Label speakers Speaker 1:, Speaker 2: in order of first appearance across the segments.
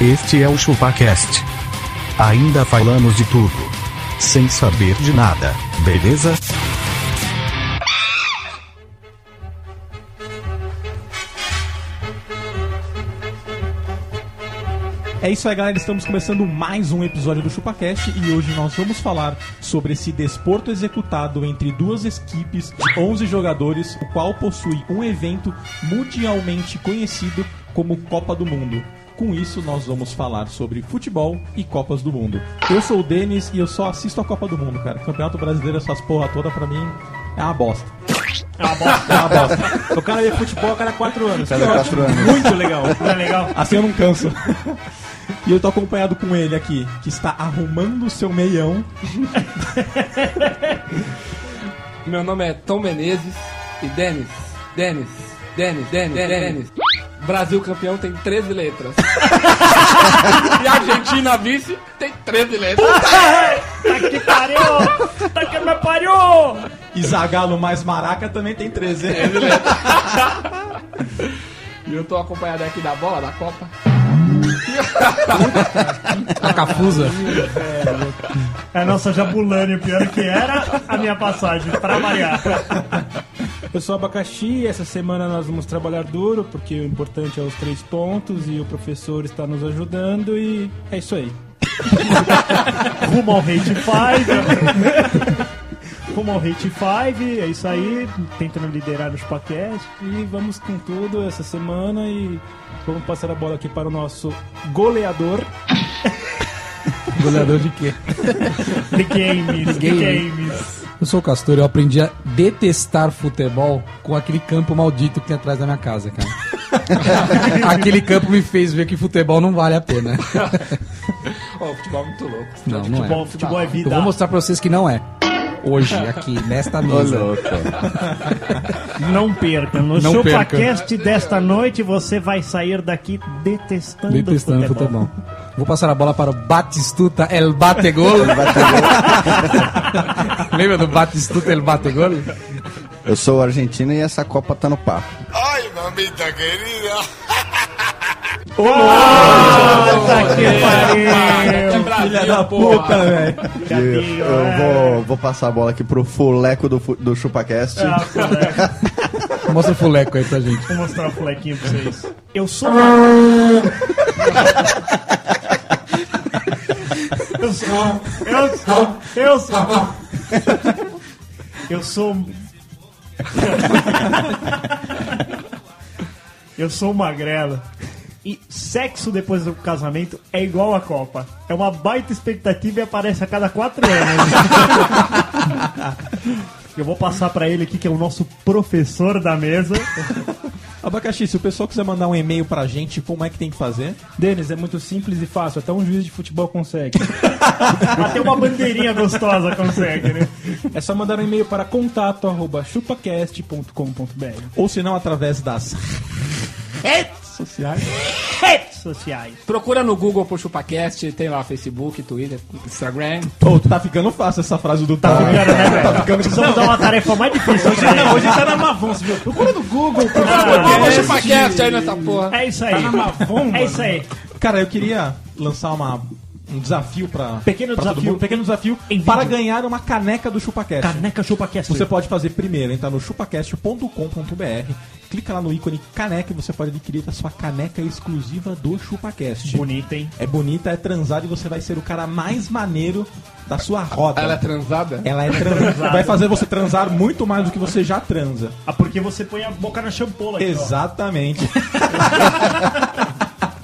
Speaker 1: Este é o ChupaCast. Ainda falamos de tudo. Sem saber de nada, beleza?
Speaker 2: É isso aí, galera. Estamos começando mais um episódio do ChupaCast e hoje nós vamos falar sobre esse desporto executado entre duas equipes de 11 jogadores, o qual possui um evento mundialmente conhecido como Copa do Mundo. Com isso, nós vamos falar sobre futebol e Copas do Mundo. Eu sou o Denis e eu só assisto a Copa do Mundo, cara. Campeonato Brasileiro, essas porra toda, pra mim, é uma bosta.
Speaker 3: É uma bosta.
Speaker 2: É uma bosta.
Speaker 3: O cara vê futebol a cada quatro anos.
Speaker 4: Cada
Speaker 3: Que
Speaker 4: quatro
Speaker 3: ótimo.
Speaker 4: anos.
Speaker 3: Muito legal. Não é legal?
Speaker 2: Assim eu não canso. E eu tô acompanhado com ele aqui, que está arrumando o seu meião.
Speaker 5: Meu nome é Tom Menezes e Denis, Denis, Denis, Denis, Denis. Brasil campeão tem 13 letras. e Argentina vice tem 13 letras.
Speaker 3: Tá que pariu! Tá que me pariu!
Speaker 2: E Zagalo mais Maraca também tem 13.
Speaker 5: E eu tô acompanhado aqui da bola da Copa.
Speaker 3: É a nossa Jabulani, o pior que era a minha passagem, pra variar.
Speaker 6: Eu sou Abacaxi e essa semana nós vamos trabalhar duro, porque o importante é os três pontos e o professor está nos ajudando e é isso aí.
Speaker 3: Rumo ao Hate 5. Rumo ao Hate 5, é isso aí. Tentando liderar nos paquetes.
Speaker 6: E vamos com tudo essa semana e vamos passar a bola aqui para o nosso goleador.
Speaker 7: Goleador de quê?
Speaker 3: The Games, The
Speaker 7: Game.
Speaker 3: Games.
Speaker 7: Eu sou o Castor, eu aprendi a detestar futebol com aquele campo maldito que tem atrás da minha casa, cara. aquele campo me fez ver que futebol não vale a pena.
Speaker 5: Ó, o futebol é muito louco.
Speaker 7: Não, não
Speaker 3: Futebol,
Speaker 7: é.
Speaker 3: futebol é vida.
Speaker 7: Eu vou mostrar pra vocês que não é. Hoje, aqui, nesta
Speaker 4: Ô,
Speaker 7: mesa.
Speaker 4: louco.
Speaker 3: Não perca. No
Speaker 7: Não
Speaker 3: ChupaCast desta noite você vai sair daqui detestando,
Speaker 7: Detestando
Speaker 3: futebol.
Speaker 7: futebol. Vou passar a bola para o Batistuta El Bategol. Lembra do Batistuta El Bategol?
Speaker 4: Eu sou argentino e essa Copa tá no papo.
Speaker 3: Puta que pariu!
Speaker 5: É
Speaker 2: Filha
Speaker 5: Brasil,
Speaker 2: da puta,
Speaker 5: porra.
Speaker 2: velho.
Speaker 4: E eu vou, vou passar a bola aqui pro fuleco do, fu- do ChupaCast.
Speaker 7: Mostra o fuleco aí pra gente.
Speaker 3: Vou mostrar o flequinho pra vocês. Eu sou. Eu sou. Eu sou. Eu sou. Eu sou. Eu sou magrela. E sexo depois do casamento é igual à Copa. É uma baita expectativa e aparece a cada quatro anos. Eu vou passar pra ele aqui, que é o nosso professor da mesa.
Speaker 2: Abacaxi, se o pessoal quiser mandar um e-mail pra gente, como é que tem que fazer?
Speaker 6: Denis, é muito simples e fácil, até um juiz de futebol consegue.
Speaker 3: Até uma bandeirinha gostosa consegue, né?
Speaker 6: É só mandar um e-mail para contato@chupacast.com.br.
Speaker 2: Ou se não, através das sociais.
Speaker 3: Redes sociais.
Speaker 5: Procura no Google por ChupaCast, tem lá Facebook, Twitter, Instagram.
Speaker 2: Pô, tá ficando fácil essa frase do Tá
Speaker 3: ficando, né, velho?
Speaker 2: Tá ficando
Speaker 3: Precisamos dar uma tarefa mais difícil. Hoje, hoje tá na Mavons, viu? Procura no Google. Tá
Speaker 5: Olha o ChupaCast aí nessa porra.
Speaker 3: É isso aí. É isso aí.
Speaker 2: Cara, eu queria lançar uma, um desafio pra.
Speaker 3: Pequeno
Speaker 2: pra todo
Speaker 3: desafio.
Speaker 2: mundo. Pequeno desafio
Speaker 3: Em
Speaker 2: para
Speaker 3: vídeo.
Speaker 2: ganhar uma caneca do ChupaCast.
Speaker 3: Caneca chupa é cast.
Speaker 2: Você pode fazer primeiro, entrar no chupacast.com.br, clica lá no ícone caneca e você pode adquirir a sua caneca exclusiva do ChupaCast.
Speaker 3: Bonita, hein?
Speaker 2: É bonita, é transada e você vai ser o cara mais maneiro da sua roda.
Speaker 5: Ela é transada?
Speaker 2: Ela é transada. Vai fazer você transar muito mais do que você já transa.
Speaker 3: Ah, porque você põe a boca na champola aqui, ó.
Speaker 2: Exatamente.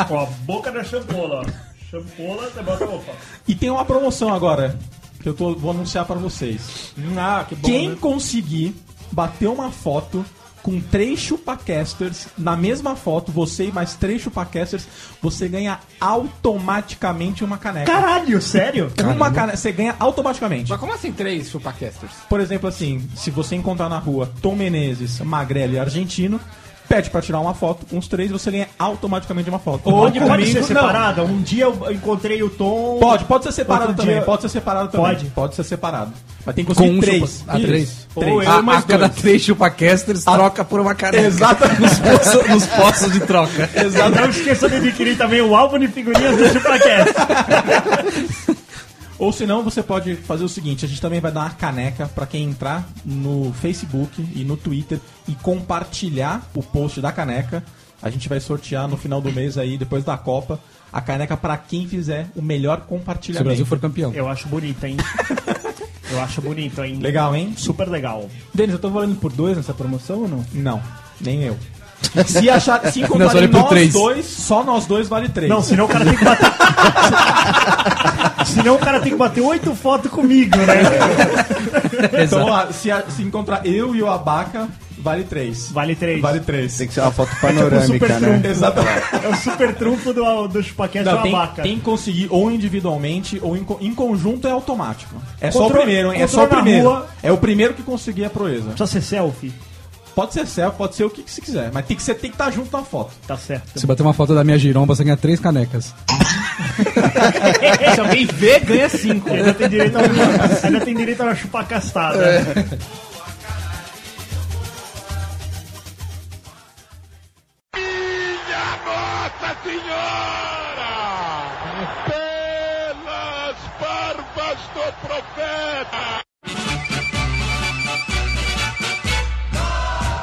Speaker 3: Ó, a boca na champola, ó. Champola, você bota opa.
Speaker 2: E tem uma promoção agora que eu tô- vou anunciar pra vocês.
Speaker 6: Ah, que bom.
Speaker 2: Quem
Speaker 6: né?
Speaker 2: conseguir bater uma foto com três chupacasters, na mesma foto, você e mais três chupacasters, você ganha automaticamente uma caneca.
Speaker 3: Caralho, sério?
Speaker 2: uma caneca, você ganha automaticamente.
Speaker 5: Mas como assim três ChupaCasters?
Speaker 2: Por exemplo, assim, se você encontrar na rua Tom Menezes, Magrelo e Argentino, pede pra tirar uma foto, uns três, você ganha automaticamente uma foto.
Speaker 3: Pode,
Speaker 2: Comigo,
Speaker 3: pode ser
Speaker 2: não.
Speaker 3: separada? Um dia eu encontrei o Tom.
Speaker 2: Pode, pode ser separado
Speaker 3: Outro
Speaker 2: também.
Speaker 3: dia-
Speaker 2: Pode ser separado também.
Speaker 3: Pode?
Speaker 2: ser separado. Mas tem que
Speaker 7: Com
Speaker 2: conseguir
Speaker 7: um
Speaker 2: três.
Speaker 7: chupa- Ah,
Speaker 2: Isso.
Speaker 7: três.
Speaker 2: Três. ah,
Speaker 3: Eu
Speaker 7: A,
Speaker 3: mais
Speaker 7: a cada três chupacasters troca por uma caneca.
Speaker 2: Exatamente.
Speaker 7: Nos poços, nos poços de troca.
Speaker 3: Exato. Não esqueça de adquirir também o álbum de figurinhas do Chupacast.
Speaker 2: Ou senão você pode fazer o seguinte, a gente também vai dar uma caneca pra quem entrar no Facebook e no Twitter e compartilhar o post da caneca. A gente vai sortear no final do mês aí, depois da Copa, a caneca pra quem fizer o melhor
Speaker 7: Se o Brasil
Speaker 2: compartilhamento.
Speaker 7: for campeão.
Speaker 3: Eu acho bonito, hein? Eu acho bonito, hein?
Speaker 2: Legal, hein?
Speaker 3: Super legal.
Speaker 6: Denis, eu tô valendo por dois nessa promoção ou não?
Speaker 2: Não, nem eu. Se achar, se
Speaker 7: Não, só
Speaker 2: encontrarem
Speaker 7: ele por
Speaker 2: nós
Speaker 7: três.
Speaker 2: dois, só nós dois vale três.
Speaker 3: Não, senão o cara tem que bater. senão o cara tem que bater oito fotos comigo, né?
Speaker 2: então, ó, se, a- se encontrar eu e o Abaca, vale três.
Speaker 3: Vale três.
Speaker 2: Vale três.
Speaker 4: Tem que ser uma foto
Speaker 3: tipo um
Speaker 4: panorâmica, né?
Speaker 2: Exatamente. Então,
Speaker 3: É o super trunfo do, é do Chupacast
Speaker 2: Não,
Speaker 3: da
Speaker 2: tem,
Speaker 3: vaca.
Speaker 2: tem que conseguir ou individualmente ou em, co- em conjunto é automático. É só o
Speaker 3: Controle-
Speaker 2: primeiro, hein? É só o
Speaker 3: controle na
Speaker 2: primeiro.
Speaker 3: rua.
Speaker 2: É o primeiro que conseguir a proeza.
Speaker 3: Precisa ser selfie.
Speaker 2: Pode ser selfie, pode ser o que, que se quiser, mas tem que ser, tem que estar junto na foto.
Speaker 3: Tá certo.
Speaker 7: Se bater uma foto da minha giromba, você ganha três canecas.
Speaker 8: Se alguém vê, ganha cinco.
Speaker 3: Ainda tem direito a uma, ainda tem direito a uma chupacastada.
Speaker 2: É.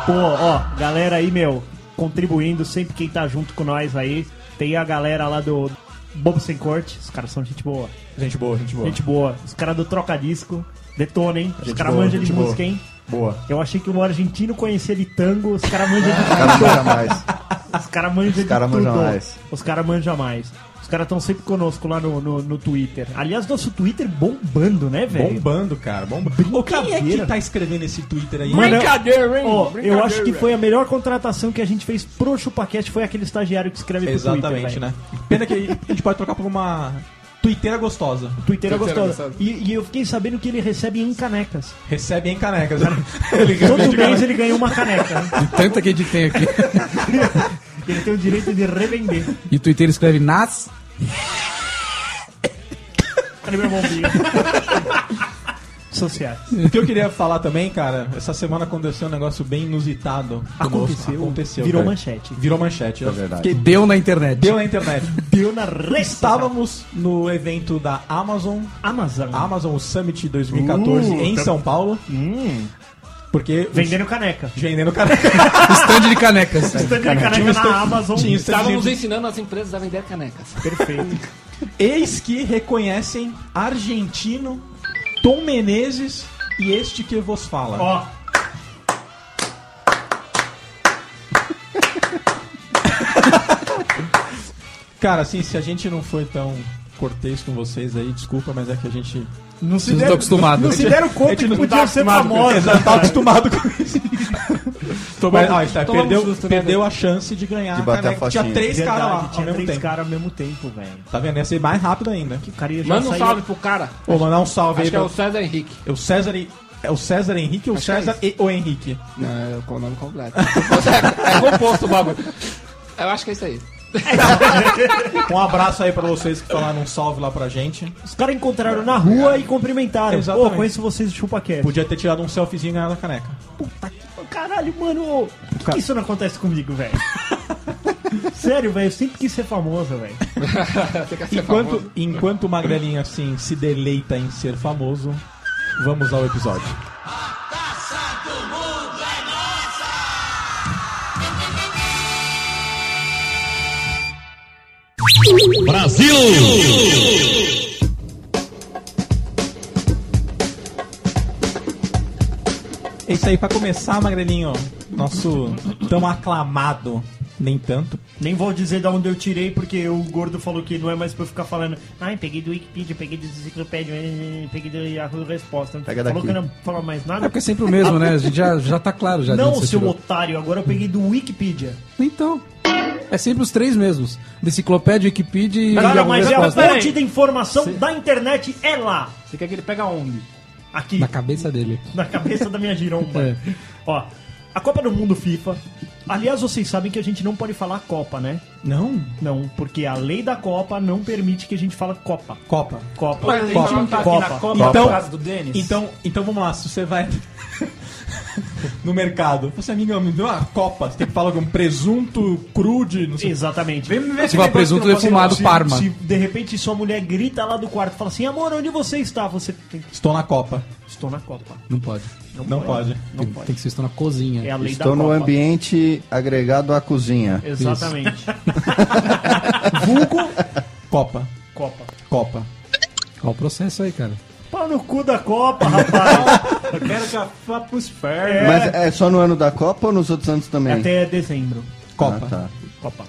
Speaker 3: Pô, ó, galera aí, meu, contribuindo, sempre quem tá junto com nós aí. Tem a galera lá do Bobo Sem Corte, os caras são gente boa.
Speaker 2: Gente boa, gente boa.
Speaker 3: Gente boa. Os caras do Trocadisco. Detona, hein? Os
Speaker 2: Gente
Speaker 3: caras
Speaker 2: boa,
Speaker 3: manjam de
Speaker 2: gente boa.
Speaker 3: música, hein?
Speaker 2: boa.
Speaker 3: Eu achei que um argentino conhecia de tango, os caras manjam de
Speaker 4: Cara, nunca mais.
Speaker 3: Os caras manjam de
Speaker 4: cara
Speaker 3: tudo.
Speaker 4: manja mais.
Speaker 3: Os caras manjam mais. Os caras estão sempre conosco lá no, no, no Twitter. Aliás, nosso Twitter bombando, né, velho?
Speaker 2: Bombando, cara, bombando. Ô, quem é que
Speaker 3: Brincadeira.
Speaker 2: tá escrevendo esse Twitter aí?
Speaker 3: Mano,
Speaker 5: Brincadeira, hein?
Speaker 3: Ó,
Speaker 5: Brincadeira,
Speaker 3: eu acho que
Speaker 5: velho.
Speaker 3: foi a melhor contratação que a gente fez pro ChupaCast, foi aquele estagiário que escreve pro Twitter,
Speaker 2: Exatamente,
Speaker 3: velho.
Speaker 2: né? Pena que a gente pode trocar por uma Twitteira gostosa.
Speaker 3: Twitter é
Speaker 5: Twitter é
Speaker 3: gostoso.
Speaker 5: gostoso.
Speaker 3: E, e eu fiquei sabendo que ele recebe em canecas.
Speaker 2: Recebe em canecas. né? Ele
Speaker 3: Todo
Speaker 2: realmente-
Speaker 3: mês ele ganha uma caneca. né?
Speaker 7: De tanta que a gente tem aqui.
Speaker 3: Ele tem o direito de revender.
Speaker 7: E o Twitter escreve nas.
Speaker 3: Cadê meu bombinho? Sociais.
Speaker 2: O que eu queria falar também, cara, essa semana aconteceu um negócio bem inusitado. Aconteceu. Aconteceu. né?
Speaker 3: Virou
Speaker 2: cara.
Speaker 3: manchete.
Speaker 2: Virou manchete. É
Speaker 4: verdade.
Speaker 7: Que deu na internet.
Speaker 2: Deu na internet.
Speaker 3: Deu na restava
Speaker 2: Estávamos no evento da Amazon,
Speaker 3: Amazon.
Speaker 2: Amazon Summit 2014
Speaker 3: Uh,
Speaker 2: em
Speaker 3: tá-
Speaker 2: São Paulo, porque
Speaker 3: Vendendo caneca.
Speaker 2: vendendo cara.
Speaker 7: Stand de canecas.
Speaker 3: Estando na caneca na Amazon.
Speaker 2: Tinha
Speaker 5: Estávamos
Speaker 2: Estávamos
Speaker 5: ensinando as empresas a vender canecas.
Speaker 3: Perfeito.
Speaker 2: Eis que reconhecem argentino Tom Menezes e este que vos fala.
Speaker 3: Ó.
Speaker 2: Cara, assim, se a gente não foi tão cortês com vocês aí, desculpa, mas é que a gente
Speaker 3: Não se
Speaker 7: Vocês estão acostumados.
Speaker 3: se deram conta que podiam ser famosos.
Speaker 2: Exato, tá acostumado com isso. Mas, ó, está,
Speaker 5: tomamos
Speaker 2: perdeu
Speaker 5: susto, né,
Speaker 2: perdeu a chance de ganhar.
Speaker 4: De
Speaker 2: a
Speaker 4: bater a
Speaker 2: caneca. tinha
Speaker 4: fotinha.
Speaker 2: três caras lá ao
Speaker 3: tinha
Speaker 2: mesmo
Speaker 3: três
Speaker 2: tempo.
Speaker 3: caras ao mesmo tempo, velho.
Speaker 2: Tá vendo? Ia ser mais rápido ainda.
Speaker 3: Que o cara ia já
Speaker 5: Manda um
Speaker 3: sair-
Speaker 5: salve pro cara.
Speaker 2: Vou mandar um salve aí.
Speaker 5: Acho que é
Speaker 2: pra-
Speaker 5: o César Henrique.
Speaker 2: É o César e... É o César Henrique ou
Speaker 5: Acho que é
Speaker 2: César e o Henrique?
Speaker 5: Não, é com o nome completo. é, composto o bagulho. Eu acho que é isso aí.
Speaker 2: Um abraço aí pra vocês que falaram um salve lá pra gente.
Speaker 3: Os caras encontraram na rua e cumprimentaram. Pô,
Speaker 2: É. Exatamente.
Speaker 3: conheço vocês do ChupaCast.
Speaker 2: Podia ter tirado um selfiezinho e ganhado a caneca.
Speaker 3: Puta que caralho, mano. Por
Speaker 2: Ca-
Speaker 3: que isso não acontece comigo, velho? Sério, velho, eu sempre quis ser famosa, velho.
Speaker 5: Você quer ser famoso?
Speaker 2: Enquanto, enquanto o Magrelinho assim se deleita em ser famoso, vamos ao episódio. Brasil! É isso aí, pra começar, Magrelinho, nosso tão aclamado, nem tanto,
Speaker 3: Nem vou dizer da onde eu tirei, porque o gordo falou que não é mais pra eu ficar falando. Ai, peguei do Wikipedia, peguei do Enciclopédia, eh, peguei do Yahoo Resposta.
Speaker 4: Pega
Speaker 3: falou
Speaker 4: daqui.
Speaker 3: que eu não falo mais
Speaker 7: É
Speaker 3: nada.
Speaker 7: porque é sempre o mesmo, né? A gente já, já tá claro já. de
Speaker 3: não,
Speaker 7: onde você
Speaker 3: seu
Speaker 7: tirou.
Speaker 3: otário, agora eu peguei do Wikipedia.
Speaker 7: Então. É sempre os três mesmos. Da Enciclopédia, Wikipedia e.
Speaker 3: Cara, mas é a
Speaker 7: resposta.
Speaker 3: fonte da informação da internet é lá.
Speaker 8: Você quer que ele pega onde?
Speaker 3: Aqui,
Speaker 7: Na cabeça dele.
Speaker 3: na cabeça da minha giromba.
Speaker 7: É.
Speaker 3: Ó, a Copa do Mundo FIFA Aliás, vocês sabem que a gente não pode falar Copa, né?
Speaker 2: Não?
Speaker 3: Não, porque a lei da Copa não permite que a gente fale Copa.
Speaker 2: Copa.
Speaker 3: Copa.
Speaker 8: Mas a gente
Speaker 3: Copa.
Speaker 8: não tá aqui na
Speaker 3: Copa.
Speaker 8: Copa
Speaker 2: Então-
Speaker 8: por causa do Denis.
Speaker 2: Então, então vamos lá, se você vai no mercado, você amigão, me deu uma copa, você tem que falar com presunto cru de não sei
Speaker 3: Exatamente.
Speaker 8: vem me ver
Speaker 7: Se for presunto defumado, Parma.
Speaker 3: Se de repente sua mulher grita lá do quarto e fala assim, amor, onde você está? Você tem que.
Speaker 2: Estou na copa.
Speaker 3: Estou na Copa.
Speaker 7: Não pode.
Speaker 2: Não pode.
Speaker 3: Não
Speaker 7: tem,
Speaker 3: pode.
Speaker 7: tem que ser estar na cozinha.
Speaker 3: É a lei
Speaker 4: Estou
Speaker 3: da
Speaker 4: no
Speaker 3: Copa.
Speaker 4: ambiente agregado à cozinha.
Speaker 3: Exatamente.
Speaker 2: Vulgo copa,
Speaker 3: Copa.
Speaker 2: copa.
Speaker 7: Qual o processo aí, cara?
Speaker 3: Pau no cu da Copa, rapaz.
Speaker 6: Eu quero que a vá pros ferros.
Speaker 3: É.
Speaker 4: Mas é só no ano da Copa ou nos outros anos também?
Speaker 3: Até dezembro.
Speaker 2: Copa.
Speaker 4: Ah, tá.
Speaker 3: Copa.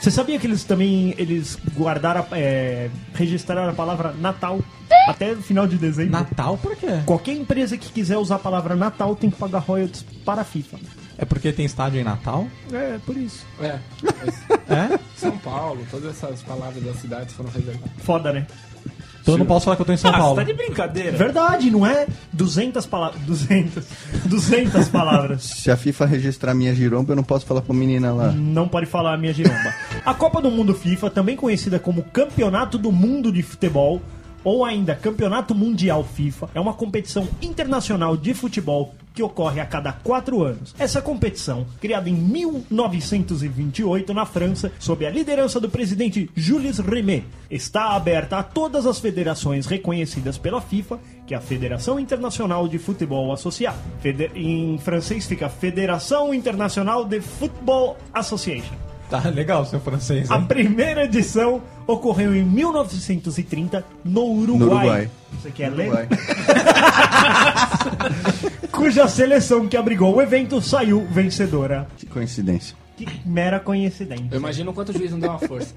Speaker 3: Você sabia que eles também eles guardaram, a- é, registraram a palavra Natal até o final de dezembro?
Speaker 2: Natal por quê?
Speaker 3: Qualquer empresa que quiser usar a palavra Natal tem que pagar royalties para a FIFA.
Speaker 2: É porque tem estádio em Natal?
Speaker 3: É, por isso.
Speaker 5: É.
Speaker 2: É?
Speaker 5: São Paulo, todas essas palavras das cidades foram reservadas.
Speaker 3: Foda, né?
Speaker 2: Então eu não posso falar que eu tô em São
Speaker 6: Ah, você
Speaker 2: Paulo.
Speaker 6: tá de brincadeira.
Speaker 3: Verdade, não é? 200 palavras. 200. 200 palavras.
Speaker 4: Se a FIFA registrar minha giromba, eu não posso falar pra menina lá.
Speaker 3: Não pode falar a minha giromba. A Copa do Mundo FIFA, também conhecida como Campeonato do Mundo de Futebol, ou ainda Campeonato Mundial FIFA, é uma competição internacional de futebol que ocorre a cada quatro anos. Essa competição, criada em 1928 na França, sob a liderança do presidente Jules Rimet, está aberta a todas as federações reconhecidas pela FIFA, que é a Federação Internacional de Futebol Associado. Fede- em francês fica Federação Internacional de Football Association.
Speaker 2: Tá legal, seu francês.
Speaker 3: A
Speaker 2: Hein?
Speaker 3: primeira edição ocorreu em 1930 no Uruguai.
Speaker 4: No Uruguai.
Speaker 3: Você quer ler?
Speaker 4: Vai.
Speaker 3: Cuja seleção que abrigou o evento saiu vencedora.
Speaker 4: Que coincidência.
Speaker 3: Que mera coincidência.
Speaker 5: Eu imagino quanto o juiz não dá uma força.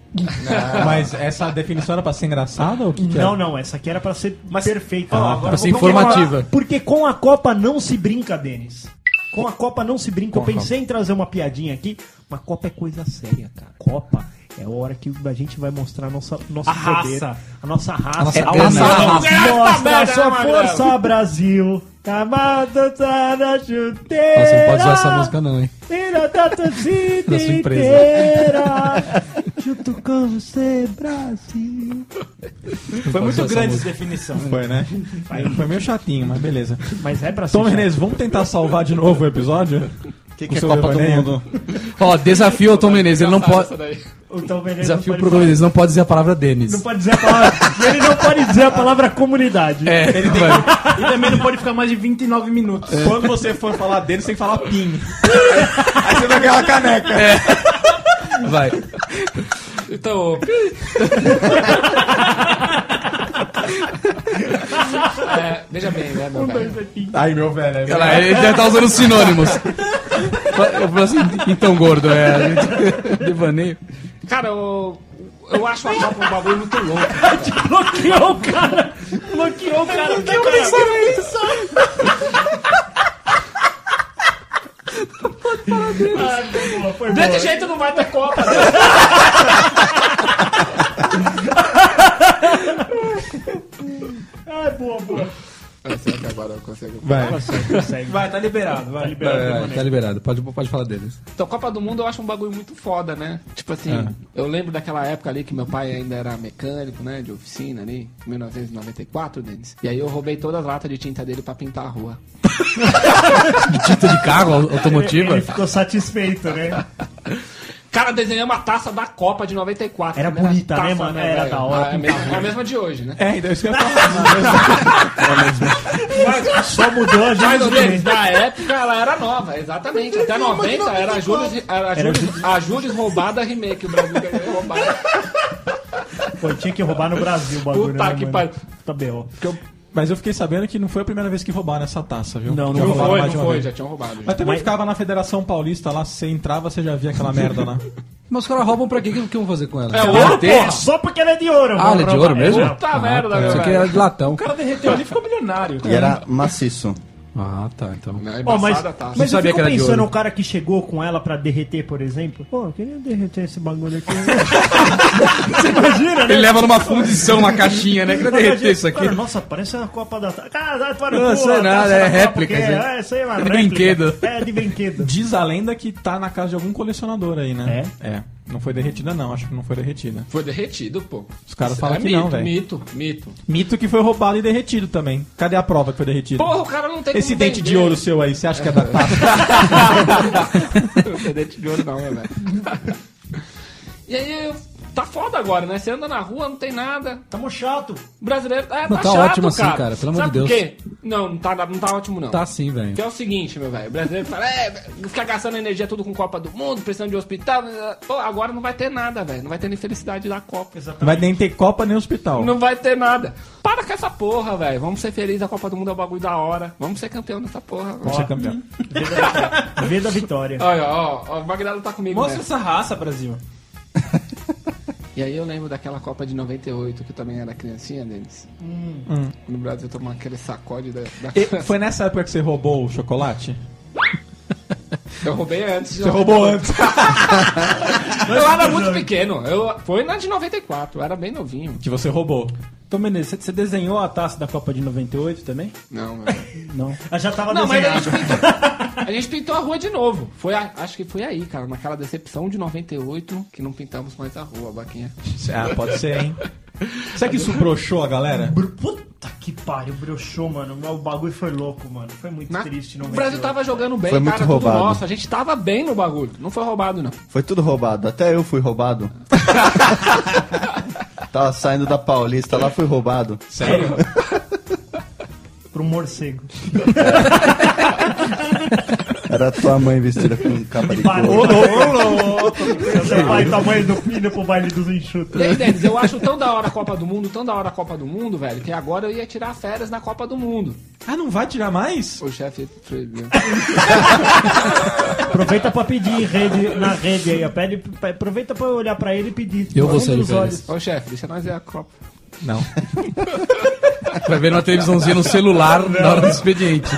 Speaker 8: Ah.
Speaker 2: Mas essa definição era pra ser engraçada ou o que, que é?
Speaker 3: Não, não, essa aqui era pra ser perfeita.
Speaker 2: Ah,
Speaker 7: Pra ser
Speaker 3: eu vou continuar,
Speaker 7: informativa.
Speaker 3: Porque com a Copa não se brinca, Denis. Com a Copa não se brinca. Eu
Speaker 7: Com a
Speaker 3: pensei em trazer uma piadinha aqui, mas Copa é coisa séria, cara. Copa é a hora que a gente vai mostrar nossa, nosso
Speaker 8: A
Speaker 3: poder,
Speaker 8: raça.
Speaker 3: a nossa raça.
Speaker 7: nossa
Speaker 3: é
Speaker 7: grana.
Speaker 3: Mostra a
Speaker 8: merda,
Speaker 3: sua
Speaker 8: né,
Speaker 3: força, Brasil. Camada tá Ah, na chuteira.
Speaker 7: Nossa, não pode usar essa música não, hein?
Speaker 3: Tira da torcida
Speaker 7: Da sua empresa.
Speaker 3: inteira. Junto com você, Brasil.
Speaker 7: Foi muito grande
Speaker 8: definição.
Speaker 2: Foi, né? Foi meio chatinho, mas beleza.
Speaker 3: Mas é pra ser
Speaker 2: Tom
Speaker 3: chato.
Speaker 2: Menezes, vamos tentar salvar de novo o episódio? O que,
Speaker 4: é Copa do Mundo?
Speaker 7: Ó, desafio ao Tom Menezes, ele não pode...
Speaker 5: Essa daí.
Speaker 3: O Tom Menezes não
Speaker 7: Desafio
Speaker 3: pode
Speaker 7: pro Tom
Speaker 3: falar-
Speaker 7: Menezes, não pode dizer a palavra Denis.
Speaker 3: Não pode dizer a palavra. ele não pode dizer a palavra comunidade.
Speaker 7: É, vai.
Speaker 8: E também não pode ficar mais de 29 minutos.
Speaker 3: É.
Speaker 2: Quando você for falar dele, você tem que falar PIN.
Speaker 4: Aí você vai ganhar uma caneca.
Speaker 7: vai.
Speaker 5: Então, é, veja bem, né, meu velho?
Speaker 2: Aí, meu velho. é-
Speaker 7: Ela, ele já tá usando sinônimos. Eu falo assim, então gordo, é... a gente- Devaneio.
Speaker 5: Cara, eu, eu acho a Copa um bagulho muito louco.
Speaker 3: Bloqueou o cara. Bloqueou o cara. Bloqueou
Speaker 8: Desse jeito não vai ter Copa.
Speaker 3: Ah, boa, boa.
Speaker 5: É, será que agora eu consigo?
Speaker 2: Vai.
Speaker 3: Consegue.
Speaker 8: Vai, tá liberado, vai.
Speaker 3: Tá liberado,
Speaker 7: É,
Speaker 3: Tom Menezes.
Speaker 7: tá liberado, pode, pode falar Denis.
Speaker 5: Então, Copa do Mundo eu acho um bagulho muito foda, né? Tipo assim, eu lembro daquela época ali que meu pai ainda era mecânico, né? De oficina ali, 1994, Denis. E aí eu roubei todas as latas de tinta dele pra pintar a rua.
Speaker 7: Tinta de carro, au- automotiva?
Speaker 3: Ele ficou satisfeito, né?
Speaker 5: Cara, desenhei uma taça da Copa de 94.
Speaker 3: Era
Speaker 5: né? Uma
Speaker 3: bonita,
Speaker 5: taça,
Speaker 3: né, mano? Era
Speaker 5: velho?
Speaker 3: da hora.
Speaker 5: É a mesma, a mesma de hoje, né?
Speaker 2: É, então isso que eu ia falar.
Speaker 3: Só mudou a
Speaker 5: Mas,
Speaker 3: gente.
Speaker 5: Denis, na época ela era nova, exatamente. Até 90 era a Jules, era a Jules, a Jules roubada remake, o Brasil ganhou roubada.
Speaker 3: Pô, tinha que roubar no Brasil o bagulho.
Speaker 5: Puta
Speaker 3: né,
Speaker 5: que
Speaker 3: mano?
Speaker 5: pariu.
Speaker 3: Tá B.O.
Speaker 2: Mas eu fiquei sabendo que não foi a primeira vez que roubaram essa taça, viu?
Speaker 3: Não,
Speaker 2: Já
Speaker 3: não
Speaker 2: roubaram
Speaker 5: Foi,
Speaker 2: mais
Speaker 5: não
Speaker 2: de uma
Speaker 5: foi,
Speaker 2: vez.
Speaker 5: já tinham roubado. já.
Speaker 2: Mas também
Speaker 3: Mas-
Speaker 2: ficava na Federação Paulista lá, se você entrava, você já via aquela merda lá.
Speaker 7: Mas os caras roubam pra quê? O que, o que eu vou fazer com ela?
Speaker 5: É
Speaker 7: Bater?
Speaker 5: ouro, porra!
Speaker 3: Só porque ela é de ouro,
Speaker 7: Ah, ela é de ouro mesmo?
Speaker 5: Puta merda, meu
Speaker 7: Isso aqui
Speaker 5: velho.
Speaker 7: é de latão.
Speaker 8: O cara derreteu ali e ficou milionário.
Speaker 4: E era maciço.
Speaker 7: Ah, tá. Então.
Speaker 5: Não, é
Speaker 3: Ó, mas,
Speaker 5: embaçada a taça.
Speaker 3: mas eu
Speaker 7: sabia
Speaker 3: fico
Speaker 7: que era de
Speaker 3: pensando,
Speaker 7: ouro.
Speaker 3: o cara que chegou com ela pra derreter, por exemplo. Pô, eu queria derreter esse bagulho aqui.
Speaker 7: Ele leva numa fundição, uma caixinha, né? Queria derreter isso aqui.
Speaker 3: Cara, nossa, parece uma Copa da... Cara, dá para o
Speaker 7: Não,
Speaker 3: cu,
Speaker 7: sei
Speaker 3: a taça
Speaker 7: nada,
Speaker 3: da
Speaker 7: é
Speaker 3: Copa,
Speaker 7: réplica,
Speaker 3: que é-
Speaker 7: gente.
Speaker 3: É, isso aí é uma
Speaker 7: É de
Speaker 3: réplica.
Speaker 7: brinquedo.
Speaker 3: É, de brinquedo.
Speaker 2: Diz a lenda que tá na casa de algum colecionador aí, né? É? É. Não foi derretida, não. Acho que não foi derretida.
Speaker 5: Foi derretido, pô.
Speaker 2: Os caras falam
Speaker 5: é
Speaker 2: que
Speaker 5: mito,
Speaker 2: não, velho.
Speaker 5: Mito, mito.
Speaker 2: Mito que foi roubado e derretido também. Cadê a prova que foi derretido?
Speaker 5: Porra, o cara não tem
Speaker 2: Esse
Speaker 5: como
Speaker 2: dente
Speaker 5: vender.
Speaker 2: de ouro seu aí, você acha que é da taça?
Speaker 5: Não tem dente de ouro não, né, velho. E aí, eu- tá foda agora, né? Você anda na rua, não tem nada.
Speaker 3: Tamo chato.
Speaker 5: Brasileiro, é,
Speaker 7: Não,
Speaker 5: tá,
Speaker 7: tá
Speaker 5: chato,
Speaker 7: ótimo assim,
Speaker 5: cara.
Speaker 7: cara, pelo amor
Speaker 5: Sabe
Speaker 7: de
Speaker 5: por
Speaker 7: Deus.
Speaker 5: quê? Não, não tá, não tá ótimo, não.
Speaker 7: Tá assim, velho.
Speaker 5: Que é o seguinte, meu velho. O brasileiro fala, é, fica gastando energia tudo com Copa do Mundo, precisando de hospital. né, Pô, agora não vai ter nada, velho. Não vai ter nem felicidade da Copa.
Speaker 2: Não vai nem ter Copa nem hospital.
Speaker 5: Não vai ter nada. Para com essa porra, velho. Vamos ser felizes, a Copa do Mundo é o bagulho da hora. Vamos ser campeão dessa porra.
Speaker 2: Você é campeão.
Speaker 3: Vê da vitória.
Speaker 5: Olha, ó, ó, o Magnado tá comigo,
Speaker 6: Mostra
Speaker 5: né?
Speaker 6: essa raça, Brasil.
Speaker 5: E aí eu lembro daquela Copa de 98, que eu também era criancinha, Denis. No Brasil tomou aquele sacode da, da
Speaker 2: E foi nessa época que você roubou o chocolate?
Speaker 5: Eu roubei antes. Você
Speaker 2: roubou antes.
Speaker 5: Eu era muito pequeno. Eu... Foi na de 94, eu era bem novinho.
Speaker 2: Que você roubou.
Speaker 6: Então, Menezes, você- você desenhou a taça da Copa de 98 também?
Speaker 5: Não, velho.
Speaker 6: Não.
Speaker 3: Ela já tava
Speaker 5: Não, mas é a
Speaker 3: desenhada.
Speaker 5: gente, pintou... a gente pintou a rua de novo. Foi a- Acho que foi aí, cara, naquela decepção de 98, que não pintamos mais a rua, Baquinha.
Speaker 2: Ah, pode ser, hein? Será que isso broxou a galera?
Speaker 3: Bru- Puta que pariu, broxou, mano. O bagulho foi louco, mano. Foi muito
Speaker 5: Na-
Speaker 3: triste.
Speaker 5: o
Speaker 3: não
Speaker 5: Brasil
Speaker 3: venceu.
Speaker 5: tava jogando bem,
Speaker 4: Foi
Speaker 5: cara,
Speaker 4: muito
Speaker 5: tudo
Speaker 4: roubado.
Speaker 5: nosso. A gente tava bem no bagulho. Não foi roubado, não.
Speaker 4: Foi tudo roubado, até eu fui roubado. Tava saindo da Paulista, lá fui roubado.
Speaker 2: Sério?
Speaker 3: Pro morcego.
Speaker 4: Era tua mãe vestida com capa de
Speaker 3: Parou.
Speaker 4: couro.
Speaker 3: Seu pai tamanho do filho pro baile dos enxutos.
Speaker 5: E aí, Denis, eu acho tão da hora a Copa do Mundo, tão da hora a Copa do Mundo, velho, que agora eu ia tirar férias na Copa do Mundo.
Speaker 2: Ah, não vai tirar mais?
Speaker 5: O chefe proibiu.
Speaker 3: Aproveita pra pedir em rede, na rede aí, ó. Pede, pe- aproveita pra olhar pra ele e pedir.
Speaker 7: Eu vou
Speaker 3: Olha
Speaker 7: sair de
Speaker 3: nos
Speaker 7: férias.
Speaker 5: Ô, chefe, deixa nós ver a Copa.
Speaker 2: Não.
Speaker 7: Vai ver numa televisãozinha no celular na hora do expediente.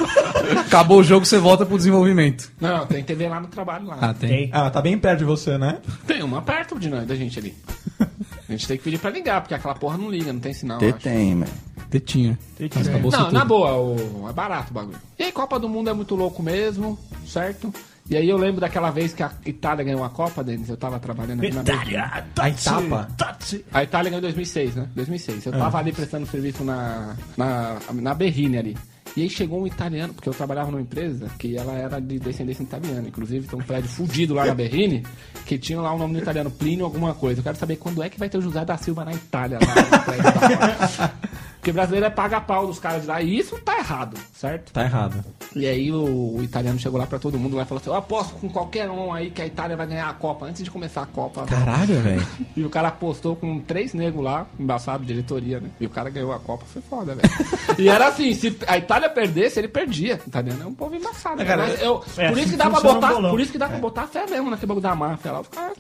Speaker 7: Acabou o jogo, você volta pro desenvolvimento.
Speaker 5: Não, tem TV lá no trabalho lá.
Speaker 7: Ah, tem.
Speaker 2: Ah, tá bem perto de você, né?
Speaker 5: Tem uma perto de nós, da gente ali. A gente tem que pedir pra ligar, porque aquela porra não liga, não tem sinal. eu
Speaker 4: Tem,
Speaker 5: acho.
Speaker 4: tem, mano.
Speaker 7: Tetinha.
Speaker 3: Tá
Speaker 7: Mas acabou
Speaker 5: Não,
Speaker 7: tudo.
Speaker 5: na boa, o- é barato o bagulho. E aí, Copa do Mundo é muito louco mesmo, certo? E aí eu lembro daquela vez que a Itália ganhou a Copa, Denis, eu tava trabalhando aqui na
Speaker 3: Itália,
Speaker 2: A etapa.
Speaker 5: A Itália ganhou em 2006, né? 2006. Eu tava ali prestando serviço na, na, na Berrine ali. E aí chegou um italiano, porque eu trabalhava numa empresa que ela era de descendência italiana. Inclusive tem um prédio fudido lá na Berrine, que tinha lá o nome do italiano, Plínio alguma coisa. Eu quero saber quando é que vai ter o José da Silva na Itália lá. no prédio da fora. Porque brasileiro é paga pau dos caras de lá. E isso tá errado, certo?
Speaker 2: Tá errado.
Speaker 5: E aí o, o italiano chegou lá pra todo mundo lá e falou assim: Eu aposto com qualquer um aí que a Itália vai ganhar a Copa antes de começar a Copa.
Speaker 2: Caralho, velho.
Speaker 5: E o cara apostou com três negros lá, embaçado, diretoria, né? E o cara ganhou a Copa, foi foda, velho. e era assim, se a Itália perdesse, ele perdia. O italiano é um povo embaçado, né? Mas eu,
Speaker 3: é
Speaker 5: por,
Speaker 3: assim
Speaker 5: isso
Speaker 3: que
Speaker 5: que dá pra
Speaker 3: funciona o
Speaker 5: botar,
Speaker 3: bolão.
Speaker 5: por isso que dá pra botar fé mesmo naquele bagulho da máfia lá. Os caras,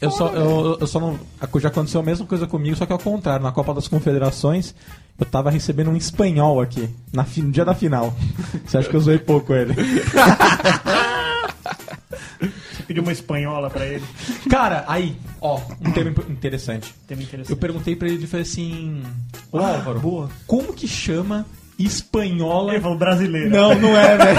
Speaker 5: é,
Speaker 2: Eu
Speaker 5: foda,
Speaker 2: só,
Speaker 5: velho.
Speaker 2: eu, eu só não. a- Já aconteceu a mesma coisa comigo, só que ao contrário. Na Copa das Confederações, eu tava recebendo um espanhol aqui, na fi- no dia da final. Você acha que eu zoei pouco ele?
Speaker 3: Pediu uma espanhola pra ele.
Speaker 2: Cara, aí, ó, um tema imp- interessante.
Speaker 3: Tem me
Speaker 2: Eu
Speaker 3: interessante.
Speaker 2: perguntei pra ele, falei assim: Ô Álvaro, como que chama espanhola?
Speaker 3: Ele falou brasileiro.
Speaker 2: Não, não é, velho.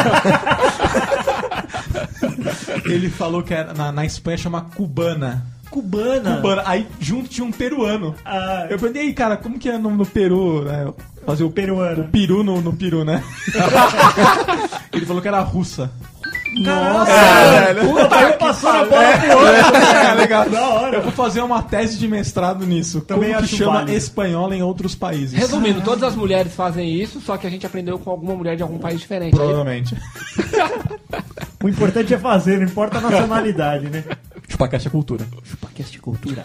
Speaker 2: ele falou que era, na, na Espanha chama cubana.
Speaker 3: Cubana.
Speaker 2: Cubana. Aí junto tinha um peruano.
Speaker 3: Ah,
Speaker 2: Eu perguntei, "E aí, cara, como que é o nome do Peru? né? Fazer o
Speaker 3: Peruano.
Speaker 2: O peru no, no peru, né? ele falou que era russa.
Speaker 3: Puta, ele passou na bola pro outro.
Speaker 2: É, legal.
Speaker 3: Da
Speaker 2: Eu
Speaker 3: hora.
Speaker 2: vou fazer uma tese de mestrado nisso.
Speaker 3: Também
Speaker 2: como que
Speaker 3: acho
Speaker 2: chama
Speaker 3: válido.
Speaker 2: espanhola em outros países?
Speaker 5: Resumindo, todas as mulheres fazem isso, só que a gente aprendeu com alguma mulher de algum país diferente. Aí,
Speaker 2: Provavelmente.
Speaker 3: O importante é fazer, não importa a nacionalidade, né?
Speaker 2: Chupacast é cultura.
Speaker 3: Podcast cultura.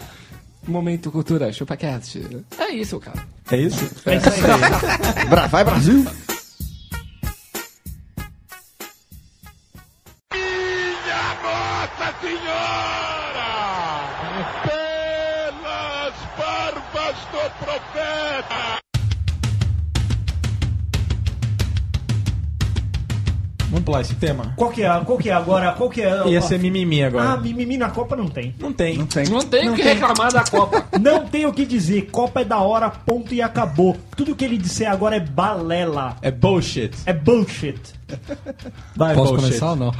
Speaker 5: momento cultura, chupacast. É isso, cara.
Speaker 2: É isso?
Speaker 4: Bra- Vai, Brasil!
Speaker 2: Vamos pular esse tema?
Speaker 3: Qual que é? Qual que é agora? Qual que é?
Speaker 2: Ia ser mimimi
Speaker 3: Ah,
Speaker 2: agora.
Speaker 3: mimimi na Copa não tem.
Speaker 2: Não tem. Não tem.
Speaker 5: Não tem o que reclamar da Copa.
Speaker 3: Não tem o que dizer. Copa é da hora, ponto e acabou. Tudo que ele disser agora é balela.
Speaker 2: É bullshit.
Speaker 3: É bullshit.
Speaker 2: Vai,
Speaker 7: Posso
Speaker 2: É bullshit.
Speaker 7: começar ou não?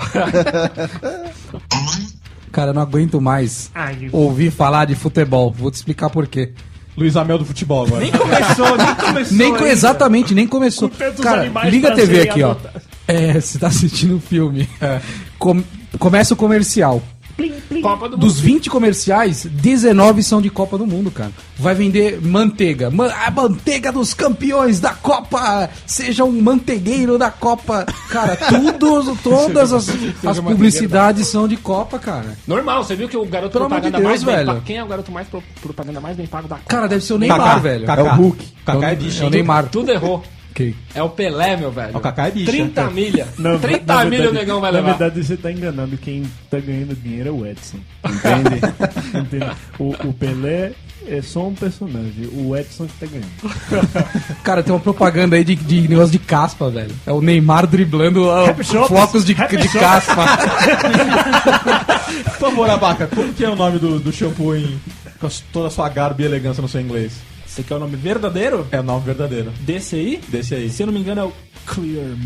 Speaker 7: Cara, eu não aguento mais
Speaker 3: Ai,
Speaker 7: ouvir falar de futebol. Vou te explicar por quê.
Speaker 2: Luiz Amel do futebol agora.
Speaker 8: Nem começou, nem começou.
Speaker 7: Nem co-
Speaker 8: ainda.
Speaker 7: exatamente, nem começou.
Speaker 3: Com tantos
Speaker 7: Cara,
Speaker 3: animais
Speaker 7: liga a
Speaker 3: pra
Speaker 7: TV
Speaker 3: serem
Speaker 7: aqui, ó.
Speaker 3: adotados.
Speaker 7: É, você tá assistindo um filme.
Speaker 3: É.
Speaker 7: Com- começa o comercial.
Speaker 5: Copa do
Speaker 7: Dos 20 comerciais, 19 são de Copa do Mundo, cara. Vai vender manteiga. Man- a manteiga dos campeões da Copa! Seja um mantegueiro da Copa. Cara, tudo, todas as, as publicidades são de Copa, cara.
Speaker 5: Normal, você viu que o garoto
Speaker 7: Pelo amor de
Speaker 5: propaganda
Speaker 7: Deus,
Speaker 5: mais bem
Speaker 7: velho.
Speaker 5: pago. Quem é o garoto mais pro- propaganda mais bem pago da Copa?
Speaker 7: Cara, deve ser o Neymar, velho.
Speaker 2: Kaká.
Speaker 4: É o Hulk.
Speaker 2: Kaká é bicho.
Speaker 7: É o
Speaker 2: hein?
Speaker 7: Neymar.
Speaker 5: Tudo errou.
Speaker 7: Ok.
Speaker 5: É o Pelé, meu velho.
Speaker 2: O Kaká é bicho.
Speaker 5: 30
Speaker 2: né?
Speaker 5: milha. 30 milha o negão vai
Speaker 9: Na
Speaker 5: levar.
Speaker 9: verdade, você tá enganando. Quem tá ganhando dinheiro é o Edson. Entende? O, o Pelé é só um personagem. O Edson que tá ganhando.
Speaker 7: Cara, tem uma propaganda aí de, de negócio de caspa, velho. É o Neymar driblando ó, flocos de, de caspa.
Speaker 2: Por favor, Abaca, como que é o nome do, do shampoo em... Com as- toda a sua garbo e elegância no seu inglês.
Speaker 6: Você quer o nome verdadeiro?
Speaker 2: É o nome verdadeiro.
Speaker 6: DCI?
Speaker 2: Desse aí.
Speaker 6: Se eu não me engano, é o Clear Man.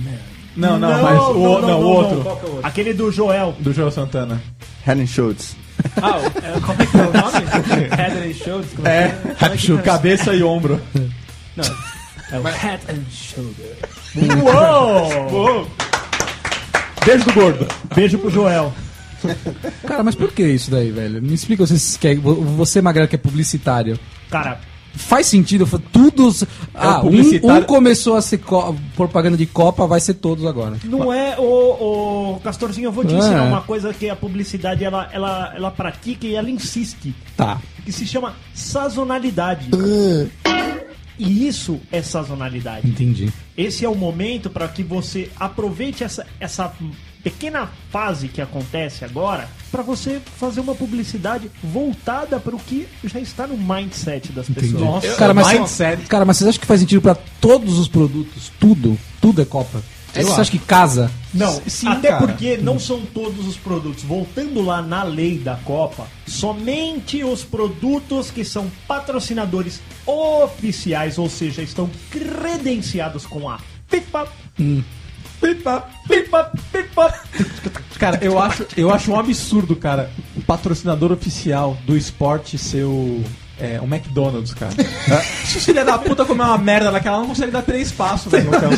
Speaker 2: Não, não, mas o, não, o outro.
Speaker 3: não. é Aquele do Joel.
Speaker 2: Do Joel Santana.
Speaker 4: Helen Schultz.
Speaker 6: Ah, o- é, como é que é o nome? Head and Shoulders? como
Speaker 2: É,
Speaker 6: Como é que é?
Speaker 2: cabeça e ombro.
Speaker 6: É o Head and Shoulders.
Speaker 2: Beijo do gordo.
Speaker 3: Beijo pro Joel.
Speaker 7: Cara, mas por que isso daí, velho? Me explica, você, quer, você magrelo que é publicitário.
Speaker 3: Cara,
Speaker 7: Faz sentido? Fa- Todos. Ah, um- um,
Speaker 2: É publicitário-
Speaker 7: começou a ser co- propaganda de Copa, vai ser todos agora.
Speaker 3: não é o, o Castorzinho, eu vou te
Speaker 7: Ah,
Speaker 3: ensinar
Speaker 7: é.
Speaker 3: uma coisa que a publicidade ela, ela, ela pratica e ela insiste,
Speaker 7: Tá.
Speaker 3: que se chama sazonalidade. E isso é sazonalidade.
Speaker 7: Entendi.
Speaker 3: Esse é o momento para que você aproveite essa, essa pequena fase que acontece agora para você fazer uma publicidade voltada para o que já está no mindset das pessoas.
Speaker 2: Nossa,
Speaker 7: Cara, mas,
Speaker 2: mindset.
Speaker 7: cara, mas vocês acham que faz sentido pra todos os produtos? Tudo? Tudo é Copa? Você acha que casa?
Speaker 3: Não,
Speaker 2: Sim,
Speaker 3: até
Speaker 2: cara.
Speaker 3: porque não são todos os produtos. Voltando lá na lei da Copa, somente os produtos que são patrocinadores oficiais, ou seja, estão credenciados com a FIFA. FIFA, FIFA, FIFA.
Speaker 2: Cara, eu acho, eu acho um absurdo, cara, o patrocinador oficial do esporte ser o. É, o McDonald's, cara. Se o filho da puta comer uma merda daquela, não consegue dar três passos velho, no campo.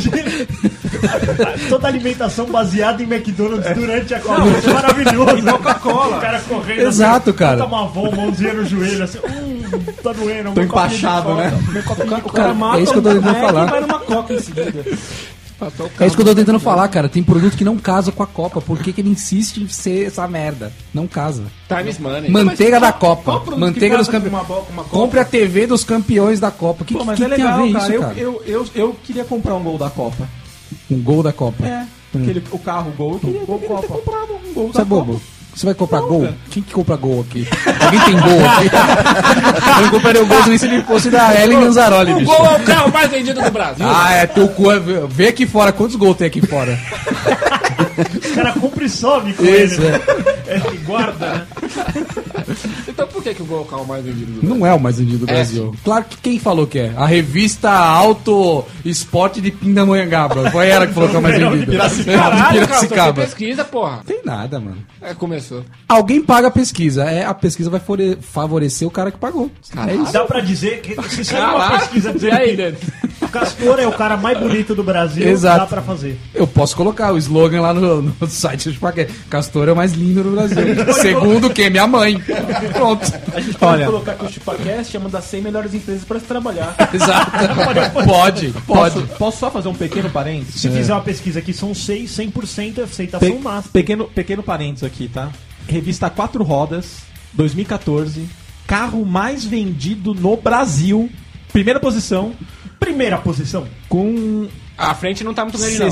Speaker 3: Toda alimentação baseada em McDonald's durante a Copa. Isso é maravilhoso. Coca-Cola. O cara correndo.
Speaker 7: Exato,
Speaker 3: assim,
Speaker 7: cara.
Speaker 3: Puta uma avó, mãozinha no joelho, assim. Hum, tá doendo.
Speaker 2: Tô empachado, né?
Speaker 7: O cara, é isso que eu tô tentando falar.
Speaker 6: Vai numa coca em seguida.
Speaker 7: É isso que eu tô
Speaker 2: né?
Speaker 7: tentando falar, cara. Tem produto que não casa com a Copa. Por que, que ele insiste em ser essa merda? Não casa.
Speaker 2: Então,
Speaker 5: Time is money.
Speaker 7: Manteiga da Copa.
Speaker 6: qual produto
Speaker 7: Manteiga
Speaker 6: que
Speaker 7: dos
Speaker 6: casa com
Speaker 7: campeões.
Speaker 6: uma bo- uma Copa?
Speaker 7: Compre a TV dos campeões da Copa. Que,
Speaker 2: Pô, mas
Speaker 7: que
Speaker 2: é legal,
Speaker 7: tem a ver
Speaker 2: cara.
Speaker 7: isso,
Speaker 2: eu,
Speaker 7: cara?
Speaker 2: Eu, eu, eu queria comprar um gol da Copa.
Speaker 7: Um gol da Copa.
Speaker 2: É. Aquele, o carro, o gol, eu queria, eu queria ter comprado um gol
Speaker 7: Você é
Speaker 2: da Copa.
Speaker 7: bobo? Você vai comprar gol? Quem que compra gol aqui? Alguém tem gol aqui? eu não compraria o gol nem se ele fosse da Ellen Ganzaroli,
Speaker 5: O
Speaker 7: bicho.
Speaker 5: gol é o carro mais vendido do Brasil.
Speaker 7: Ah, é, teu cu é... Vê aqui fora, quantos gols tem aqui fora?
Speaker 3: O cara compra e sobe com
Speaker 7: Isso,
Speaker 3: ele.
Speaker 7: é.
Speaker 3: É, guarda, né?
Speaker 5: Então por que, que o gol é o carro mais vendido do Brasil?
Speaker 7: Não é o mais vendido do
Speaker 5: É,
Speaker 7: Brasil. Claro que quem falou que é? A revista Auto Esporte de Pindamonhangaba. Foi ela que falou que é o mais vendido. É,
Speaker 5: Caralho, cara, você
Speaker 7: Piracicaba.
Speaker 5: pesquisa, porra.
Speaker 7: Tem nada, mano.
Speaker 5: É, começou.
Speaker 7: Alguém paga a pesquisa. É, a pesquisa vai fore- favorecer o cara que pagou. É isso.
Speaker 3: Dá pra dizer que se sair uma
Speaker 5: Caralho.
Speaker 3: pesquisa
Speaker 5: E aí,
Speaker 3: dizendo
Speaker 5: Denis?
Speaker 3: que o Castor é o cara mais bonito do Brasil,
Speaker 7: Exato.
Speaker 3: dá pra fazer.
Speaker 7: Eu posso colocar o slogan lá no, no site do Spaquete. Castor é o mais lindo do Brasil. Segundo quem? Minha mãe. Pronto.
Speaker 6: A gente pode
Speaker 2: Olha.
Speaker 6: colocar que o ChupaCast é uma das 100 melhores empresas pra se trabalhar.
Speaker 7: Exato. Pode, pode.
Speaker 2: Posso, posso só fazer um pequeno parênteses?
Speaker 3: Se fizer uma pesquisa aqui, são 6, 100% aceitação
Speaker 2: Pe-
Speaker 3: máxima.
Speaker 2: pequeno, pequeno parênteses aqui, tá? Revista Quatro Rodas, 2014. Carro mais vendido no Brasil. Primeira posição,
Speaker 3: Primeira posição.
Speaker 2: com
Speaker 5: A frente não tá muito grande, não.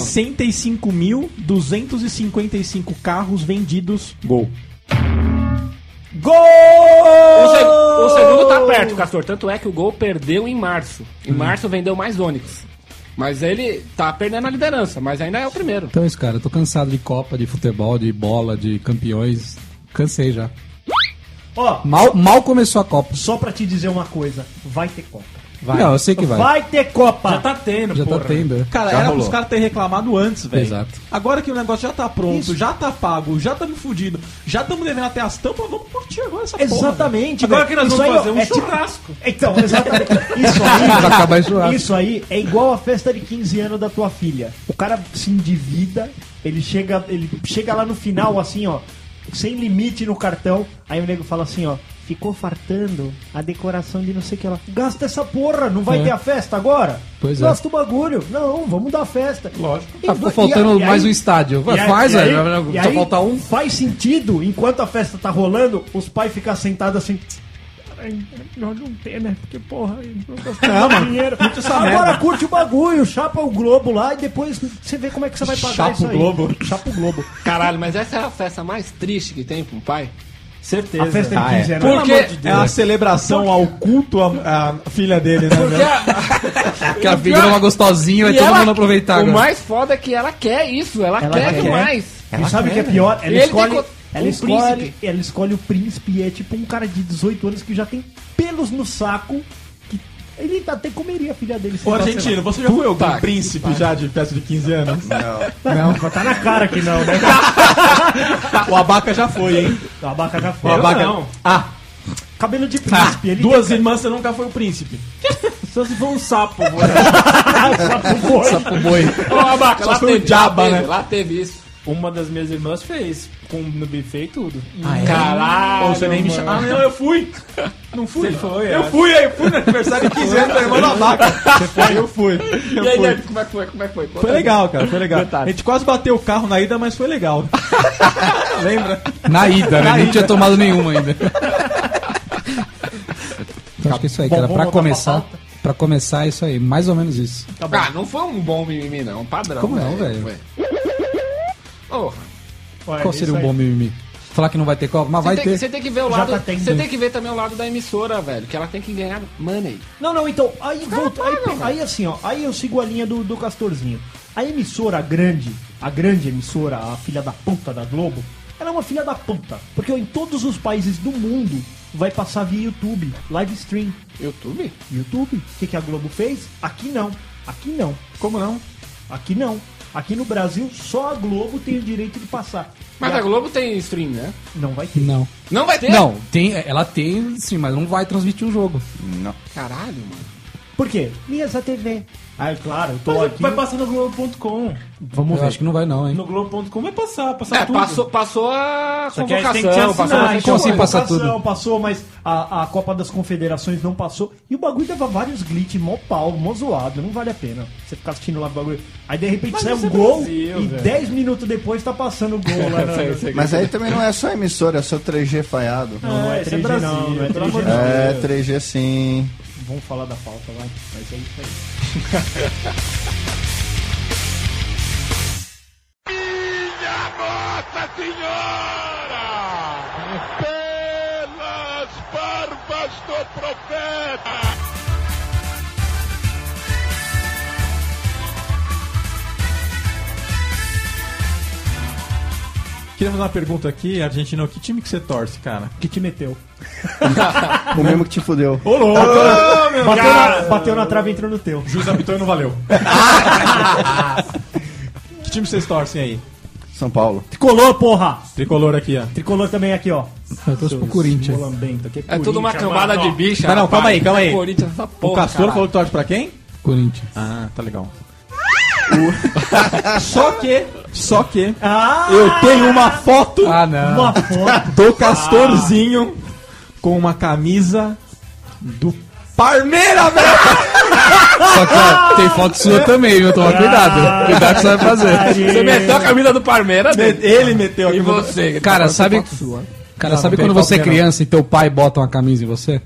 Speaker 2: 65.255 carros vendidos. Gol.
Speaker 5: O, seg- o segundo tá perto, Castor. Tanto é que o gol perdeu em março. Em março vendeu mais Onix. Mas ele tá perdendo a liderança, mas ainda é o primeiro.
Speaker 7: Então é isso, cara. Eu tô cansado de Copa, de futebol, de bola, de campeões. Cansei já.
Speaker 3: Ó,
Speaker 7: Mal, mal começou a Copa.
Speaker 3: só pra te dizer uma coisa, vai ter Copa.
Speaker 7: Não, eu sei que vai.
Speaker 3: Vai ter Copa!
Speaker 6: Já tá tendo,
Speaker 7: já
Speaker 6: porra.
Speaker 7: tá tendo. é.
Speaker 2: Cara,
Speaker 4: Já
Speaker 2: era
Speaker 4: rolou.
Speaker 2: pros caras terem reclamado antes, velho.
Speaker 7: Exato.
Speaker 2: Agora que o negócio já tá pronto, já tá pago, já estamos fudido, já estamos devendo até as tampas, vamos curtir agora essa porra.
Speaker 3: Exatamente.
Speaker 2: Agora
Speaker 3: velho.
Speaker 2: que nós
Speaker 3: Isso
Speaker 2: vamos
Speaker 3: aí, ó,
Speaker 2: fazer um
Speaker 3: tipo-
Speaker 2: churrasco.
Speaker 3: Então, exatamente. Isso aí,
Speaker 7: Vai acabar Tá em churrasco.
Speaker 3: isso aí é igual a festa de 15 anos da tua filha. O cara se endivida, ele chega, ele chega lá no final assim, ó, sem limite no cartão. Aí o nego fala assim, ó, ficou fartando a decoração de não sei o que lá. Gasta essa porra, não vai ter a festa agora?
Speaker 7: É. Pois é.
Speaker 3: Gasta o bagulho. Não, vamos dar festa. Lógico.
Speaker 7: Ah, ficou faltando mais um estádio. Vai,
Speaker 3: E aí-
Speaker 7: faz,
Speaker 3: e aí-
Speaker 7: velho. Vai-
Speaker 3: e
Speaker 7: Só
Speaker 3: aí
Speaker 7: falta um.
Speaker 3: Faz sentido, enquanto a festa tá rolando, os pais ficam sentados assim.
Speaker 9: Melhor não ter, né? Porque, porra, não
Speaker 3: Não, mano. Agora curte o bagulho, chapa o Globo lá e depois você vê como é que você vai pagar
Speaker 2: Chapa
Speaker 3: isso
Speaker 2: o
Speaker 3: aí.
Speaker 2: Globo.
Speaker 3: Chapa o Globo.
Speaker 5: Caralho, mas essa é a festa mais triste que tem pro pai.
Speaker 6: Certeza.
Speaker 3: A festa de 15 anos.
Speaker 5: Porque,
Speaker 2: É a celebração ao culto à, à filha dele, né?
Speaker 5: porque a-
Speaker 7: Que a vida é uma gostosinha, vai
Speaker 5: e
Speaker 7: todo
Speaker 5: ela-
Speaker 7: mundo aproveitar
Speaker 5: o
Speaker 7: agora.
Speaker 5: mais foda é que ela quer isso, ela, quer,
Speaker 3: quer.
Speaker 5: demais.
Speaker 3: e sabe o que é pior? Ela
Speaker 5: E ele
Speaker 3: escolhe,
Speaker 5: tem co-
Speaker 3: ela,
Speaker 5: um
Speaker 3: escolhe,
Speaker 5: príncipe.
Speaker 3: ela escolhe o príncipe e é tipo um cara de 18 anos que já tem pelos no saco. Que ele tá até comeria a filha dele. se
Speaker 2: Ô,
Speaker 3: vacilar.
Speaker 2: argentino, você já foi algum
Speaker 5: Puta
Speaker 2: príncipe já de festa de 15 anos?
Speaker 3: Mas tá na cara que não, né?
Speaker 2: o abaca já foi, hein?
Speaker 3: O abaca já
Speaker 2: O
Speaker 3: foi.
Speaker 2: abaca.
Speaker 6: não.
Speaker 2: Ah,
Speaker 3: Cabelo de príncipe. Ele
Speaker 2: duas irmãs você nunca foi o príncipe.
Speaker 6: Só se for um sapo,
Speaker 3: sapo boi.
Speaker 5: Ô, abaca,
Speaker 2: Só
Speaker 5: lá
Speaker 2: foi o
Speaker 5: teve,
Speaker 2: diabo,
Speaker 5: lá teve,
Speaker 2: né?
Speaker 5: lá teve isso.
Speaker 6: Uma das minhas irmãs fez com, no buffet e tudo.
Speaker 2: Ou
Speaker 7: É.
Speaker 5: Caralho,
Speaker 2: você nem me
Speaker 6: mano.
Speaker 2: chama. Ah, não, eu fui.
Speaker 6: Não fui? Você foi,
Speaker 2: Eu
Speaker 6: é.
Speaker 2: fui, eu fui no aniversário de 15 anos da irmã do abaca. Você foi? Eu fui. Eu
Speaker 5: E aí,
Speaker 2: fui.
Speaker 5: Dani, como é que foi? Como é que foi? Conta
Speaker 2: Foi
Speaker 5: aí.
Speaker 2: legal, cara, foi legal. A gente quase bateu o carro na ida, mas foi legal. Lembra?
Speaker 7: Na ida, né? Não tinha tomado nenhuma ainda. Então acho que é isso aí, cara.
Speaker 3: Bom,
Speaker 7: Pra
Speaker 3: vamos
Speaker 7: começar, pra começar é isso aí. Mais ou menos isso.
Speaker 5: Ah, não foi um bom mimimi, não. Um padrão.
Speaker 7: Como não, velho?
Speaker 5: Foi. Ô,
Speaker 3: É
Speaker 7: Qual seria um bom mimimi? Falar que não vai ter Copa? Mas vai
Speaker 5: você, tem, que-
Speaker 7: ter.
Speaker 5: você tem que ver o
Speaker 3: Já
Speaker 5: lado.
Speaker 3: tá tendo.
Speaker 5: você tem que ver também o lado da emissora, velho. Que ela tem que ganhar money.
Speaker 3: Não, não, então, aí, volta, aí,
Speaker 5: pagam,
Speaker 3: aí assim, ó, aí eu sigo a linha do, do Castorzinho. A emissora grande, a grande emissora, a filha da puta da Globo, ela é uma filha da puta. Porque em todos os países do mundo vai passar via YouTube, live stream.
Speaker 5: YouTube?
Speaker 3: YouTube, o que, que a Globo fez? Aqui não, aqui não,
Speaker 2: Como não?
Speaker 3: aqui não. Aqui no Brasil, só a Globo tem o direito de passar.
Speaker 5: Mas
Speaker 3: E a-
Speaker 5: a Globo tem stream, né?
Speaker 3: Não vai ter.
Speaker 7: Não.
Speaker 5: Não vai ter?
Speaker 7: Não, tem, é, ela tem sim, mas não vai transmitir o jogo.
Speaker 5: Caralho, mano.
Speaker 3: Por quê? Minha TV. Ah, é claro, eu tô aqui.
Speaker 6: Vai passar no Globo.com.
Speaker 3: Vamos
Speaker 7: Eu
Speaker 3: ver.
Speaker 7: acho que não vai, não, hein?
Speaker 6: No Globo.com vai passar, passar
Speaker 7: Tá
Speaker 5: É,
Speaker 6: tudo.
Speaker 5: passou, passou a
Speaker 6: que aí tem que te
Speaker 5: convocação,
Speaker 6: assinar,
Speaker 5: passou a
Speaker 6: então.
Speaker 7: Como assim passar
Speaker 3: Convocação
Speaker 7: tudo?
Speaker 3: passou, mas a, a Copa das Confederações não passou. E o bagulho dava vários glitch, mó pau, mó zoado. Não vale a pena você ficar assistindo lá o bagulho. Aí de repente sai
Speaker 6: isso
Speaker 3: um
Speaker 6: é
Speaker 3: gol
Speaker 6: Brasil,
Speaker 3: e
Speaker 6: velho.
Speaker 3: 10 minutos depois tá passando o gol lá. na-
Speaker 4: Mas aí também não é só emissora, é só 3G falhado.
Speaker 3: Não, não é,
Speaker 6: isso é
Speaker 3: 3G,
Speaker 6: Brasil,
Speaker 3: não, não é
Speaker 6: pelo
Speaker 3: 3G,
Speaker 6: amor de
Speaker 3: não.
Speaker 4: É, 3G sim.
Speaker 3: Vamos falar da falta lá. Mas é isso aí.
Speaker 2: Queria fazer uma pergunta aqui, Argentino, que time que você torce, cara?
Speaker 3: Que te meteu.
Speaker 4: O mesmo que te fudeu.
Speaker 3: Bateu na, bateu na trave e entrou no teu.
Speaker 2: Juiz apitou e não valeu. que time vocês torcem aí?
Speaker 4: São Paulo.
Speaker 3: Tricolor, porra!
Speaker 2: Tricolor aqui, ó.
Speaker 3: Tricolor também aqui, ó.
Speaker 7: Eu torço pro Corinthians.
Speaker 3: Lambento, aqui
Speaker 5: É tudo uma cambada de bicha. É
Speaker 2: Não, não, calma aí, calma aí.
Speaker 5: Corinthians, essa porra,
Speaker 2: o Castor
Speaker 5: caralho.
Speaker 2: falou que torce pra quem?
Speaker 7: Corinthians.
Speaker 2: Ah, tá legal. só que, só que,
Speaker 3: Ah!
Speaker 2: eu tenho uma foto
Speaker 7: Ah, não.
Speaker 3: Uma foto.
Speaker 2: do Castorzinho com uma camisa do Parmeira, velho!
Speaker 7: Só que ó, tem foto sua também, viu? Toma cuidado. Cuidado que você vai fazer.
Speaker 5: Você meteu a camisa do Parmeira, né?
Speaker 2: Ele meteu
Speaker 5: E
Speaker 2: aqui.
Speaker 5: você?
Speaker 7: Cara,
Speaker 5: Tá,
Speaker 7: sabe.
Speaker 5: foto sua.
Speaker 7: Cara, sabe quando você é criança e teu pai bota uma camisa em você?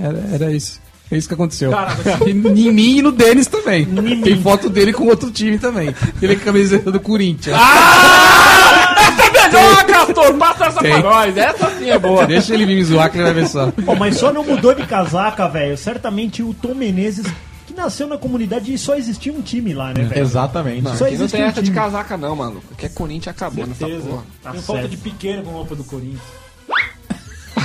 Speaker 7: Era, era isso. É isso que aconteceu. E em mim e no Denis também. Tem foto dele com outro time também. Ele com a camiseta do Corinthians.
Speaker 5: Ah! Melhor, Castor, passa essa pra
Speaker 7: Tem.
Speaker 5: nós. Essa sim é boa.
Speaker 7: Deixa ele vir me zoar que ele vai ver só.
Speaker 3: Ó, mas só não mudou de casaca, velho. Certamente o Tom Menezes, que na nasceu na comunidade e só existia um time lá, né, velho?
Speaker 2: Exatamente.
Speaker 5: Mano,
Speaker 3: Só
Speaker 5: aqui não
Speaker 3: existe
Speaker 5: tem
Speaker 3: um
Speaker 5: essa de
Speaker 3: time.
Speaker 5: casaca não, maluco. Aqui é Corinthians acabou nessa porra.
Speaker 8: Tem falta de pequeno com a roupa do Corinthians.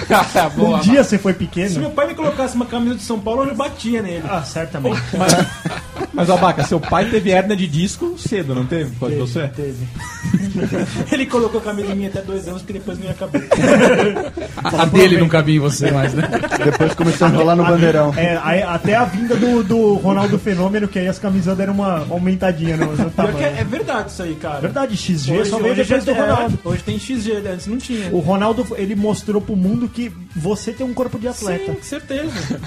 Speaker 5: Tá Boa,
Speaker 3: Um
Speaker 5: mano.
Speaker 3: dia você foi
Speaker 8: Se
Speaker 3: pequeno?
Speaker 8: meu pai me colocasse uma camisa de São Paulo, eu batia nele.
Speaker 3: Ah, certamente.
Speaker 2: Mas, Abaca, seu pai teve hérnia de disco cedo, não teve? Pode você?
Speaker 8: Teve. Ele colocou a camisa em mim até dois anos, que depois não ia caber.
Speaker 5: Tá
Speaker 7: A, a dele não cabia em você mais, né?
Speaker 4: Depois começou a rolar no bandeirão.
Speaker 3: É, aí- até a vinda do, do Ronaldo Fenômeno, que aí as camisas deram uma aumentadinha no, no
Speaker 8: Pior que
Speaker 3: tamanho.
Speaker 8: é, é verdade isso aí, cara.
Speaker 3: Verdade, XG
Speaker 8: Hoje,
Speaker 3: só veio
Speaker 8: hoje,
Speaker 3: depois do
Speaker 8: já- é,
Speaker 3: Ronaldo.
Speaker 8: hoje tem XG, antes não tinha.
Speaker 3: O Ronaldo, ele mostrou pro mundo que você tem um corpo de atleta.
Speaker 8: Sim, com certeza.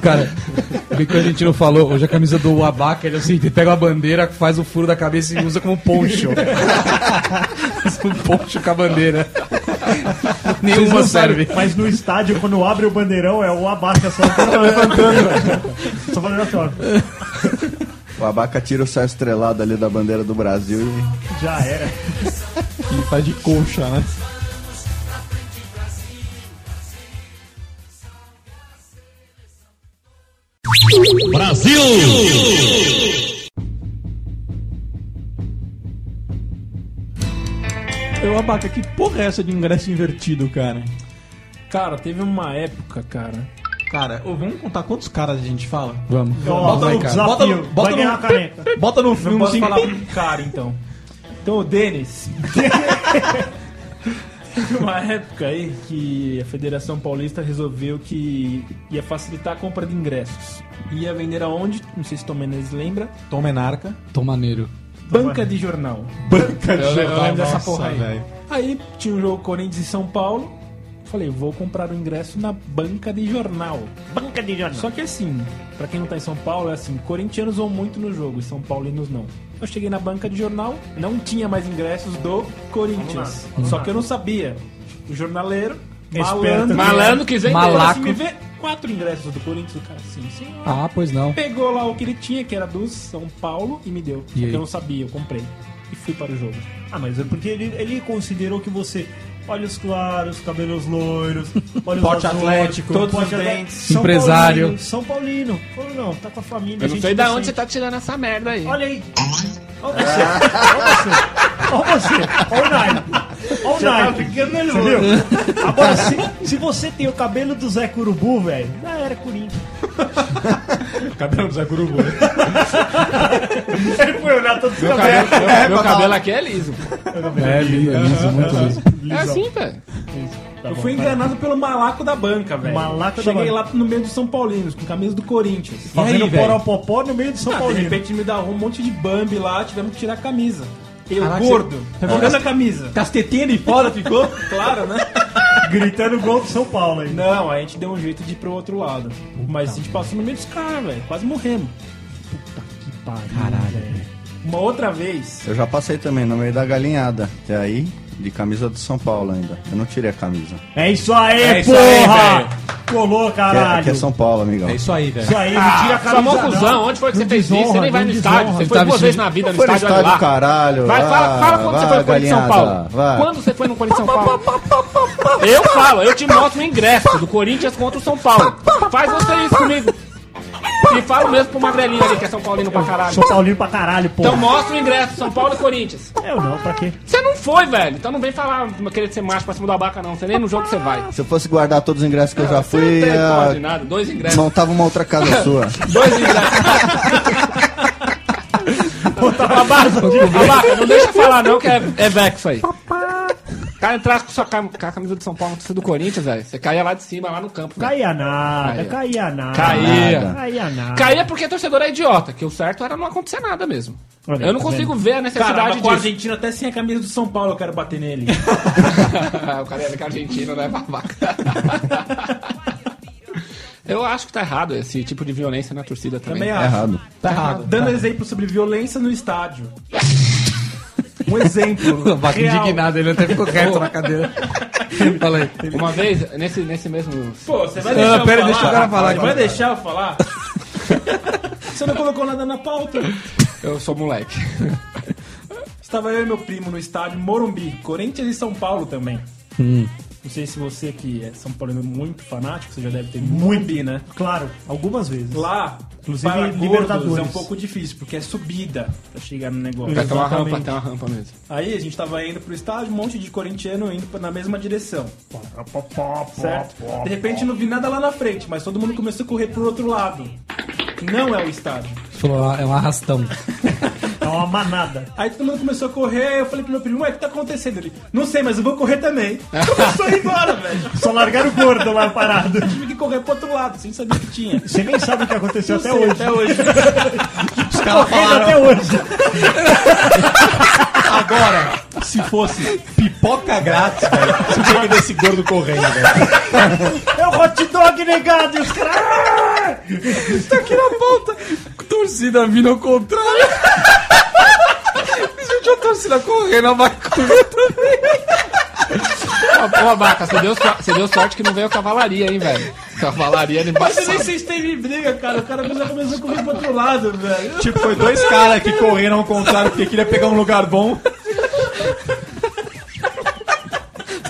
Speaker 7: Cara, o que a gente não falou, hoje a camisa do Abaca, ele é o seguinte, ele pega a bandeira, faz o furo da cabeça e usa como poncho. Faz um poncho com a bandeira. Nenhuma serve.
Speaker 3: Mas no estádio, quando abre o bandeirão, é o abaca só tá levantando. só falando assim, ó,
Speaker 4: O abaca tira o céu estrelado ali da bandeira do Brasil e.
Speaker 3: já era.
Speaker 2: Ele tá de colcha, né? Brasil! Eu, Abaca, que porra é essa de ingresso invertido, cara?
Speaker 8: Cara, teve uma época, cara.
Speaker 2: Cara, ô, vamos contar quantos caras a gente fala?
Speaker 7: Vamos.
Speaker 3: Ó,
Speaker 2: Bota
Speaker 3: vai,
Speaker 2: no
Speaker 3: cara.
Speaker 2: desafio,
Speaker 3: Bota no-
Speaker 2: bota
Speaker 3: vai
Speaker 2: no-
Speaker 3: ganhar a caneta.
Speaker 2: Bota no filme
Speaker 8: Não posso
Speaker 2: assim,
Speaker 8: falar um cara, então. Então, o Denis. Teve uma época aí que a Federação Paulista resolveu que ia facilitar a compra de ingressos. Ia vender aonde? Não sei se Tom Menezes lembra.
Speaker 2: Tom Menarca.
Speaker 7: Tô maneiro.
Speaker 8: Banca de jornal.
Speaker 2: Banca de
Speaker 8: Eu lembro
Speaker 2: jornal.
Speaker 8: dessa
Speaker 2: Nossa,
Speaker 8: porra aí.
Speaker 2: velho.
Speaker 8: Aí tinha um jogo Corinthians e São Paulo. Falei, vou comprar o ingresso na banca de jornal.
Speaker 3: Banca de jornal.
Speaker 8: Só que assim, pra quem não tá em São Paulo, é assim, corintianos vão muito no jogo e São Paulinos não. Eu cheguei na banca de jornal, não tinha mais ingressos do Corinthians. Só que eu não sabia. O jornaleiro,
Speaker 3: Esperto.
Speaker 8: malandro,
Speaker 5: Malandro que vem
Speaker 7: Malaco.
Speaker 8: assim, me vê quatro ingressos do Corinthians, o cara, sim, senhor.
Speaker 7: Ah, pois não.
Speaker 8: Pegou lá o que ele tinha, que era do São Paulo, e me deu. Só
Speaker 7: E
Speaker 8: que
Speaker 7: aí?
Speaker 8: eu não sabia, eu comprei. E fui para o jogo.
Speaker 3: Ah, mas é porque ele, ele considerou que você... Olhos claros, cabelos loiros, olhos
Speaker 2: Porte
Speaker 3: azuis,
Speaker 2: atlético,
Speaker 3: porte
Speaker 2: todos os
Speaker 3: atlético,
Speaker 2: dentes.
Speaker 3: São
Speaker 7: Empresário.
Speaker 3: Paulino, São Paulino. Falou, não, tá com a família.
Speaker 5: Eu não
Speaker 3: gente
Speaker 5: sei da
Speaker 3: decente.
Speaker 5: onde você tá tirando essa merda aí.
Speaker 3: Olha aí. Olha você. Olha você. Olha o Nike. Olha o Nike. Você viu? Agora, se, se você tem o cabelo do Zé Curubu, velho, já era Corinthians.
Speaker 2: Cabelo do Zé Curubu.
Speaker 3: né? Ele foi olhar todo
Speaker 5: Meu cabelo, meu- meu cabelo aqui é liso. pô.
Speaker 7: É, li- é liso, muito liso.
Speaker 5: É assim, velho.
Speaker 3: Tá
Speaker 8: eu fui enganado pelo malaco da banca, velho.
Speaker 3: Malaco da
Speaker 8: Cheguei
Speaker 3: banca.
Speaker 8: lá no meio dos São Paulinos, com camisa do Corinthians.
Speaker 3: Fazendo
Speaker 2: aí, velho?
Speaker 3: poropopó no meio de São
Speaker 8: Ah, de
Speaker 3: Paulino.
Speaker 8: repente me dá um monte de Bambi lá, tivemos que tirar a camisa. Eu,
Speaker 2: Caraca,
Speaker 8: gordo, revoltando a camisa.
Speaker 2: Castetinha de fora ficou?
Speaker 8: Claro, né?
Speaker 3: Gritando gol do São Paulo aí.
Speaker 8: Não, a gente deu um jeito de ir pro outro lado. Mas a gente passou no meio dos caras, velho. Quase morremos.
Speaker 7: Caralho.
Speaker 8: Uma outra vez.
Speaker 4: Eu já passei também no meio da galinhada. Até aí, de camisa do São Paulo ainda. Eu não tirei a camisa. Que
Speaker 3: É isso aí,
Speaker 2: isso aí,
Speaker 3: porra!
Speaker 2: velho.
Speaker 3: Colou,
Speaker 4: é-
Speaker 3: caralho.
Speaker 4: que é São Paulo, amigão.
Speaker 2: É isso aí, velho.
Speaker 3: Isso aí, não tira a
Speaker 5: Sua mão
Speaker 3: camisa. Tá não.
Speaker 5: cuzão, onde foi que você fez isso? Você
Speaker 3: desonra,
Speaker 5: nem vai no
Speaker 3: não
Speaker 5: estádio.
Speaker 3: desonra.
Speaker 5: Você
Speaker 4: Foi
Speaker 5: foi
Speaker 4: no
Speaker 5: duas vezes
Speaker 4: estádio-
Speaker 5: na vida no
Speaker 4: foi no
Speaker 5: estádio, olha
Speaker 4: estádio,
Speaker 5: lá.
Speaker 4: caralho.
Speaker 5: Vai, fala, fala quando você foi no Corinthians São Paulo.
Speaker 4: Vai.
Speaker 5: Quando você foi no Corinthians São Paulo? Eu falo, eu te mostro o ingresso do Corinthians contra o São Paulo. Faz você isso comigo. E fala mesmo pro Magrelinho ali, que é São Paulino pra caralho.
Speaker 3: São Paulino pra caralho,
Speaker 5: Então
Speaker 3: porra.
Speaker 5: mostra o ingresso, São Paulo e Corinthians.
Speaker 3: Eu não, pra quê?
Speaker 5: Você não foi, velho. Então não vem falar querer ser macho pra cima da abaca, não. Você nem no jogo você vai.
Speaker 4: Se eu fosse guardar todos os ingressos que eu já
Speaker 5: Você não
Speaker 4: fui,
Speaker 5: tem né? porra de
Speaker 4: eh,
Speaker 5: nada. Dois ingressos.
Speaker 4: montava uma outra casa sua.
Speaker 5: Dois ingressos. Abaca, abaca, não deixa eu falar não que é, é vexo aí. O cara entrasse com, sua cam- com a camisa de São Paulo, com a do Corinthians, velho. Você caía lá de cima, lá no campo. velho.
Speaker 3: Caía nada,
Speaker 5: Caía.
Speaker 3: caía nada.
Speaker 5: Caía.
Speaker 3: Caía nada.
Speaker 5: Caía porque torcedor é idiota, que o certo era não acontecer nada mesmo.
Speaker 3: Olha,
Speaker 5: eu não
Speaker 3: tá
Speaker 5: consigo ver a necessidade
Speaker 8: mas com o
Speaker 5: disso.
Speaker 8: argentino até sem a camisa do São Paulo eu quero bater nele.
Speaker 5: o cara é argentino, né, babaca? eu acho que tá errado esse tipo de violência na torcida também.
Speaker 8: Também acho.
Speaker 4: Errado.
Speaker 8: Tá errado. Dando exemplo sobre violência no estádio. Um exemplo.
Speaker 7: O Abaca
Speaker 8: real.
Speaker 7: indignado, ele até ficou reto na cadeira. Fala aí.
Speaker 5: Uma vez, nesse, nesse mesmo.
Speaker 8: Pô, você vai
Speaker 7: Ah,
Speaker 8: deixar eu
Speaker 7: pera,
Speaker 8: falar?
Speaker 7: deixa o cara falar
Speaker 8: Você vai
Speaker 7: aqui.
Speaker 8: deixar eu falar? Você não colocou nada na pauta.
Speaker 5: Eu sou moleque.
Speaker 7: Hum.
Speaker 8: Estava eu e meu primo no estádio Morumbi, Corinthians e São Paulo também.
Speaker 6: Não sei se você que é São Paulino muito fanático, você já deve ter
Speaker 3: Muito.
Speaker 6: vindo, né?
Speaker 3: Claro, algumas vezes.
Speaker 6: Lá,
Speaker 3: Inclusive,
Speaker 6: para gordos,
Speaker 3: Libertadores.
Speaker 6: é um pouco difícil, porque é subida pra chegar no
Speaker 7: É.
Speaker 6: negócio.
Speaker 5: Vai ter uma
Speaker 3: Exatamente.
Speaker 5: rampa, tem uma rampa mesmo.
Speaker 6: Aí a gente tava indo pro estádio, um monte de corintiano indo pra- na mesma direção. Certo? De repente não vi nada lá na frente, mas todo mundo começou a correr pro outro lado. Não é o estádio.
Speaker 7: Falou, ah, é um arrastão.
Speaker 3: É uma manada.
Speaker 6: Aí todo mundo começou a correr, eu falei pro meu primo, ué, o que tá acontecendo? Ele, não sei, mas eu vou correr também. Começou a ir embora, velho.
Speaker 3: Só largaram o gordo lá parado.
Speaker 6: Eu tive que correr pro outro lado, sem saber o que tinha.
Speaker 3: Você nem sabe o que aconteceu
Speaker 6: Não
Speaker 3: até
Speaker 6: sei,
Speaker 3: hoje.
Speaker 6: Até hoje.
Speaker 7: Os
Speaker 3: Ainda
Speaker 7: caras falaram,
Speaker 3: até hoje.
Speaker 2: Se fosse pipoca grátis, velho, você tinha que ver esse gordo correndo, velho.
Speaker 3: É o hot dog negado, e os caras.
Speaker 7: tá aqui na ponta. Torcida vindo ao contrário. Gente, a torcida correndo, a vacuna também.
Speaker 5: Ô, ô, Baca, você deu, so- você deu sorte que não veio cavalaria, hein, velho? Cavalaria de
Speaker 6: Mas eu nem
Speaker 5: embaçada.
Speaker 6: sei se teve briga, cara. O cara já começou a correr pro outro lado, velho.
Speaker 2: Tipo, foi dois caras que correram ao contrário porque queria pegar um lugar bom.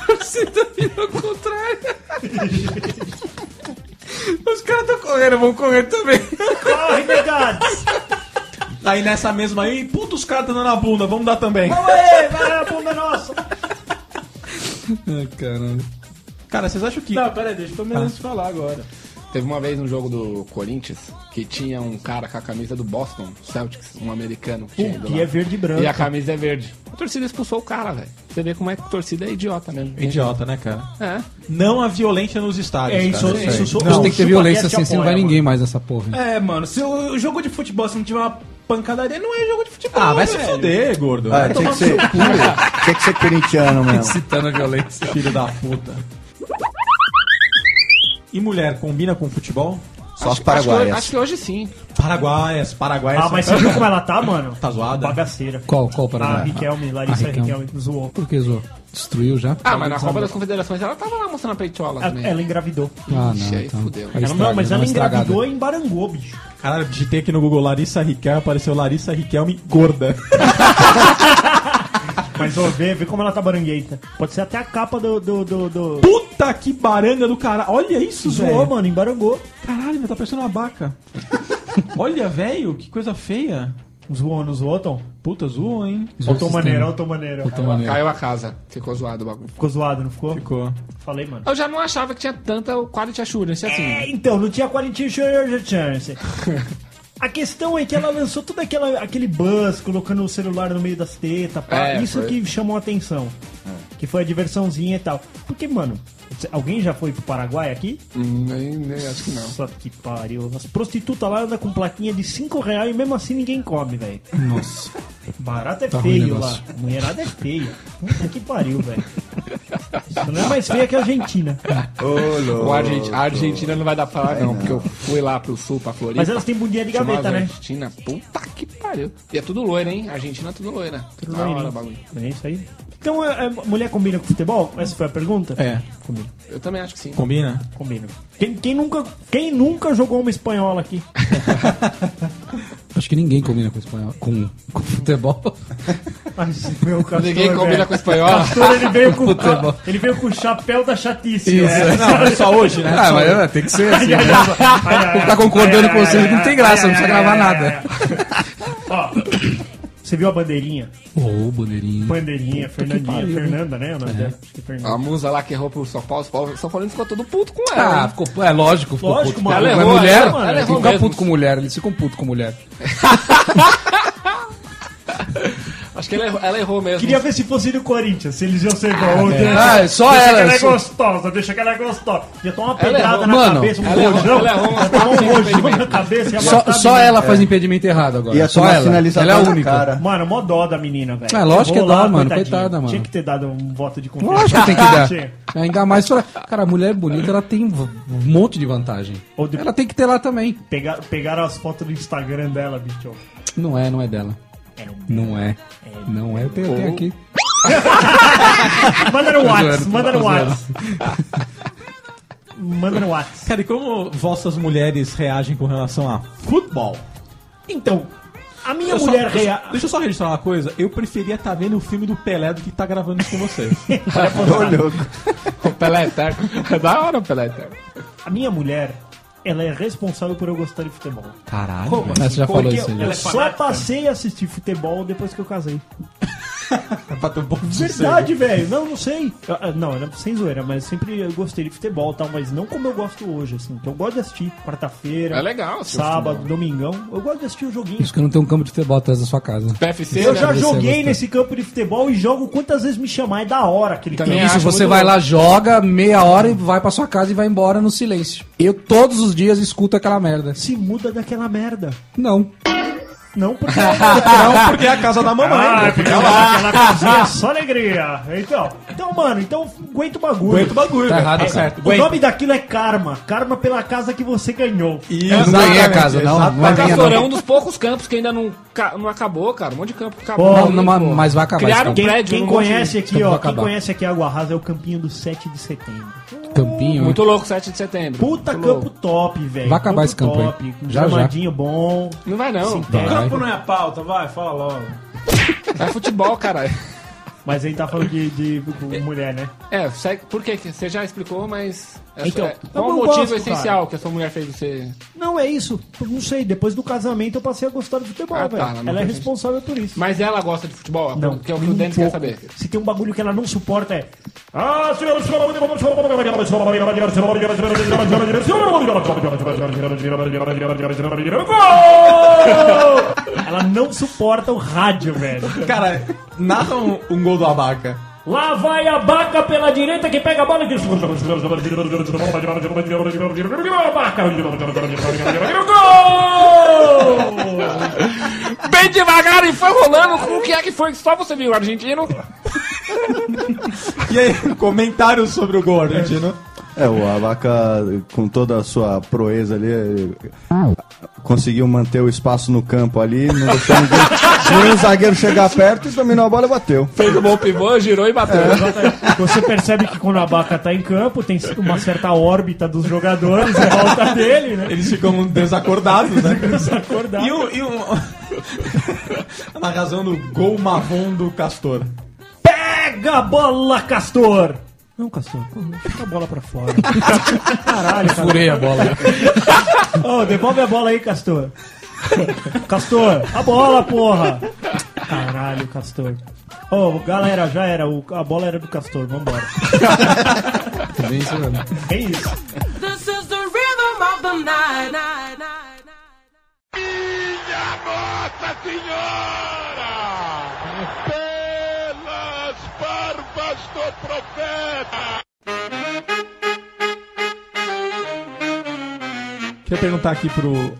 Speaker 7: torcida tá vindo ao contrário. Os caras estão correndo, vão correr também.
Speaker 3: Corre, negados.
Speaker 2: Tá Aí nessa mesma aí, puta, os caras tá dando na bunda, vamos dar também.
Speaker 3: Ué, vai, a bunda é nossa.
Speaker 7: Ai, caramba.
Speaker 2: Cara, vocês acham que.
Speaker 6: Não, pera aí, deixa eu pelo menos falar agora.
Speaker 5: Teve uma vez um jogo do Corinthians que tinha um cara com a camisa do Boston Celtics, um americano. que tinha ido
Speaker 3: Que
Speaker 5: lá.
Speaker 3: é verde e branco.
Speaker 5: E a camisa é verde. A torcida expulsou o cara, velho. Você vê como é que a torcida é idiota mesmo.
Speaker 2: Idiota, né, cara?
Speaker 5: É.
Speaker 2: Não a violência nos estádios.
Speaker 3: É isso,
Speaker 2: cara.
Speaker 3: isso, isso.
Speaker 7: Não, tem que ter violência assim,
Speaker 3: sem
Speaker 7: senão não vai ninguém mais nessa porra.
Speaker 6: É, mano, se o jogo de futebol se não tiver uma pancadaria, não é jogo de futebol.
Speaker 2: Ah,
Speaker 8: né,
Speaker 2: vai se
Speaker 6: velho.
Speaker 2: fuder, gordo.
Speaker 4: Ah, tinha que ser. Tinha que ser corintiano mesmo.
Speaker 7: Citando a violência.
Speaker 2: Filho da puta. E mulher combina com futebol?
Speaker 4: Só as
Speaker 5: Acho que, hoje,
Speaker 4: paraguaias.
Speaker 5: acho que hoje sim.
Speaker 2: Paraguaias, Paraguaias.
Speaker 3: Ah, mas você viu como ela tá, mano?
Speaker 2: Tá zoada?
Speaker 3: Bagaceira.
Speaker 7: Qual, qual
Speaker 3: A
Speaker 7: para
Speaker 3: Riquelme, Larissa
Speaker 7: Ah, Riquelme.
Speaker 3: Riquelme, zoou.
Speaker 7: Por que, Zô? Destruiu já?
Speaker 5: Ah, mas na Copa das Confederações ela tava lá mostrando a peitola
Speaker 3: Ela-
Speaker 5: também.
Speaker 3: Ela engravidou.
Speaker 7: Ah, não,
Speaker 5: Ixi, aí
Speaker 7: então.
Speaker 5: fudeu.
Speaker 7: Aí
Speaker 3: Ela- não, mas ela
Speaker 7: estraga, dá uma
Speaker 3: engravidou em Barangô, bicho.
Speaker 2: Caralho, digitei aqui no Google Larissa Riquelme, apareceu Larissa Riquelme gorda.
Speaker 3: Mas ó, vê, vê como ela tá barangueita. Pode ser até a capa do. do, do, do...
Speaker 2: Puta que baranga do caralho. Olha isso,
Speaker 3: Zoou,
Speaker 2: zoou, mano.
Speaker 3: mano, em Barangô.
Speaker 2: Caralho, meu, tá parecendo uma vaca. Olha, velho, que coisa feia.
Speaker 3: Zoou, não zoou, Tom?
Speaker 2: Puta, zoou, hein?
Speaker 3: Olha o Tom
Speaker 7: sistema.
Speaker 3: maneiro, olha o Tom maneiro.
Speaker 7: Puta maneira.
Speaker 5: Caiu a casa. Ficou zoado o bagulho.
Speaker 3: Ficou zoado, não ficou?
Speaker 2: Ficou.
Speaker 3: Falei, mano.
Speaker 5: Eu já não achava que tinha tanta quality assurance assim.
Speaker 3: É, então, não tinha quarentinha de chance. A questão é que ela lançou todo aquela, aquele buzz, colocando o celular no meio das tetas, pá.
Speaker 5: É,
Speaker 3: isso
Speaker 5: foi. É.
Speaker 3: que chamou a atenção. Que foi a diversãozinha e tal. Porque, mano, cê- alguém já foi pro Paraguai aqui?
Speaker 5: Hum, nem- nem- acho que não.
Speaker 3: Nossa, que pariu. As prostitutas lá andam com plaquinha de 5 reais e mesmo assim ninguém come, velho.
Speaker 7: Nossa.
Speaker 3: Barato é
Speaker 7: Tá ruim o
Speaker 3: feio lá.
Speaker 7: negócio.
Speaker 3: Mulherada é feia. Puta que pariu, velho. Isso não é mais feia que a Argentina.
Speaker 5: Tá. O Argenti- a Argentina não vai dar pra lá, não, porque eu fui lá pro sul, pra Floripa.
Speaker 3: Mas elas têm bundinha de
Speaker 5: Chamava
Speaker 3: gaveta, né?
Speaker 5: Argentina, puta que pariu. E é tudo loira, hein? Argentina é tudo loira. Tudo da hora,
Speaker 3: Loirinho.
Speaker 5: o bagulho.
Speaker 3: É isso aí. Então, é, é, mulher combina com futebol? Essa foi a pergunta?
Speaker 2: É,
Speaker 3: Combina,
Speaker 5: Eu também acho que sim.
Speaker 2: combina?
Speaker 3: combina. Quem, quem nunca, quem nunca jogou uma espanhola aqui?
Speaker 7: Acho que ninguém combina com espanhol. Com, com futebol.
Speaker 3: Mas, meu, Castor,
Speaker 5: Ninguém combina
Speaker 3: velho.
Speaker 5: com espanhola.
Speaker 3: Castor, ele veio com
Speaker 7: Futebol.
Speaker 3: ele veio com o chapéu da chatice.
Speaker 7: Isso.
Speaker 3: né?
Speaker 2: Não, só hoje, né?
Speaker 7: Ah, mas é, tem que ser assim. né? Tá concordando com vocês, não tem graça, não precisa gravar nada.
Speaker 3: Ó, você viu a bandeirinha?
Speaker 7: Ô, bandeirinha.
Speaker 3: Bandeirinha, Fernandinha,
Speaker 7: pariu,
Speaker 3: Fernanda, né? O nome dela? Acho que é Fernanda.
Speaker 5: A musa lá que errou pro São Paulo, São Paulo, São Paulo ficou todo puto com ela.
Speaker 7: Ah, ficou, é lógico, ficou
Speaker 3: Lógico,
Speaker 7: puto.
Speaker 3: mano.
Speaker 7: Mas
Speaker 5: Ela errou,
Speaker 7: é mulher,
Speaker 5: ela errou, ela
Speaker 7: ele
Speaker 5: errou
Speaker 7: fica
Speaker 5: mesmo.
Speaker 7: puto com mulher, eles ficam puto com mulher.
Speaker 5: Acho que ela errou, ela errou mesmo.
Speaker 3: Queria ver se fosse do Corinthians, se eles iam ser bons.
Speaker 7: Ah, é só
Speaker 3: deixa
Speaker 7: ela,
Speaker 3: que ela é
Speaker 7: só-
Speaker 3: gostosa, deixa que ela é gostosa. Já tomou uma
Speaker 5: Ela
Speaker 3: pedrada
Speaker 5: errou,
Speaker 3: na
Speaker 7: mano,
Speaker 3: cabeça, um
Speaker 5: ela errou,
Speaker 3: rojão.
Speaker 5: ela errou umas
Speaker 3: Já tomou
Speaker 5: quatro,
Speaker 3: um
Speaker 5: cinco
Speaker 3: rojão na
Speaker 5: impedimentos.
Speaker 3: cabeça. ia
Speaker 7: Só,
Speaker 3: matar a
Speaker 7: só
Speaker 3: menina.
Speaker 7: ela
Speaker 5: É.
Speaker 7: faz impedimento errado agora.
Speaker 4: E a
Speaker 7: só
Speaker 4: turma
Speaker 7: ela.
Speaker 4: finalizadora
Speaker 7: Ela é a
Speaker 4: na
Speaker 7: única.
Speaker 4: cara.
Speaker 3: Mano, mó dó da menina, velho.
Speaker 7: Ah, lógico que
Speaker 3: Vou lá,
Speaker 7: dá, mano,
Speaker 3: coitadinha.
Speaker 7: coitada, mano.
Speaker 3: Tinha que ter dado um voto de confiança.
Speaker 7: Lógico que tem que dar. É,
Speaker 3: Tinha.
Speaker 7: Ainda mais pra. Cara, a mulher bonita, ela tem um monte de vantagem.
Speaker 3: Ou de-
Speaker 7: Ela tem que ter lá também.
Speaker 3: Pegar, pegaram as fotos do Instagram dela, bicho.
Speaker 7: Não é, não é dela. Não é. Não é, eu tenho, eu tenho aqui.
Speaker 3: Manda no Whats,
Speaker 7: zoando,
Speaker 3: manda no
Speaker 7: tô
Speaker 3: Whats. Manda no Whats.
Speaker 2: Cara, e como vossas mulheres reagem com relação a futebol?
Speaker 3: Então, A minha
Speaker 2: Eu só-
Speaker 3: mulher
Speaker 2: deixa-
Speaker 3: real.
Speaker 2: Deixa eu só registrar uma coisa. Eu preferia estar vendo o filme do Pelé do que estar gravando isso com vocês.
Speaker 5: O Pelé Eterno. É da hora o Pelé Eterno.
Speaker 3: A minha mulher, ela é responsável por eu gostar de futebol.
Speaker 7: Caralho. Você já falou
Speaker 3: Porque
Speaker 7: isso
Speaker 3: eu,
Speaker 5: é
Speaker 7: ali.
Speaker 3: só passei a assistir futebol depois que eu casei.
Speaker 2: pra ter um pouco de sossego.
Speaker 3: Verdade, velho. Não, não sei. Eu- ah, não, era sem zoeira, mas sempre eu gostei de futebol e tal, mas não como eu gosto hoje, assim. Que eu gosto de assistir quarta-feira.
Speaker 5: É legal assistir
Speaker 3: Sábado, domingão. Eu gosto de assistir o joguinho.
Speaker 7: Isso que eu não tenho um campo de futebol atrás da sua casa.
Speaker 5: PFC,
Speaker 3: Eu
Speaker 5: né?
Speaker 3: já
Speaker 7: Você
Speaker 3: joguei
Speaker 7: gostou.
Speaker 3: nesse campo de futebol e jogo quantas vezes me chamar. É da hora aquele
Speaker 5: Também
Speaker 3: campo.
Speaker 7: Isso,
Speaker 5: acho
Speaker 7: você
Speaker 5: muito
Speaker 7: vai
Speaker 5: bom.
Speaker 7: lá, joga meia hora e vai pra sua casa e vai embora no silêncio. Eu todos os dias escuto aquela merda.
Speaker 3: Se muda daquela merda.
Speaker 7: Não.
Speaker 3: Não porque
Speaker 2: Não, porque é a casa da mamãe.
Speaker 3: Ah,
Speaker 2: né?
Speaker 3: aquela cozinha é só alegria. Então, então mano, então aguenta o bagulho.
Speaker 2: Aguenta o bagulho.
Speaker 7: Tá
Speaker 2: velho.
Speaker 7: errado,
Speaker 2: Tá
Speaker 7: cara.
Speaker 2: certo.
Speaker 3: O nome daquilo é karma. Karma pela casa que você ganhou.
Speaker 7: Eu não ganhei a casa, não. Não é
Speaker 5: Mas
Speaker 7: minha,
Speaker 5: Castorão é
Speaker 7: não.
Speaker 5: um dos poucos campos que ainda não, ca- não acabou, cara. Um monte de campo que acabou.
Speaker 7: Não,
Speaker 5: ali,
Speaker 7: não, mas-
Speaker 5: pô.
Speaker 7: mas vai acabar
Speaker 5: Criaram um
Speaker 7: esse
Speaker 3: Quem,
Speaker 5: prédio.
Speaker 3: quem
Speaker 5: num monte de-
Speaker 3: conhece aqui,
Speaker 7: Então
Speaker 3: ó,
Speaker 7: vou
Speaker 3: quem
Speaker 7: acabar.
Speaker 3: conhece aqui Água Rasa é o campinho do 7 de setembro.
Speaker 7: Campinho.
Speaker 5: Muito louco, 7 de setembro.
Speaker 3: Puta
Speaker 5: Muito
Speaker 3: campo
Speaker 5: louco.
Speaker 3: top, velho.
Speaker 7: Vai acabar
Speaker 3: Campo
Speaker 7: esse campo aí.
Speaker 3: top, com
Speaker 7: Já, já.
Speaker 3: Gramadinho bom.
Speaker 5: Não vai não.
Speaker 7: Vai.
Speaker 8: Campo não é a pauta, vai, fala logo.
Speaker 5: É futebol, caralho.
Speaker 3: Mas aí tá falando de, de- de mulher, né?
Speaker 5: É, segue- por que? que Você já explicou, mas. É,
Speaker 3: Então,
Speaker 5: é, qual
Speaker 3: eu
Speaker 5: o
Speaker 3: não
Speaker 5: motivo
Speaker 3: gosto,
Speaker 5: essencial que a sua mulher fez você.
Speaker 3: Não, é isso. Eu não sei. Depois do casamento eu passei a gostar de futebol,
Speaker 5: Ah, tá,
Speaker 3: velho.
Speaker 5: ela não
Speaker 3: Ela é
Speaker 5: tem
Speaker 3: responsável por isso.
Speaker 5: Mas ela gosta de futebol? Que é o que o
Speaker 3: nem
Speaker 5: Denis
Speaker 3: um
Speaker 5: quer
Speaker 3: pouco.
Speaker 5: saber.
Speaker 3: Se tem um bagulho que ela não suporta é. Ela não suporta o rádio, velho.
Speaker 2: Cara, narra um, um gol do Abaca.
Speaker 3: Lá vai a Baca pela direita que pega a bola e diz.
Speaker 5: Bem devagar e foi rolando com o que é que foi que só você viu, argentino.
Speaker 2: E aí, comentários sobre o gol argentino.
Speaker 4: É, o Abaca, com toda a sua proeza ali, ele conseguiu manter o espaço no campo ali, não deixou ninguém, nenhum zagueiro chegar perto e dominou a bola e bateu.
Speaker 5: Fez o bom pivô, girou e bateu.
Speaker 3: É. Você percebe que quando a Baca tá em campo, tem uma certa órbita dos jogadores em volta dele, né?
Speaker 2: Eles ficam desacordados, né?
Speaker 3: Acordar.
Speaker 2: E um. E um... a narração do gol marrom do Castor.
Speaker 3: Pega a bola, Castor! Não, Castor, fica a bola pra fora. Caralho, cara.
Speaker 7: Furei a bola.
Speaker 3: Ô, devolve a bola aí, Castor. Castor, a bola, porra! Caralho, Castor. Ô, galera, já era. o- a bola era do Castor, vambora.
Speaker 7: Bem isso mesmo.
Speaker 3: É isso.
Speaker 10: This is the rhythm of the night. night, night, night.
Speaker 2: Queria perguntar aqui pro.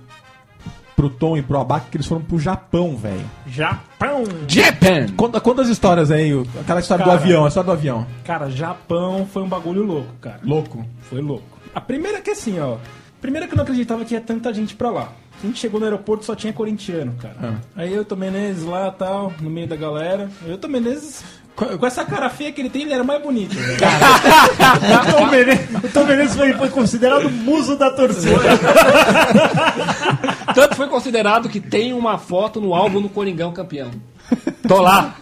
Speaker 2: Pro Tom e pro Abaca que eles foram pro Japão, velho.
Speaker 8: Japão!
Speaker 5: Japan!
Speaker 2: Conta, conta as histórias aí, o- aquela história
Speaker 8: Cara.
Speaker 2: do avião, a história do avião.
Speaker 8: Cara, Japão foi um bagulho louco, cara.
Speaker 2: Louco.
Speaker 8: Foi louco. A primeira que assim, ó. Primeira que eu não acreditava que ia tanta gente pra lá. A gente chegou no aeroporto só tinha corintiano, cara.
Speaker 6: Ah.
Speaker 8: Aí eu tô Menezes lá tal, no meio da galera. Eu tô Menezes. Com com essa cara feia que ele tem, ele era mais bonito. velho.
Speaker 3: O Tom Menezes, o Tom Menezes foi, foi considerado o muso da torcida.
Speaker 5: Tanto foi considerado que tem uma foto no álbum do Coringão campeão. Tô lá.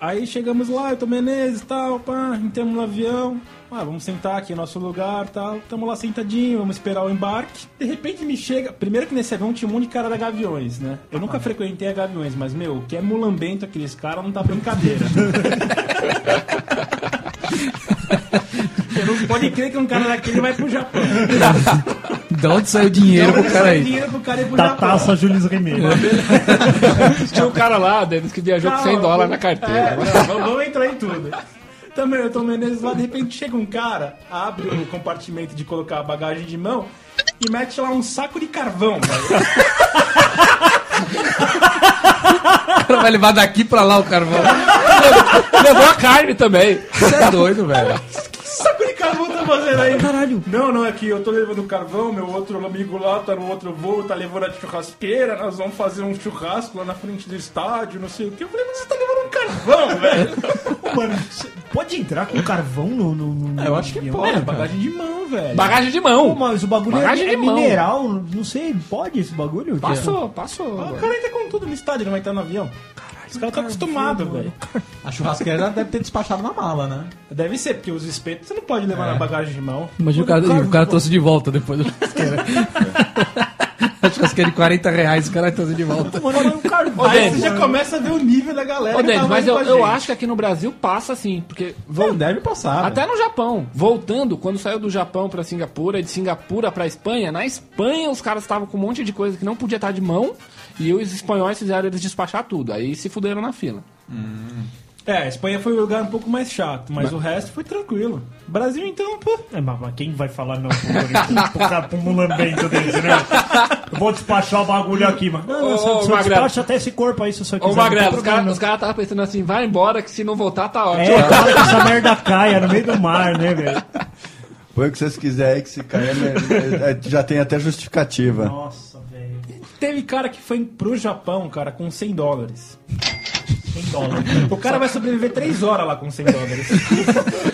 Speaker 8: Aí chegamos lá, eu tô Menezes tal, pá, entramos no um avião. Ah, vamos sentar aqui no nosso lugar tal. Tamo lá sentadinho, vamos esperar o embarque. De repente me chega. Primeiro que nesse avião tinha um monte de cara da Gaviões, né? Eu nunca frequentei a Gaviões, mas meu, o que é mulambento aqueles caras não tá brincadeira. Você não pode crer que um cara daquele vai pro Japão.
Speaker 7: Da onde saiu o dinheiro pro cara aí?
Speaker 8: Dinheiro pro cara ir pro
Speaker 2: Tá
Speaker 3: Da
Speaker 8: Japão.
Speaker 3: taça Jules Rimet.
Speaker 5: Tinha um cara lá, Denis, que viajou com
Speaker 8: Não,
Speaker 5: 100 dólares na
Speaker 8: É,
Speaker 5: carteira.
Speaker 8: não, vamos- vamos entrar em tudo. Também eu tô Menezes lá, de repente chega um cara, abre o compartimento de colocar a bagagem de mão e mete lá um saco de carvão, velho.
Speaker 7: O cara vai levar daqui pra lá o carvão.
Speaker 3: É.
Speaker 5: Levou a carne também.
Speaker 7: Você é doido, velho.
Speaker 8: saco de carvão tá fazendo aí? Caralho. Não, não, é que eu tô levando carvão, meu outro amigo lá tá no outro voo, tá levando a churrasqueira, nós vamos fazer um churrasco lá na frente do estádio, não sei o que. Eu falei, mas você tá levando
Speaker 3: com carvão, velho. Ô, Mano, cê pode entrar com carvão no. no, no-
Speaker 2: Eu acho que
Speaker 3: no
Speaker 2: pode,
Speaker 3: avião,
Speaker 2: é
Speaker 3: cara?
Speaker 2: bagagem de mão, velho.
Speaker 5: Bagagem de
Speaker 3: Pô,
Speaker 5: mão.
Speaker 3: mas o bagulho é,
Speaker 5: Bagagem
Speaker 3: é
Speaker 5: de mão.
Speaker 3: mineral, não sei, pode esse bagulho? é? Tia?
Speaker 5: Passou, passou.
Speaker 2: O
Speaker 5: agora.
Speaker 2: cara entra com tudo no estádio, não vai entrar no avião.
Speaker 8: Os caras estão acostumados, velho.
Speaker 2: A churrasqueira já deve ter despachado na mala, né?
Speaker 8: Deve ser, porque os espetos você não pode levar na bagagem de mão.
Speaker 7: Imagina o cara, e o cara trouxe de volta depois da churrasqueira. A churrasqueira de 40 reais, o cara trouxe de volta.
Speaker 5: Ô,
Speaker 8: Aí
Speaker 5: Denis,
Speaker 8: você já começa a ver o nível da galera.
Speaker 5: ô,
Speaker 8: que
Speaker 5: Denis,
Speaker 8: tá
Speaker 5: mas
Speaker 8: vindo
Speaker 5: eu,
Speaker 8: com a
Speaker 5: eu
Speaker 8: gente.
Speaker 5: acho que aqui no Brasil passa assim, porque
Speaker 2: Não, deve passar.
Speaker 5: Até no Japão. Voltando, quando saiu do Japão pra Singapura, e de Singapura pra Espanha, na Espanha os caras estavam com um monte de coisa que não podia estar de mão, e os espanhóis fizeram eles despachar tudo. Aí se fuderam na fila.
Speaker 8: É, a Espanha foi o lugar um pouco mais chato, mas o resto foi tranquilo. Brasil, então, pô.
Speaker 3: É, mas, mas quem vai falar não pro Corinthians? pro cara pro mulambento desse, né? Eu vou despachar o bagulho aqui, mano. Não,
Speaker 5: Ô,
Speaker 3: não, só,
Speaker 5: ô,
Speaker 3: só
Speaker 5: Magrelo.
Speaker 3: despacha até esse corpo aí se você quiser.
Speaker 5: Ô,
Speaker 3: não
Speaker 5: Magrelo,
Speaker 3: tem
Speaker 5: os caras
Speaker 3: problema.
Speaker 5: os cara estavam pensando assim, vai embora que se não voltar tá ótimo.
Speaker 3: É, cara, que essa merda caia no meio do mar, né, velho?
Speaker 4: Põe o que vocês quiserem aí, que se cair, né, é- é- já tem até justificativa.
Speaker 3: Nossa, velho.
Speaker 8: Teve cara que foi pro Japão, cara, com 100 dólares.
Speaker 3: 100 dólares.
Speaker 8: O cara vai sobreviver 3 horas lá com 100 dólares.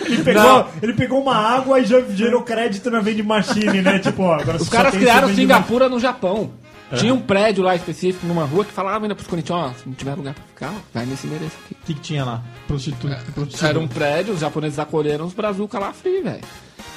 Speaker 3: Ele pegou, ele pegou uma água e já gerou crédito na vending machine, né? Tipo, ó, agora
Speaker 5: Os caras criaram Singapura no Japão.
Speaker 8: É.
Speaker 5: Tinha um prédio lá específico, numa rua, que falava ainda pros corintianos, ó, se não tiver lugar pra ficar, vai nesse endereço aqui.
Speaker 2: O que, que tinha lá? Prostituta. prostituta.
Speaker 5: Era um prédio, os japoneses acolheram os brazuca lá frio, velho.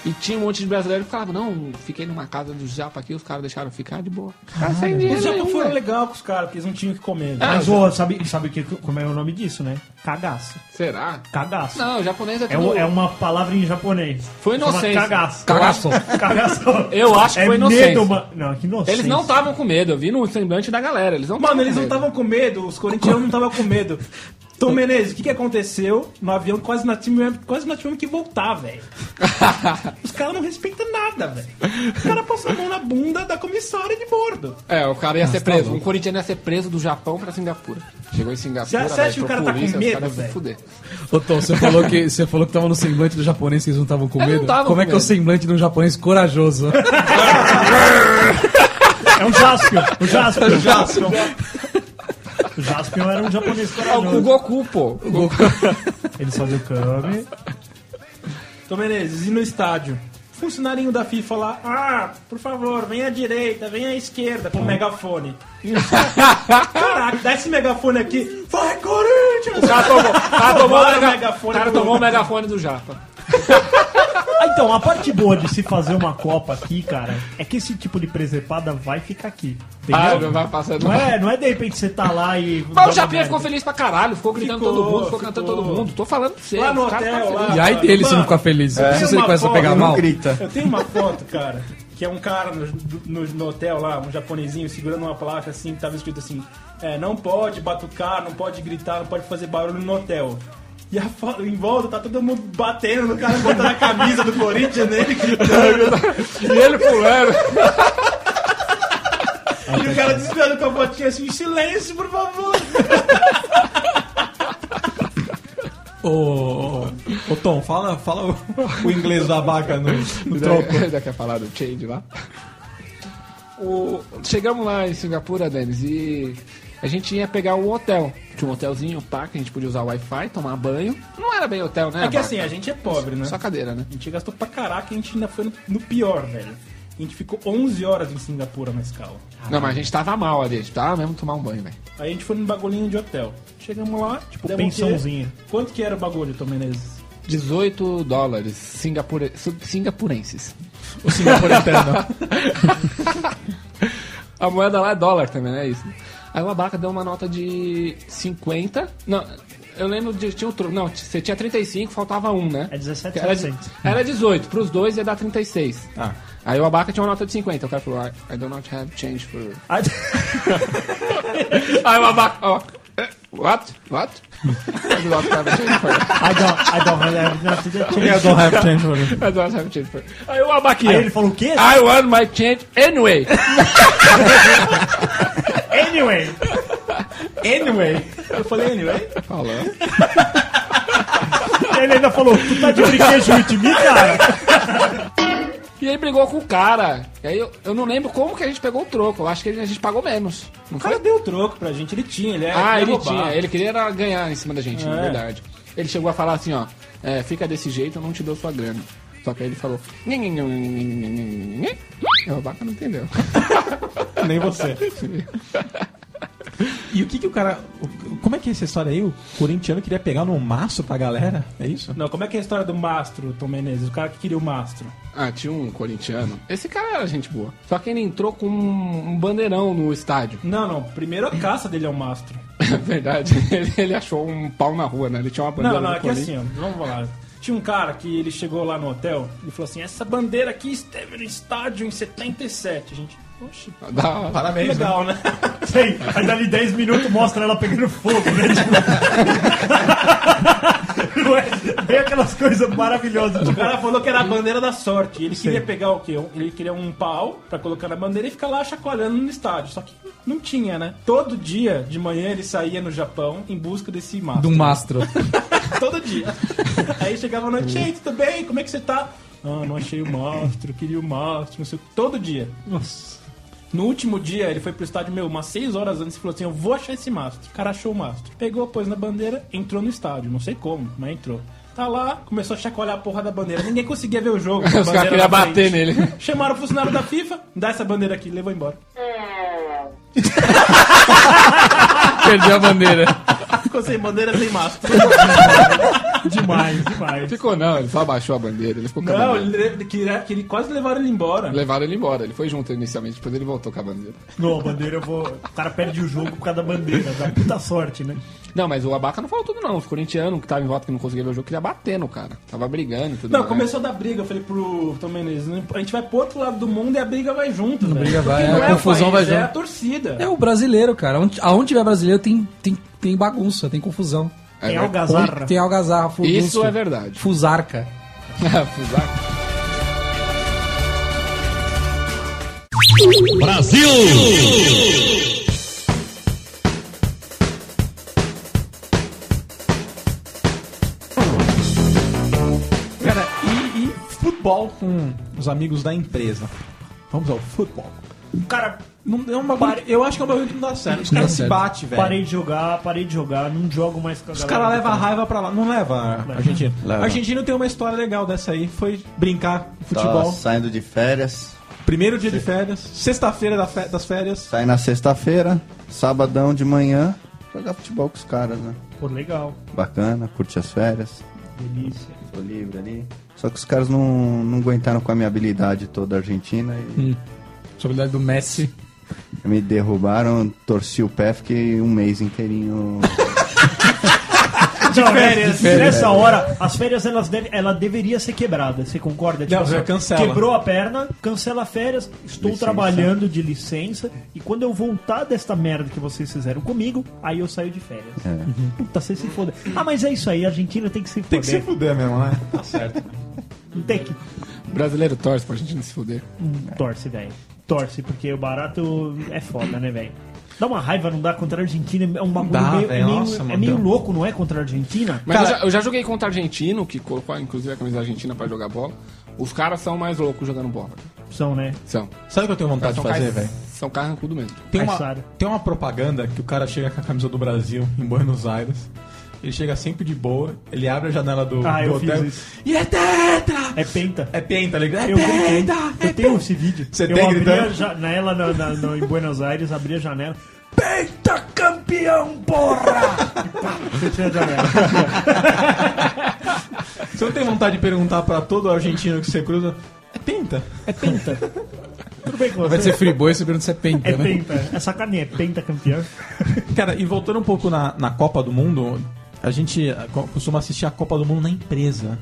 Speaker 5: E tinha um monte de brasileiro que falava, não, fiquei numa casa do japa aqui, os caras deixaram ficar de boa.
Speaker 8: Ah,
Speaker 5: Cara, sem dinheiro
Speaker 8: Os
Speaker 5: nenhum,
Speaker 8: é. Japão foram
Speaker 5: velho.
Speaker 8: legal com os caras, porque eles não tinham o que comer. né?
Speaker 3: Mas, ô, sabe, sabe que, como é o nome disso, né? Cagaço.
Speaker 5: Será?
Speaker 3: Cagaço.
Speaker 5: Não, o japonês é
Speaker 8: um-
Speaker 3: É,
Speaker 5: tudo...
Speaker 3: o- é uma palavra em japonês.
Speaker 5: Foi
Speaker 3: Chama
Speaker 5: inocência.
Speaker 3: Cagaço.
Speaker 7: Cagaço.
Speaker 3: Cagaço.
Speaker 5: Eu acho que
Speaker 3: é
Speaker 5: foi inocência.
Speaker 3: medo, mano. Não, que inocência.
Speaker 5: Eles não estavam com medo, eu vi no semblante da galera, eles não
Speaker 8: Mano,
Speaker 5: tavam com
Speaker 8: eles não
Speaker 5: medo.
Speaker 8: estavam com medo, os corintianos não estavam com medo. Tom Menezes, o que, que aconteceu? No avião quase nós tivemos, quase nós tivemos que voltar, velho. Os caras não respeitam nada, velho. Os caras passam a mão na bunda da comissária de bordo.
Speaker 5: É, o cara ia ser
Speaker 8: tá
Speaker 5: preso. um corintiano ia ser preso do Japão pra Singapura. Chegou em Singapura,
Speaker 8: Você acha
Speaker 5: velho,
Speaker 8: que o
Speaker 5: entrou
Speaker 8: cara tá com
Speaker 5: polícia, os
Speaker 8: medo,
Speaker 5: caras vão
Speaker 8: velho?
Speaker 5: fuder.
Speaker 7: Ô Tom, você falou que, você falou que tava no semblante do japonês, vocês não estavam com
Speaker 5: Eu não
Speaker 7: medo?
Speaker 5: tava
Speaker 7: Como
Speaker 5: com
Speaker 7: é que é o
Speaker 5: medo.
Speaker 7: semblante de um japonês corajoso?
Speaker 3: É um Jaspion. O Jaspion.
Speaker 8: É um
Speaker 3: O Jaspion. O Jaspion era um japonês
Speaker 5: Ah, o o
Speaker 3: corajoso.
Speaker 5: Goku, pô. O Goku.
Speaker 3: Ele fazia o Kami.
Speaker 8: Tom Menezes, Então, e no estádio? Funcionarinho da FIFA lá, ah, por favor, vem à direita, vem à esquerda, com megafone. Caraca, dá esse megafone aqui. Vai, Corinthians!
Speaker 5: O cara tomou, o cara tomou, o
Speaker 8: Agora é o
Speaker 5: tá mega-
Speaker 8: megafone
Speaker 5: o cara
Speaker 8: do-
Speaker 5: tomou o megafone do Japa.
Speaker 3: Ah, então, a parte boa de se fazer uma Copa aqui, cara, é que esse tipo de presepada vai ficar aqui.
Speaker 5: Ah,
Speaker 3: Entendeu?
Speaker 5: vai passando.
Speaker 3: não, é, não é de repente você tá lá e.
Speaker 5: Mas o Japinha ficou feliz pra caralho, ficou gritando
Speaker 8: Ficou,
Speaker 5: todo mundo, ficou,
Speaker 8: ficou.
Speaker 5: cantando todo mundo. Tô falando pra você.
Speaker 8: Lá no
Speaker 5: o cara
Speaker 8: hotel,
Speaker 5: tá
Speaker 8: lá.
Speaker 5: feliz.
Speaker 7: E ai dele se não ficar feliz. Se você
Speaker 8: uma
Speaker 7: começa a
Speaker 8: foto,
Speaker 7: pegar
Speaker 8: não
Speaker 7: mal.
Speaker 4: Grita.
Speaker 8: Eu tenho uma foto, cara, que é um cara no, no- no hotel lá, um japonesinho, segurando uma placa assim, que tava escrito assim: é, não pode batucar, não pode gritar, não pode fazer barulho no hotel. E a foto, em volta tá todo mundo batendo no cara, botando a camisa do Corinthians nele, gritando.
Speaker 5: E ele pulando.
Speaker 8: e
Speaker 2: né?
Speaker 8: o cara desesperando com a botinha assim: silêncio, por favor.
Speaker 2: Ô, ô, ô, ô, Tom, fala, fala o, o inglês da vaca no, no troco.
Speaker 5: Já quer falar do change lá? O- Chegamos lá em Singapura, Denis, e a gente ia pegar um hotel. Tinha um hotelzinho, pá, que a gente podia usar o Wi-Fi, tomar banho. Não era bem hotel, né?
Speaker 8: É que
Speaker 5: Abaca?
Speaker 8: assim, a gente é pobre, né?
Speaker 5: Só cadeira, né?
Speaker 8: A gente gastou pra caraca e a gente ainda foi no, no pior, velho. A gente ficou 11 horas em Singapura na escala.
Speaker 5: Não, mas a gente tava mal ali, a gente tava mesmo tomar um banho, velho.
Speaker 8: Aí a gente foi num bagulhinho de hotel. Chegamos lá, tipo, demos o quê?
Speaker 3: Pensãozinha.
Speaker 8: Quanto que era o bagulho, Tom Menezes?
Speaker 5: 18 dólares singapure... su- singapurenses.
Speaker 2: O singapurano.
Speaker 5: A moeda lá é dólar também, né? Isso. Aí o Abaca deu uma nota de 50. Não, eu lembro de. Tinha outro. Não, t- você tinha 35, faltava um, né?
Speaker 3: É 17
Speaker 5: era, de-
Speaker 3: centavos.
Speaker 5: era 18. Pros dois ia dar 36.
Speaker 2: Ah.
Speaker 5: Aí o Abaca tinha uma nota de 50. O cara falou, I, I do not have change for. Aí o Abaca. ó, "Eh, What? What? I do not have change for.
Speaker 3: I don't, I don't have nothing to change.
Speaker 5: I do not have change for. Aí o Abaquinha.
Speaker 3: Aí ele falou o quê?
Speaker 5: I want my change anyway.
Speaker 3: Anyway!
Speaker 8: Anyway! Eu falei, anyway?
Speaker 5: Falou.
Speaker 3: Ele ainda falou, tu tá de brinquedo de mim, cara?
Speaker 5: E ele brigou com o cara. E aí eu, eu não lembro como que a gente pegou o troco. Eu acho que a gente pagou menos. Não
Speaker 8: O cara deu o troco pra gente, ele tinha,
Speaker 3: É,
Speaker 8: ele é era.
Speaker 5: Ah,
Speaker 8: ia
Speaker 5: ele
Speaker 8: roubar.
Speaker 5: tinha. Ele queria era ganhar em cima da gente, na
Speaker 8: É.
Speaker 5: verdade. Ele chegou a falar assim, ó, é, fica desse jeito, eu não te dou sua grana. Só que aí ele falou. "Nhenhenhenhenhenhenhenhenhenhen". É, O Baca não entendeu.
Speaker 2: Nem você. E o que que o cara. o- Como é que é essa história aí? O corintiano queria pegar no maço pra galera? É isso?
Speaker 8: Não, como é que é a história do mastro, Tom Menezes? O cara que queria o mastro.
Speaker 5: Ah, tinha um corintiano. Esse cara era gente boa. Só que ele entrou com um um bandeirão no estádio.
Speaker 8: Não, não. Primeiro a caça dele ao mastro.
Speaker 5: É verdade. Ele, ele achou um pau na rua, né? Ele tinha uma bandeira.
Speaker 8: Não, não,
Speaker 5: do
Speaker 8: é que
Speaker 5: Corinthians.
Speaker 8: assim, ó, vamos falar. Tinha um cara que ele chegou lá no hotel e falou assim: essa bandeira aqui esteve no estádio em 77. A gente, poxa,
Speaker 5: Da hora.
Speaker 8: que legal, né?
Speaker 3: Sei, aí dali 10 minutos mostra ela pegando fogo, né? Tipo... Não é? Tem aquelas coisas maravilhosas.
Speaker 8: O
Speaker 3: Tipo,
Speaker 8: cara falou que era a bandeira da sorte. Ele queria pegar o quê? Um- Ele queria um pau pra colocar na bandeira e ficar lá chacoalhando no estádio. Só que não tinha, né? Todo dia de manhã ele saía no Japão em busca desse mastro.
Speaker 7: Do um mastro.
Speaker 8: Todo dia. Aí chegava à noite, ei, tudo bem? Como é que você tá? Ah, não achei o mastro, queria o mastro, não sei o que. Todo dia.
Speaker 3: Nossa.
Speaker 8: No último dia, ele foi pro estádio, meu, umas 6 horas antes e falou assim: Eu vou achar esse mastro. O cara achou o mastro. Pegou, pôs na bandeira, entrou no estádio. Não sei como, mas entrou. Tá lá, começou a chacoalhar a porra da bandeira. Ninguém conseguia ver o jogo.
Speaker 5: Os caras queriam bater nele.
Speaker 8: Chamaram o funcionário da FIFA, dá essa bandeira aqui, levou embora.
Speaker 5: Perdeu a bandeira.
Speaker 8: Ficou sem bandeira, sem mastro.
Speaker 3: Demais, demais.
Speaker 5: Ficou não, ele só abaixou a bandeira. Ele ficou com a
Speaker 8: Não,
Speaker 5: bandeira.
Speaker 8: ele, ele, queria- que ele quase levaram ele embora.
Speaker 5: Levaram ele embora. Ele foi junto inicialmente, depois ele voltou com a bandeira.
Speaker 3: Não, a bandeira eu vou. O cara perde o jogo por causa da bandeira. Dá puta sorte, né?
Speaker 5: Não, mas o Abaca não falou tudo, não. Os corintianos que tava em volta que não conseguia ver o jogo queria bater no cara. Tava brigando e tudo
Speaker 8: Não,
Speaker 5: mais.
Speaker 8: começou da briga, eu falei pro Tom Menezes, né? a gente vai pro outro lado do mundo e a briga vai junto, velho.
Speaker 7: briga vai,
Speaker 8: Porque
Speaker 7: a
Speaker 8: não o
Speaker 7: confusão
Speaker 8: país,
Speaker 7: vai
Speaker 8: É
Speaker 7: junto.
Speaker 8: a torcida.
Speaker 7: É o brasileiro, cara. Onde- Aonde tiver brasileiro tem, tem, tem bagunça, tem confusão.
Speaker 5: É
Speaker 3: Tem
Speaker 5: verdade.
Speaker 3: algazarra.
Speaker 7: Tem algazarra, furdunço,
Speaker 5: Isso é verdade. Ah,
Speaker 7: Fusarca.
Speaker 5: Fusar.
Speaker 2: Cara, e, e futebol com os amigos da empresa? Vamos ao futebol.
Speaker 3: Cara,
Speaker 2: Não, é uma bagulho- eu acho que é um bagulho que não dá certo. Os
Speaker 7: Não dá
Speaker 2: caras se
Speaker 7: certo.
Speaker 2: batem,
Speaker 3: parei
Speaker 2: velho.
Speaker 3: de jogar, parei de jogar, não jogo mais com a
Speaker 2: Os
Speaker 3: galera.
Speaker 2: caras
Speaker 3: do
Speaker 2: levam a
Speaker 3: campo.
Speaker 2: raiva pra lá. Não leva,
Speaker 3: Leva.
Speaker 2: Argentina.
Speaker 4: Leva. Tá.
Speaker 2: Argentina tem uma história legal dessa aí. Foi brincar com
Speaker 4: Tava
Speaker 2: futebol.
Speaker 4: saindo de férias.
Speaker 2: Primeiro dia de férias. Sexta-feira da fe- das férias.
Speaker 4: Sai tá na sexta-feira, sabadão de manhã, jogar futebol com os caras, né?
Speaker 3: Pô, legal.
Speaker 4: Bacana, curte as férias.
Speaker 3: Delícia.
Speaker 4: Tô livre ali. Só que os caras não, não aguentaram com a minha habilidade toda argentina e
Speaker 7: Sobriedade Hum. do Messi.
Speaker 4: me derrubaram, torci o pé, fiquei um mês inteirinho.
Speaker 3: De férias. Nessa hora, as férias elas deve, ela deveria ser quebrada. Você concorda? Tipo assim,
Speaker 2: Não, você cancela.
Speaker 3: Quebrou a perna, cancela férias. Estou
Speaker 4: Licença.
Speaker 3: trabalhando de licença e quando eu voltar desta merda que vocês fizeram comigo, aí eu saio de férias. Uhum. Puta, você se foda. Ah, mas é isso aí. A Argentina tem que se foder. Tem que se foder mesmo, né? Tá certo. Tem que
Speaker 5: Brasileiro torce pra gente não se fuder.
Speaker 3: torce, velho. Torce porque o barato é foda, né, velho? Dá uma raiva não dá contra a Argentina, é um bagulho
Speaker 2: Dá,
Speaker 3: meio,
Speaker 2: velho,
Speaker 3: é meio-
Speaker 2: nossa,
Speaker 3: é
Speaker 2: mano,
Speaker 3: meio
Speaker 2: dá.
Speaker 3: louco, não é contra a Argentina?
Speaker 5: Mas
Speaker 2: Cara-
Speaker 5: eu, já, eu já joguei contra argentino, que colocou inclusive a camisa argentina pra jogar bola. Os caras são mais loucos jogando bola.
Speaker 3: São, né?
Speaker 5: São.
Speaker 2: Sabe o que eu tenho vontade de
Speaker 5: são
Speaker 2: fazer,
Speaker 5: car-
Speaker 2: velho?
Speaker 5: São carrancudo mesmo.
Speaker 2: Tem uma,
Speaker 3: Caissara.
Speaker 2: tem uma propaganda que o cara chega com a camisa do Brasil em Buenos Aires. Ele chega sempre de boa, ele abre a janela do,
Speaker 3: Ah,
Speaker 2: do
Speaker 3: eu
Speaker 2: hotel.
Speaker 3: fiz isso.
Speaker 2: E é tetra!
Speaker 3: É penta.
Speaker 2: É penta, ligado? É
Speaker 3: Eu gritei.
Speaker 2: penta! É
Speaker 3: Eu tenho esse vídeo.
Speaker 2: Você
Speaker 3: eu
Speaker 2: tem
Speaker 3: abri
Speaker 2: gritando?
Speaker 3: a janela na, na- na- em Buenos Aires, abri a janela.
Speaker 2: penta campeão, porra!
Speaker 3: Fechei a janela.
Speaker 2: você não tem vontade de perguntar pra todo argentino que você cruza? É penta?
Speaker 3: É penta. Tudo bem com
Speaker 7: Vai
Speaker 3: é você?
Speaker 7: ser friboi, você pergunta se é penta,
Speaker 3: É
Speaker 7: né?
Speaker 3: penta. Essa carne é penta campeã.
Speaker 2: Cara, e voltando um pouco na, na Copa do Mundo, a gente ah, co- costuma assistir a Copa do Mundo na empresa.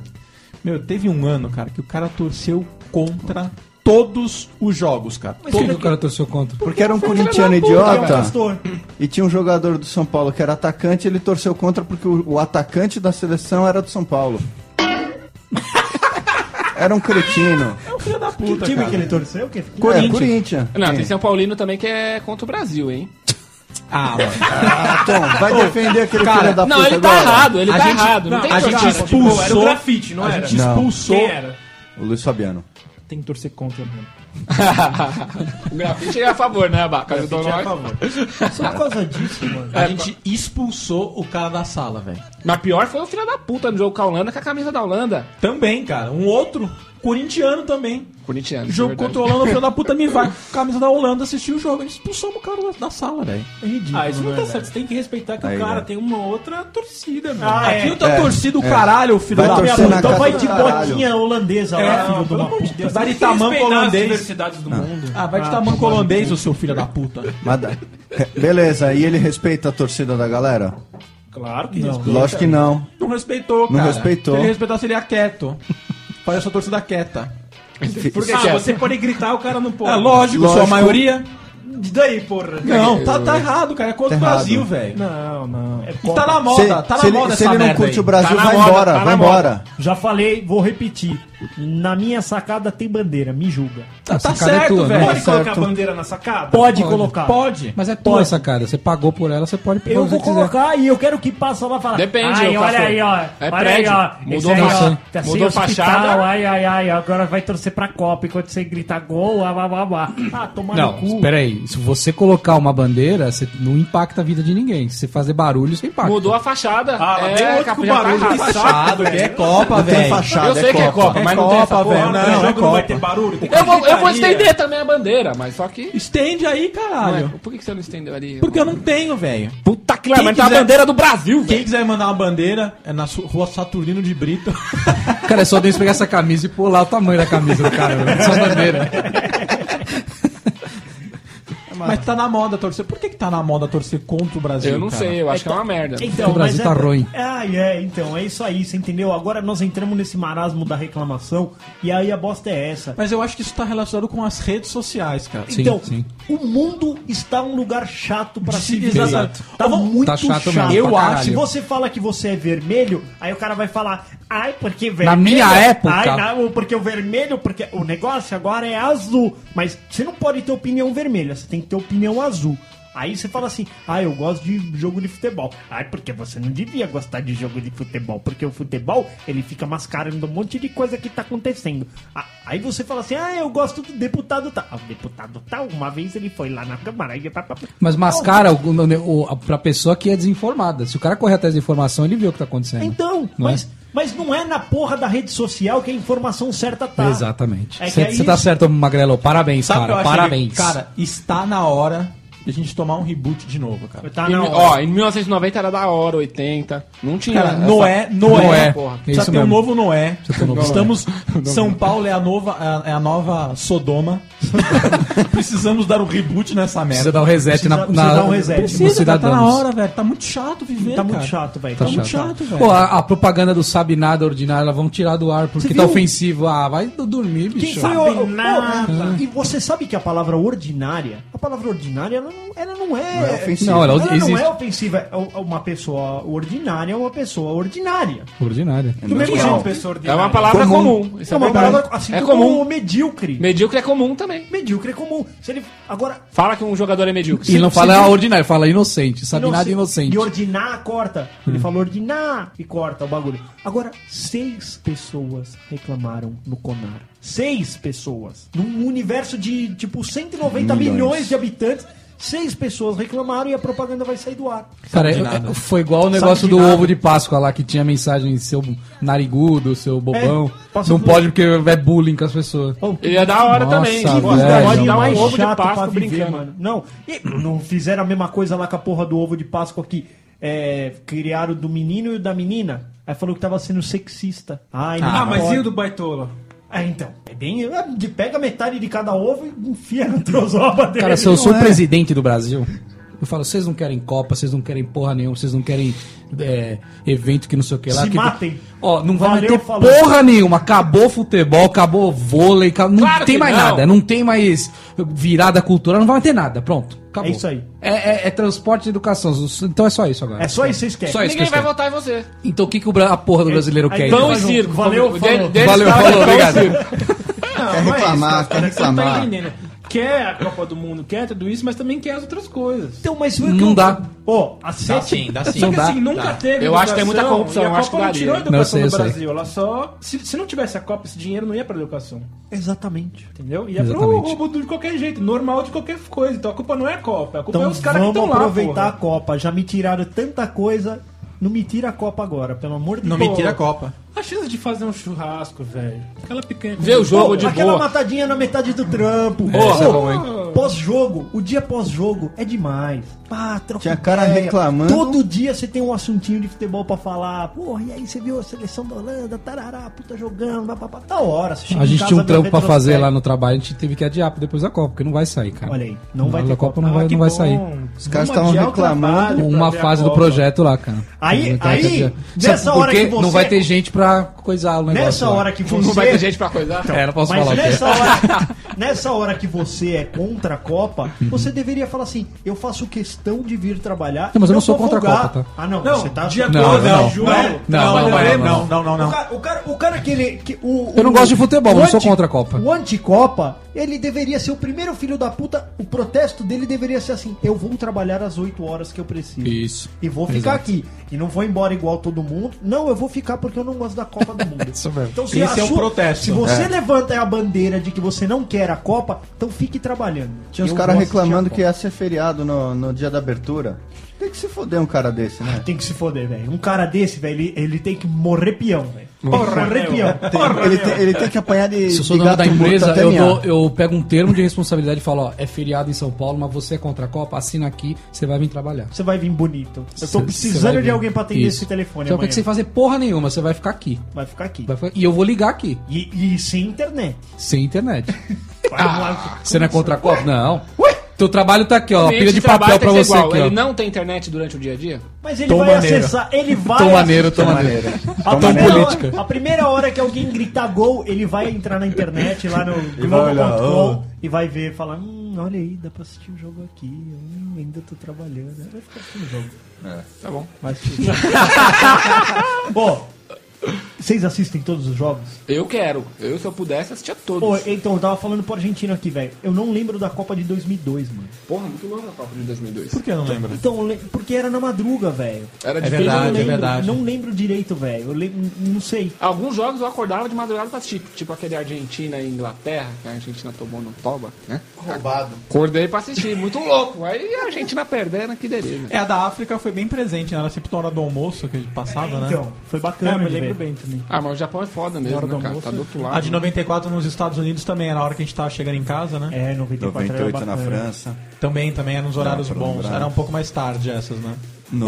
Speaker 2: Meu, teve um ano, cara, que o cara torceu contra todos os jogos, cara.
Speaker 7: Por que o cara torceu contra?
Speaker 4: Porque era um corintiano idiota. E tinha um jogador do São Paulo que era atacante, ele torceu contra porque o, o atacante da seleção era do São Paulo. era um cretino.
Speaker 2: Filho da
Speaker 3: Que
Speaker 2: puta,
Speaker 3: time
Speaker 2: cara.
Speaker 3: que ele torceu? Que...
Speaker 4: Corinthians. É, Corinthians.
Speaker 5: Não,
Speaker 4: Sim.
Speaker 5: tem São Paulino também que é contra o Brasil, hein?
Speaker 2: Ah, mano.
Speaker 4: Ah, Tom, vai defender aquele
Speaker 2: cara,
Speaker 4: filho da
Speaker 5: não,
Speaker 4: puta
Speaker 5: ele tá
Speaker 4: agora.
Speaker 5: errado, ele
Speaker 2: A
Speaker 5: tá
Speaker 2: gente-
Speaker 5: errado. Não,
Speaker 2: não,
Speaker 5: tem
Speaker 2: a
Speaker 5: torcida.
Speaker 2: gente expulsou.
Speaker 8: Era o grafite, não
Speaker 2: a
Speaker 8: era?
Speaker 2: gente
Speaker 4: Não.
Speaker 2: expulsou.
Speaker 8: Quem era?
Speaker 4: O Luiz Fabiano.
Speaker 6: tem que torcer contra mesmo.
Speaker 5: o grafite é a É, favor, né, Abaca? Ajudou
Speaker 3: Gente, é a
Speaker 5: nós.
Speaker 3: favor. Só por causa disso, mano.
Speaker 2: A gente expulsou o cara da sala, velho.
Speaker 5: Mas pior foi o filho da puta no jogo com a Holanda com a camisa da Holanda.
Speaker 2: Também, cara. Um outro corintiano também.
Speaker 5: Corintiano.
Speaker 2: Jogo
Speaker 5: é verdade.
Speaker 2: contra a Holanda, o filho da puta me vai com a camisa da Holanda assistir o jogo. A gente expulsou o cara da, da sala, velho.
Speaker 3: É ridículo.
Speaker 6: Ah, isso não
Speaker 3: né,
Speaker 6: tá certo. Você tem que respeitar que
Speaker 4: Aí,
Speaker 6: o cara
Speaker 4: né?
Speaker 6: tem uma outra torcida, mano.
Speaker 3: Ah, é.
Speaker 2: Aquilo tá torcido o caralho, o filho
Speaker 4: Vai
Speaker 2: da
Speaker 3: velho? Minha
Speaker 4: torcer
Speaker 2: puta.
Speaker 4: na
Speaker 3: mãe, Então
Speaker 4: casa
Speaker 3: vai
Speaker 4: do
Speaker 3: de
Speaker 4: caralho.
Speaker 3: botinha holandesa
Speaker 2: É,
Speaker 3: lá, filho de
Speaker 2: pelo
Speaker 3: uma
Speaker 2: amor de
Speaker 3: puta.
Speaker 2: Deus. Vai de
Speaker 6: Tem que
Speaker 2: tamanco
Speaker 6: respeitar as
Speaker 2: holandês.
Speaker 6: diversidades do mundo.
Speaker 2: Ah, vai de tamanco holandês, o seu filho da puta.
Speaker 4: Mas dá- Beleza, e ele respeita a torcida da galera?
Speaker 6: Claro que respeita.
Speaker 4: Lógico que não.
Speaker 2: Não respeitou,
Speaker 4: Não
Speaker 2: cara.
Speaker 4: respeitou.
Speaker 2: Se ele respeitasse, ele ia quieto. Faz essa torcida quieta.
Speaker 6: Por que
Speaker 5: Ah,
Speaker 6: que é?
Speaker 5: você
Speaker 6: você pode gritar, o cara não pode.
Speaker 2: É lógico,
Speaker 4: Lógico.
Speaker 2: sua maioria.
Speaker 6: E daí, porra?
Speaker 2: Não, tá, tá errado, cara. É contra o
Speaker 4: Tá errado.
Speaker 2: Brasil, velho.
Speaker 6: Não, não. É
Speaker 2: E tá na moda, tá na
Speaker 4: se ele,
Speaker 2: moda
Speaker 4: se
Speaker 2: essa
Speaker 4: ele não
Speaker 2: merda
Speaker 4: curte
Speaker 2: aí.
Speaker 4: o Brasil,
Speaker 5: Tá na
Speaker 4: vai
Speaker 5: moda,
Speaker 4: embora,
Speaker 5: tá na
Speaker 4: vai
Speaker 5: moda.
Speaker 4: embora.
Speaker 3: Já falei, vou repetir. Na minha sacada tem bandeira, me julga.
Speaker 2: Tá, tá
Speaker 7: Essa cara é
Speaker 2: certo,
Speaker 7: tua, né?
Speaker 2: velho.
Speaker 6: Pode colocar a
Speaker 4: certo.
Speaker 6: bandeira na sacada?
Speaker 3: Pode, colocar.
Speaker 2: Pode.
Speaker 7: Mas é tua essa cara. Você pagou por ela, você pode pegar
Speaker 3: Eu
Speaker 7: o que
Speaker 3: vou
Speaker 7: você quiser.
Speaker 3: colocar e eu quero que passa lá e fala.
Speaker 5: Depende,
Speaker 3: ai,
Speaker 5: ô,
Speaker 3: olha
Speaker 5: Castor.
Speaker 3: aí, ó.
Speaker 5: É
Speaker 3: olha
Speaker 5: prédio.
Speaker 3: aí, ó.
Speaker 5: Mudou
Speaker 3: esse aí, ó,
Speaker 5: faça-
Speaker 3: tá sem
Speaker 5: mudou
Speaker 3: hospital,
Speaker 5: fachada.
Speaker 3: Ai, ai, ai, agora vai torcer pra Copa enquanto você grita gol, ah, blá, blá, blá. Ah, toma no
Speaker 7: Não,
Speaker 3: cu.
Speaker 7: espera aí. Se você colocar uma bandeira, você não impacta a vida de ninguém. Se você fazer barulho, você impacta.
Speaker 5: Mudou a fachada.
Speaker 6: Ah, lá
Speaker 5: é,
Speaker 6: tem outro
Speaker 5: capa
Speaker 6: com
Speaker 5: já tá
Speaker 6: barulho,
Speaker 5: errado.
Speaker 6: que saco.
Speaker 2: Fachado, que é Copa,
Speaker 4: Tem
Speaker 2: velho.
Speaker 4: fachada,
Speaker 5: Eu sei que é Copa, mas não tem essa
Speaker 2: Copa,
Speaker 5: porra.
Speaker 2: velho.
Speaker 6: Não,
Speaker 2: Não, é
Speaker 6: jogo não vai ter
Speaker 2: Copa.
Speaker 6: barulho. tem
Speaker 5: Eu vou, eu vou
Speaker 6: gritaria.
Speaker 5: estender também a bandeira, mas só que.
Speaker 2: Estende aí,
Speaker 4: é
Speaker 2: caralho.
Speaker 5: Ué, por que que você não estendeu ali?
Speaker 2: Porque eu não tenho, velho.
Speaker 5: Puta que lá,
Speaker 2: Quem
Speaker 5: mas tá a
Speaker 2: quiser-
Speaker 5: bandeira do Brasil,
Speaker 2: Quem
Speaker 5: velho.
Speaker 2: quiser mandar uma bandeira, é na su- rua Saturnino de Brito.
Speaker 7: Cara, é só Deus pegar essa camisa e pular o tamanho da camisa do cara. velho. Só bandeira.
Speaker 2: Mas tá na moda torcer. Por que, que tá na moda torcer contra o Brasil?
Speaker 5: Eu não
Speaker 2: cara?
Speaker 5: sei, eu acho que é uma merda.
Speaker 7: O Brasil
Speaker 3: mas
Speaker 7: tá
Speaker 3: é,
Speaker 7: ruim.
Speaker 3: Ai, é, então, é isso aí, você entendeu? Agora nós entramos nesse marasmo da reclamação e aí a bosta é essa.
Speaker 2: Mas eu acho que isso tá relacionado com as redes sociais, cara.
Speaker 7: Sim,
Speaker 3: então,
Speaker 7: sim.
Speaker 3: o mundo está um lugar chato pra se
Speaker 2: Sim,
Speaker 3: viver.
Speaker 2: exato.
Speaker 3: Tá
Speaker 2: Tá
Speaker 3: muito
Speaker 7: chato
Speaker 3: chato.
Speaker 7: mesmo, pra
Speaker 3: eu acho.
Speaker 7: caralho.
Speaker 3: Se você fala que você é vermelho, aí o cara vai falar, ai, porque vermelho. é-"
Speaker 7: Na minha época.
Speaker 3: Ai, não, porque o vermelho, porque o negócio agora é azul. Mas você não pode ter opinião vermelha, você tem que ter opinião azul. Aí você fala assim, ah, eu gosto de jogo de futebol. Ai, porque você não devia gostar de jogo de futebol, porque o futebol, ele fica mascarando um monte de coisa que tá acontecendo. Ah, Aí você fala assim, ah, eu gosto do deputado tal. Ah, o deputado tal, uma vez ele foi lá na Câmara e... pá, pá, pá.
Speaker 7: Mas mascara o, o, o, pra pessoa que é desinformada. Se o cara correr atrás da informação, ele vê o que tá acontecendo.
Speaker 3: Então,
Speaker 7: Não é?
Speaker 3: mas, mas não é na porra da rede social que a informação certa tá.
Speaker 7: Exatamente.
Speaker 3: É que
Speaker 7: Você
Speaker 3: aí-
Speaker 7: tá certo, Magrelo. Parabéns,
Speaker 2: Sabe o que eu
Speaker 7: cara.
Speaker 2: acho que-
Speaker 7: Parabéns.
Speaker 2: Cara, está na hora de a gente tomar um reboot de novo, cara.
Speaker 3: Tá
Speaker 5: Em
Speaker 3: na
Speaker 5: mi-
Speaker 3: hora.
Speaker 5: ó, em 1990 era da hora, 80. Não tinha.
Speaker 2: Cara, é
Speaker 5: essa-
Speaker 2: Noé, Noé,
Speaker 7: Noé,
Speaker 5: porra.
Speaker 7: é
Speaker 2: Precisa
Speaker 7: isso
Speaker 2: ter um
Speaker 7: mesmo.
Speaker 2: novo Noé.
Speaker 4: um
Speaker 2: Estamos. São Paulo é a nova, é a- é a nova Sodoma. Precisamos dar um reboot nessa
Speaker 7: Precisa
Speaker 2: merda.
Speaker 7: dar um reset
Speaker 3: Precisa-
Speaker 7: na,
Speaker 3: precisa
Speaker 7: na-
Speaker 3: dar um reset.
Speaker 7: nos
Speaker 2: Precisa, cara, tá na
Speaker 7: cidadãos.
Speaker 2: hora, velho. Tá muito chato viver,
Speaker 3: Tá muito
Speaker 2: cara.
Speaker 3: chato, velho.
Speaker 7: Tá
Speaker 3: Tá
Speaker 2: Tá
Speaker 3: muito
Speaker 2: muito
Speaker 7: chato.
Speaker 2: chato, velho.
Speaker 7: Pô, a, a propaganda do Sabe Nada Ordinário, elas vão tirar do ar porque
Speaker 2: Você
Speaker 7: tá
Speaker 2: viu?
Speaker 7: ofensivo. Ah, vai do- dormir, bicho.
Speaker 3: Quem foi
Speaker 7: Ah,
Speaker 3: o,
Speaker 6: nada.
Speaker 3: Pô, E você sabe que a palavra ordinária, a palavra ordinária, ela não, ela não é.
Speaker 4: Não é ofensiva.
Speaker 7: Não, ela,
Speaker 3: ela
Speaker 7: existe.
Speaker 3: não é ofensiva. É u- Uma pessoa ordinária é uma pessoa ordinária.
Speaker 7: Ordinária.
Speaker 4: Do mesmo
Speaker 3: jeito,
Speaker 6: Uma pessoa
Speaker 5: É
Speaker 6: ordinária.
Speaker 5: uma palavra comum. Isso
Speaker 3: É uma
Speaker 5: verdade.
Speaker 3: palavra assim
Speaker 5: é
Speaker 3: como
Speaker 5: comum.
Speaker 3: medíocre.
Speaker 5: Medíocre é comum também.
Speaker 3: Medíocre é comum. Se ele, agora,
Speaker 5: Fala que um jogador é medíocre.
Speaker 7: E não fala a ordinária, fala inocente.
Speaker 6: Tá
Speaker 7: Sabe nada é
Speaker 3: inocente.
Speaker 7: inocente.
Speaker 3: E ordinar, corta.
Speaker 6: Hum.
Speaker 3: Ele falou ordinar e corta o bagulho. Agora, seis pessoas reclamaram no Conar. Seis pessoas. Num universo de, tipo, 190 milhões, de habitantes, seis pessoas reclamaram e a propaganda vai sair do ar.
Speaker 7: Cara,
Speaker 2: de
Speaker 7: eu-
Speaker 2: nada.
Speaker 7: eu- foi igual o
Speaker 3: Sabe
Speaker 7: negócio
Speaker 3: de
Speaker 7: do
Speaker 3: nada.
Speaker 7: ovo de Páscoa lá, que tinha mensagem seu narigudo, seu bobão.
Speaker 3: passa
Speaker 7: não
Speaker 3: tudo.
Speaker 7: pode porque é bullying com as pessoas.
Speaker 5: Ele é da hora
Speaker 7: Nossa,
Speaker 5: também.
Speaker 7: velho.
Speaker 5: Pô, você pode dar um
Speaker 7: Mais
Speaker 5: ovo de
Speaker 3: chato pra
Speaker 5: Páscoa
Speaker 3: viver,
Speaker 5: brincando.
Speaker 3: mano. Não, e não fizeram a mesma coisa lá com a porra do ovo de Páscoa que é, criaram do menino e o da menina. Aí falou que tava sendo sexista. Ai, não
Speaker 6: Ah, mas
Speaker 3: pode.
Speaker 6: e o do Baitola?
Speaker 3: Ah, então. É bem. é de- Pega metade de cada ovo e enfia no trozoba dele.
Speaker 7: Cara, se eu sou
Speaker 4: é.
Speaker 7: presidente do Brasil, eu falo, vocês não querem Copa, vocês não querem porra nenhuma, vocês não querem é, evento que não sei o que lá.
Speaker 3: Se
Speaker 7: que-
Speaker 3: matem.
Speaker 7: Ó, não vai
Speaker 3: Valeu,
Speaker 7: ter
Speaker 3: falou.
Speaker 7: porra nenhuma. Acabou futebol, acabou vôlei, acabou- não
Speaker 5: Claro
Speaker 7: tem
Speaker 5: que
Speaker 7: mais
Speaker 5: não.
Speaker 7: nada. Não tem mais virada cultural, não vai ter nada. Pronto, acabou.
Speaker 3: É isso aí.
Speaker 7: É, é- é transporte e educação. Então é só isso agora.
Speaker 3: É só isso que vocês querem.
Speaker 7: Só isso que
Speaker 5: Ninguém
Speaker 7: eu
Speaker 5: vai
Speaker 7: quero.
Speaker 5: votar em você.
Speaker 7: Então o que, que o bra- a porra do brasileiro
Speaker 3: aí então,
Speaker 7: quer?
Speaker 3: vão
Speaker 5: Pão e
Speaker 3: Valeu,
Speaker 5: circo.
Speaker 3: valeu,
Speaker 5: De-
Speaker 3: falou.
Speaker 5: deles
Speaker 7: Valeu,
Speaker 5: tava
Speaker 7: falou,
Speaker 5: é pão e
Speaker 7: obrigado.
Speaker 5: circo.
Speaker 4: quer reclamar, quer
Speaker 6: Você não tá
Speaker 4: reclamar.
Speaker 6: entendendo.
Speaker 8: né? quer a Copa do Mundo, quer tudo isso, mas também quer as outras coisas.
Speaker 3: Então, mas foi
Speaker 7: Não dá.
Speaker 3: Ó, a
Speaker 11: Dá
Speaker 3: sete.
Speaker 11: sim, dá sim.
Speaker 8: Só que
Speaker 7: dá.
Speaker 8: assim, nunca
Speaker 11: Dá.
Speaker 8: teve.
Speaker 5: Eu acho que tem
Speaker 8: educação,
Speaker 5: muita corrupção,
Speaker 8: e a
Speaker 5: eu acho
Speaker 8: Copa
Speaker 5: que
Speaker 8: não tirou a
Speaker 5: daria.
Speaker 7: Não, eu
Speaker 8: educação
Speaker 7: sei, eu
Speaker 8: do
Speaker 7: sei.
Speaker 8: Brasil. Ela só. Se, se não tivesse a Copa, esse dinheiro não ia pra educação.
Speaker 3: Exatamente.
Speaker 8: Entendeu? Ia pro
Speaker 7: Exatamente.
Speaker 8: roubo de qualquer jeito, normal de qualquer coisa. Então a culpa não é a Copa, a culpa
Speaker 3: Então,
Speaker 8: é os caras que
Speaker 3: vamos
Speaker 8: estão lá.
Speaker 3: aproveitar a
Speaker 8: porra.
Speaker 3: Copa. Já me tiraram tanta coisa. Não me tira a Copa agora, pelo amor de
Speaker 11: Não
Speaker 3: Deus.
Speaker 11: me tira a Copa.
Speaker 8: A chance de fazer um churrasco, velho. Aquela picanha.
Speaker 5: Vê o jogo
Speaker 3: Pô,
Speaker 5: de
Speaker 3: aquela
Speaker 5: boa.
Speaker 3: matadinha na metade do trampo.
Speaker 11: Essa é
Speaker 3: Pô,
Speaker 11: bom, hein?
Speaker 3: Pós-jogo, o dia pós-jogo é demais. Pá, troca
Speaker 4: Tinha cara
Speaker 3: ideia.
Speaker 4: reclamando.
Speaker 3: Todo dia você tem um assuntinho de futebol pra falar. Porra, e aí você viu a seleção da Holanda, tarará, puta jogando, papapá. Tá hora, você chega
Speaker 7: A
Speaker 3: em
Speaker 7: gente
Speaker 3: casa,
Speaker 7: tinha um
Speaker 3: vê
Speaker 7: trampo pra fazer
Speaker 3: retrospecto.
Speaker 7: lá no trabalho, a gente teve que adiar pra depois da Copa, porque não vai sair, cara.
Speaker 3: Olha aí, não vai ter
Speaker 7: a Copa
Speaker 3: Copa. Ah,
Speaker 7: não vai,
Speaker 8: que
Speaker 7: não vai
Speaker 8: bom.
Speaker 7: sair.
Speaker 4: Os caras
Speaker 8: Vamos
Speaker 4: estavam
Speaker 8: adiar o
Speaker 4: reclamando.
Speaker 8: trabalho
Speaker 7: Uma
Speaker 8: pra ver a
Speaker 7: fase do
Speaker 8: Copa.
Speaker 7: projeto lá, cara.
Speaker 3: Aí-
Speaker 7: Então,
Speaker 3: aí,
Speaker 7: tinha-
Speaker 3: nessa
Speaker 7: Sabe por
Speaker 3: hora
Speaker 7: quê?
Speaker 3: que você-
Speaker 7: Não vai ter gente pra coisar o negócio.
Speaker 3: Nessa
Speaker 7: lá.
Speaker 3: hora que você... Então,
Speaker 5: Não vai ter gente pra coisar.
Speaker 7: É, não posso
Speaker 3: Mas
Speaker 7: falar o quê.
Speaker 3: nessa hora, nessa hora que você é contra a Copa,
Speaker 7: Uhum.
Speaker 3: você deveria falar assim: eu faço questão de vir trabalhar.
Speaker 7: Não, mas eu
Speaker 3: vou
Speaker 7: não sou contra a
Speaker 3: folgar."
Speaker 7: Copa, tá?
Speaker 3: Ah, não,
Speaker 8: Não,
Speaker 3: você tá.
Speaker 8: dia é
Speaker 7: Não,
Speaker 8: 12
Speaker 7: não,
Speaker 8: de julho.
Speaker 3: não.
Speaker 7: Não, não, vai, não, não.
Speaker 2: não, não,
Speaker 3: O, cara, o, cara, o cara que ele. que o-
Speaker 7: Eu não
Speaker 3: o-
Speaker 7: gosto de futebol,
Speaker 3: o
Speaker 7: mas não sou contra a Copa.
Speaker 3: O anticopa, ele deveria ser o primeiro filho da puta. O protesto dele deveria ser assim: eu vou trabalhar as 8 horas que eu preciso.
Speaker 7: Isso.
Speaker 3: E vou ficar
Speaker 7: Exato.
Speaker 3: aqui. E não vou embora igual todo mundo. Não, eu vou ficar porque eu não gosto da Copa do Mundo.
Speaker 7: Isso mesmo.
Speaker 3: Então, se
Speaker 2: Esse
Speaker 3: a
Speaker 2: é um protesto.
Speaker 3: Se você levanta a bandeira de que você não quer a Copa, então fique trabalhando.
Speaker 4: Tinha os
Speaker 3: Eu
Speaker 4: caras
Speaker 3: vou assistir
Speaker 4: reclamando
Speaker 3: a
Speaker 4: que ia ser feriado no, no dia da abertura. Tem que se foder um cara desse, né?
Speaker 3: Copa. Tem que se foder, velho. Um cara desse, velho, ele, ele tem que morrer peão, velho. Morrer peão.
Speaker 4: ele, tem, ele tem que apanhar de,
Speaker 7: Se eu sou
Speaker 4: de
Speaker 7: dono da
Speaker 4: gato morto
Speaker 7: empresa,
Speaker 4: até
Speaker 7: eu,
Speaker 4: miar.
Speaker 7: dou- eu pego um termo de responsabilidade e falo, ó, é feriado em São Paulo, mas você é contra a Copa, assina aqui, você vai vir trabalhar.
Speaker 3: Você vai vir bonito. Eu
Speaker 7: Cê-
Speaker 3: tô
Speaker 7: cê vai
Speaker 3: precisando
Speaker 7: vir.
Speaker 3: de alguém pra atender
Speaker 7: Isso.
Speaker 3: esse telefone
Speaker 7: Então, o
Speaker 3: amanhã.
Speaker 7: que você fazer porra nenhuma, você vai ficar aqui.
Speaker 3: Vai ficar aqui.
Speaker 7: Vai ficar- E eu vou ligar aqui,
Speaker 3: E, e sem internet.
Speaker 7: sem internet.
Speaker 3: Vai lá.
Speaker 7: Você não é contra a Copa? Não. Teu trabalho tá aqui, ó,
Speaker 5: Ambiente
Speaker 7: pilha de
Speaker 5: trabalho
Speaker 7: papel
Speaker 5: tem
Speaker 7: pra
Speaker 5: que ser
Speaker 7: você
Speaker 5: igual.
Speaker 7: aqui,
Speaker 5: Ele
Speaker 7: ó.
Speaker 5: não tem internet durante o dia a dia?
Speaker 3: Mas ele
Speaker 7: Tom
Speaker 3: vai
Speaker 7: Maneiro.
Speaker 3: acessar, ele vai
Speaker 7: Tô maneiro, tô
Speaker 4: Toma
Speaker 7: maneiro.
Speaker 4: maneira.
Speaker 3: A
Speaker 4: Toma
Speaker 3: primeira,
Speaker 4: maneira.
Speaker 7: política.
Speaker 3: hora, a primeira hora que alguém gritar gol, ele vai entrar na internet lá no
Speaker 4: vai olhar,
Speaker 3: Globo.com e vai ver, falar, hum, olha aí, dá pra assistir o jogo aqui, hum, ainda tô trabalhando. Vai ficar assistindo o jogo.
Speaker 5: Tá bom.
Speaker 3: Bom, vocês assistem todos os jogos?
Speaker 5: Eu quero. Eu, se eu pudesse, assistia todos.
Speaker 3: Pô, então, eu tava falando pro argentino aqui, velho. Eu não lembro da Copa de 2002, mano.
Speaker 5: Porra, muito longa a Copa de 2002.
Speaker 2: Por que eu não lembro?
Speaker 3: Então, le- porque era na madruga, velho.
Speaker 5: Era
Speaker 11: É
Speaker 5: difícil.
Speaker 3: Eu não
Speaker 11: verdade, é
Speaker 3: lembro-
Speaker 11: verdade.
Speaker 3: Não lembro direito, velho. Eu lembro, não sei.
Speaker 5: Alguns jogos eu acordava de madrugada pra assistir, tipo aquele Argentina e Inglaterra, que a Argentina tomou no toba, né?
Speaker 4: Roubado.
Speaker 5: Acordei pra assistir, muito louco. Aí a Argentina perdendo, que delícia.
Speaker 2: É, a da África foi bem presente, né? Era sempre na hora do almoço que passava, né?
Speaker 3: Então, foi
Speaker 8: É,
Speaker 3: bacana,
Speaker 8: eu me
Speaker 3: de
Speaker 8: lembro
Speaker 3: ver.
Speaker 8: bem também.
Speaker 5: Ah, mas o Japão é foda mesmo, né, cara? Tá do outro lado.
Speaker 2: A de 94 nos Estados Unidos também era a hora que a gente tava chegando em casa, né?
Speaker 3: É, 94 era
Speaker 4: 98
Speaker 3: bacana.
Speaker 4: na França,
Speaker 2: Também, também era nos É. horários
Speaker 4: Dá pra
Speaker 2: bons.
Speaker 4: lembrar.
Speaker 2: Era um pouco mais tarde essas, né?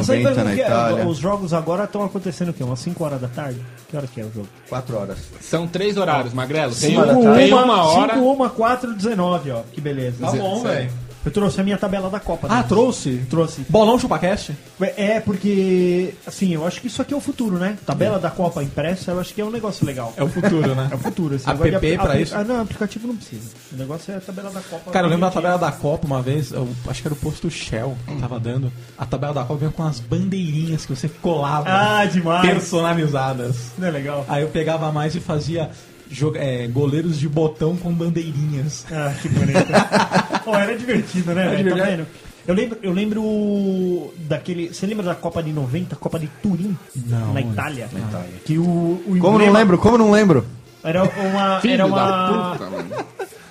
Speaker 3: Essa aí
Speaker 4: 90
Speaker 3: vai-
Speaker 4: na
Speaker 3: que- é?
Speaker 4: Itália.
Speaker 3: Os jogos agora estão acontecendo o quê? Umas 5 horas da tarde? Que hora que é o jogo?
Speaker 4: 4 horas.
Speaker 5: São três horários, Magrelo. Tem,
Speaker 4: Cinco,
Speaker 5: um- tem uma hora.
Speaker 3: 5, 1, 4, 19, ó. Que beleza.
Speaker 2: Tá bom, velho.
Speaker 3: Eu trouxe a minha tabela da Copa.
Speaker 2: Ah,
Speaker 3: né?
Speaker 2: trouxe?
Speaker 3: Trouxe.
Speaker 2: Bolão ChupaCast?
Speaker 3: É, porque, assim, eu acho que isso aqui é o futuro, né? Tabela da Copa impressa, eu acho que é um negócio legal.
Speaker 2: Tá É o futuro, né?
Speaker 3: É o futuro. Esse
Speaker 2: App
Speaker 3: negócio de
Speaker 2: pra
Speaker 3: apli-
Speaker 2: isso?
Speaker 3: Ah, não, aplicativo não precisa. O negócio é a tabela da Copa.
Speaker 2: Cara, eu lembro da tabela da Copa uma vez, eu acho que era o posto Shell que tava dando. A tabela da Copa vinha com as bandeirinhas que você colava,
Speaker 3: Ah, demais.
Speaker 2: personalizadas.
Speaker 3: Não é legal?
Speaker 2: Aí eu pegava mais e fazia jo- é, goleiros de botão com bandeirinhas.
Speaker 3: Ah, que bonito. Pô, era divertido, né? velho? Tá
Speaker 2: divertido.
Speaker 3: vendo? Eu lembro, eu lembro daquele. Você lembra da Copa de 90, Copa de Turim?
Speaker 2: Não,
Speaker 3: Na
Speaker 2: é.
Speaker 3: Itália. Na Itália. Que o, o
Speaker 4: Como não
Speaker 3: emblema
Speaker 4: lembro? Como não lembro?
Speaker 3: Era uma.
Speaker 5: Filho
Speaker 3: Era
Speaker 5: da
Speaker 3: uma.
Speaker 5: puta, mano.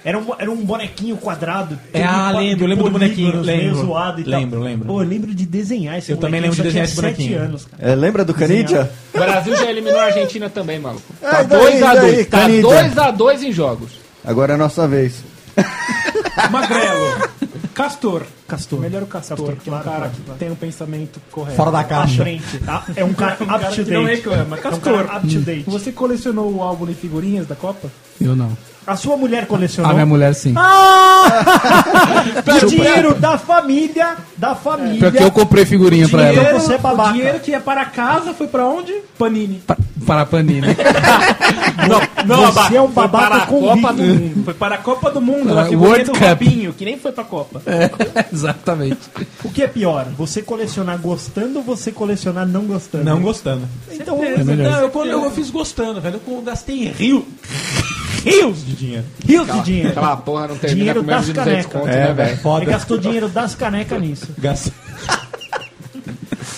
Speaker 3: Era um, era um bonequinho quadrado.
Speaker 2: É, ah, lembro,
Speaker 3: todo de- de
Speaker 2: lembro do
Speaker 3: polígonos,
Speaker 2: bonequinho,
Speaker 3: Meio
Speaker 2: lembro.
Speaker 3: zoado e tal.
Speaker 2: Lembro, lembro.
Speaker 3: Pô, eu lembro de desenhar esse
Speaker 2: Eu também
Speaker 3: bonequinho,
Speaker 2: lembro de desenhar
Speaker 3: eu só
Speaker 2: esse
Speaker 3: tinha sete
Speaker 2: bonequinho.
Speaker 3: anos, cara.
Speaker 4: É, lembra do Canidia?
Speaker 5: O Brasil já eliminou a Argentina também, maluco. Tá
Speaker 4: É, daí,
Speaker 5: 2x2.
Speaker 4: daí,
Speaker 5: Tá
Speaker 4: Canidia.
Speaker 5: 2x2 em jogos.
Speaker 4: Agora é a nossa vez.
Speaker 8: Magrelo. Castor.
Speaker 3: Castor.
Speaker 8: Melhor o Castor, que é um
Speaker 3: claro,
Speaker 8: cara
Speaker 3: claro,
Speaker 8: que
Speaker 3: claro.
Speaker 8: tem um pensamento correto.
Speaker 2: Fora da
Speaker 3: À
Speaker 2: caixa.
Speaker 3: frente, tá? É um cara
Speaker 8: Um cara
Speaker 3: up to
Speaker 8: que não
Speaker 3: date. É
Speaker 8: reclama.
Speaker 3: um
Speaker 8: Castor.
Speaker 3: cara up to date.
Speaker 8: Você colecionou o álbum de figurinhas da Copa?
Speaker 7: Eu não.
Speaker 3: A sua mulher colecionou?
Speaker 7: A minha mulher sim.
Speaker 3: O dinheiro da família, da família.
Speaker 7: Pra que eu comprei figurinha pra ela.
Speaker 3: Você é babaca.
Speaker 8: O dinheiro que ia para casa foi pra onde? Panini.
Speaker 7: Pa- Para a Panini.
Speaker 3: Você é um babaca
Speaker 5: Foi para a Copa
Speaker 3: convicto.
Speaker 5: do Mundo.
Speaker 8: Foi para a Copa do Mundo,
Speaker 7: Ah,
Speaker 8: a figurinha
Speaker 7: World
Speaker 8: do
Speaker 7: Cup.
Speaker 8: Robinho, que nem foi pra Copa.
Speaker 7: É, exatamente.
Speaker 3: O que é pior? Você colecionar gostando ou você colecionar não gostando?
Speaker 2: Não gostando.
Speaker 3: Então,
Speaker 7: melhor.
Speaker 2: Não, eu, quando eu fiz gostando, velho. Eu gastei rio. rios de dinheiro.
Speaker 3: Rios de dinheiro.
Speaker 5: Aquela porra não termina
Speaker 3: Dinheiro
Speaker 5: com menos
Speaker 3: das
Speaker 5: de 200
Speaker 3: canecas.
Speaker 5: contos, né,
Speaker 3: É,
Speaker 5: velho?
Speaker 3: Ele gastou dinheiro das canecas nisso.
Speaker 2: Gasta-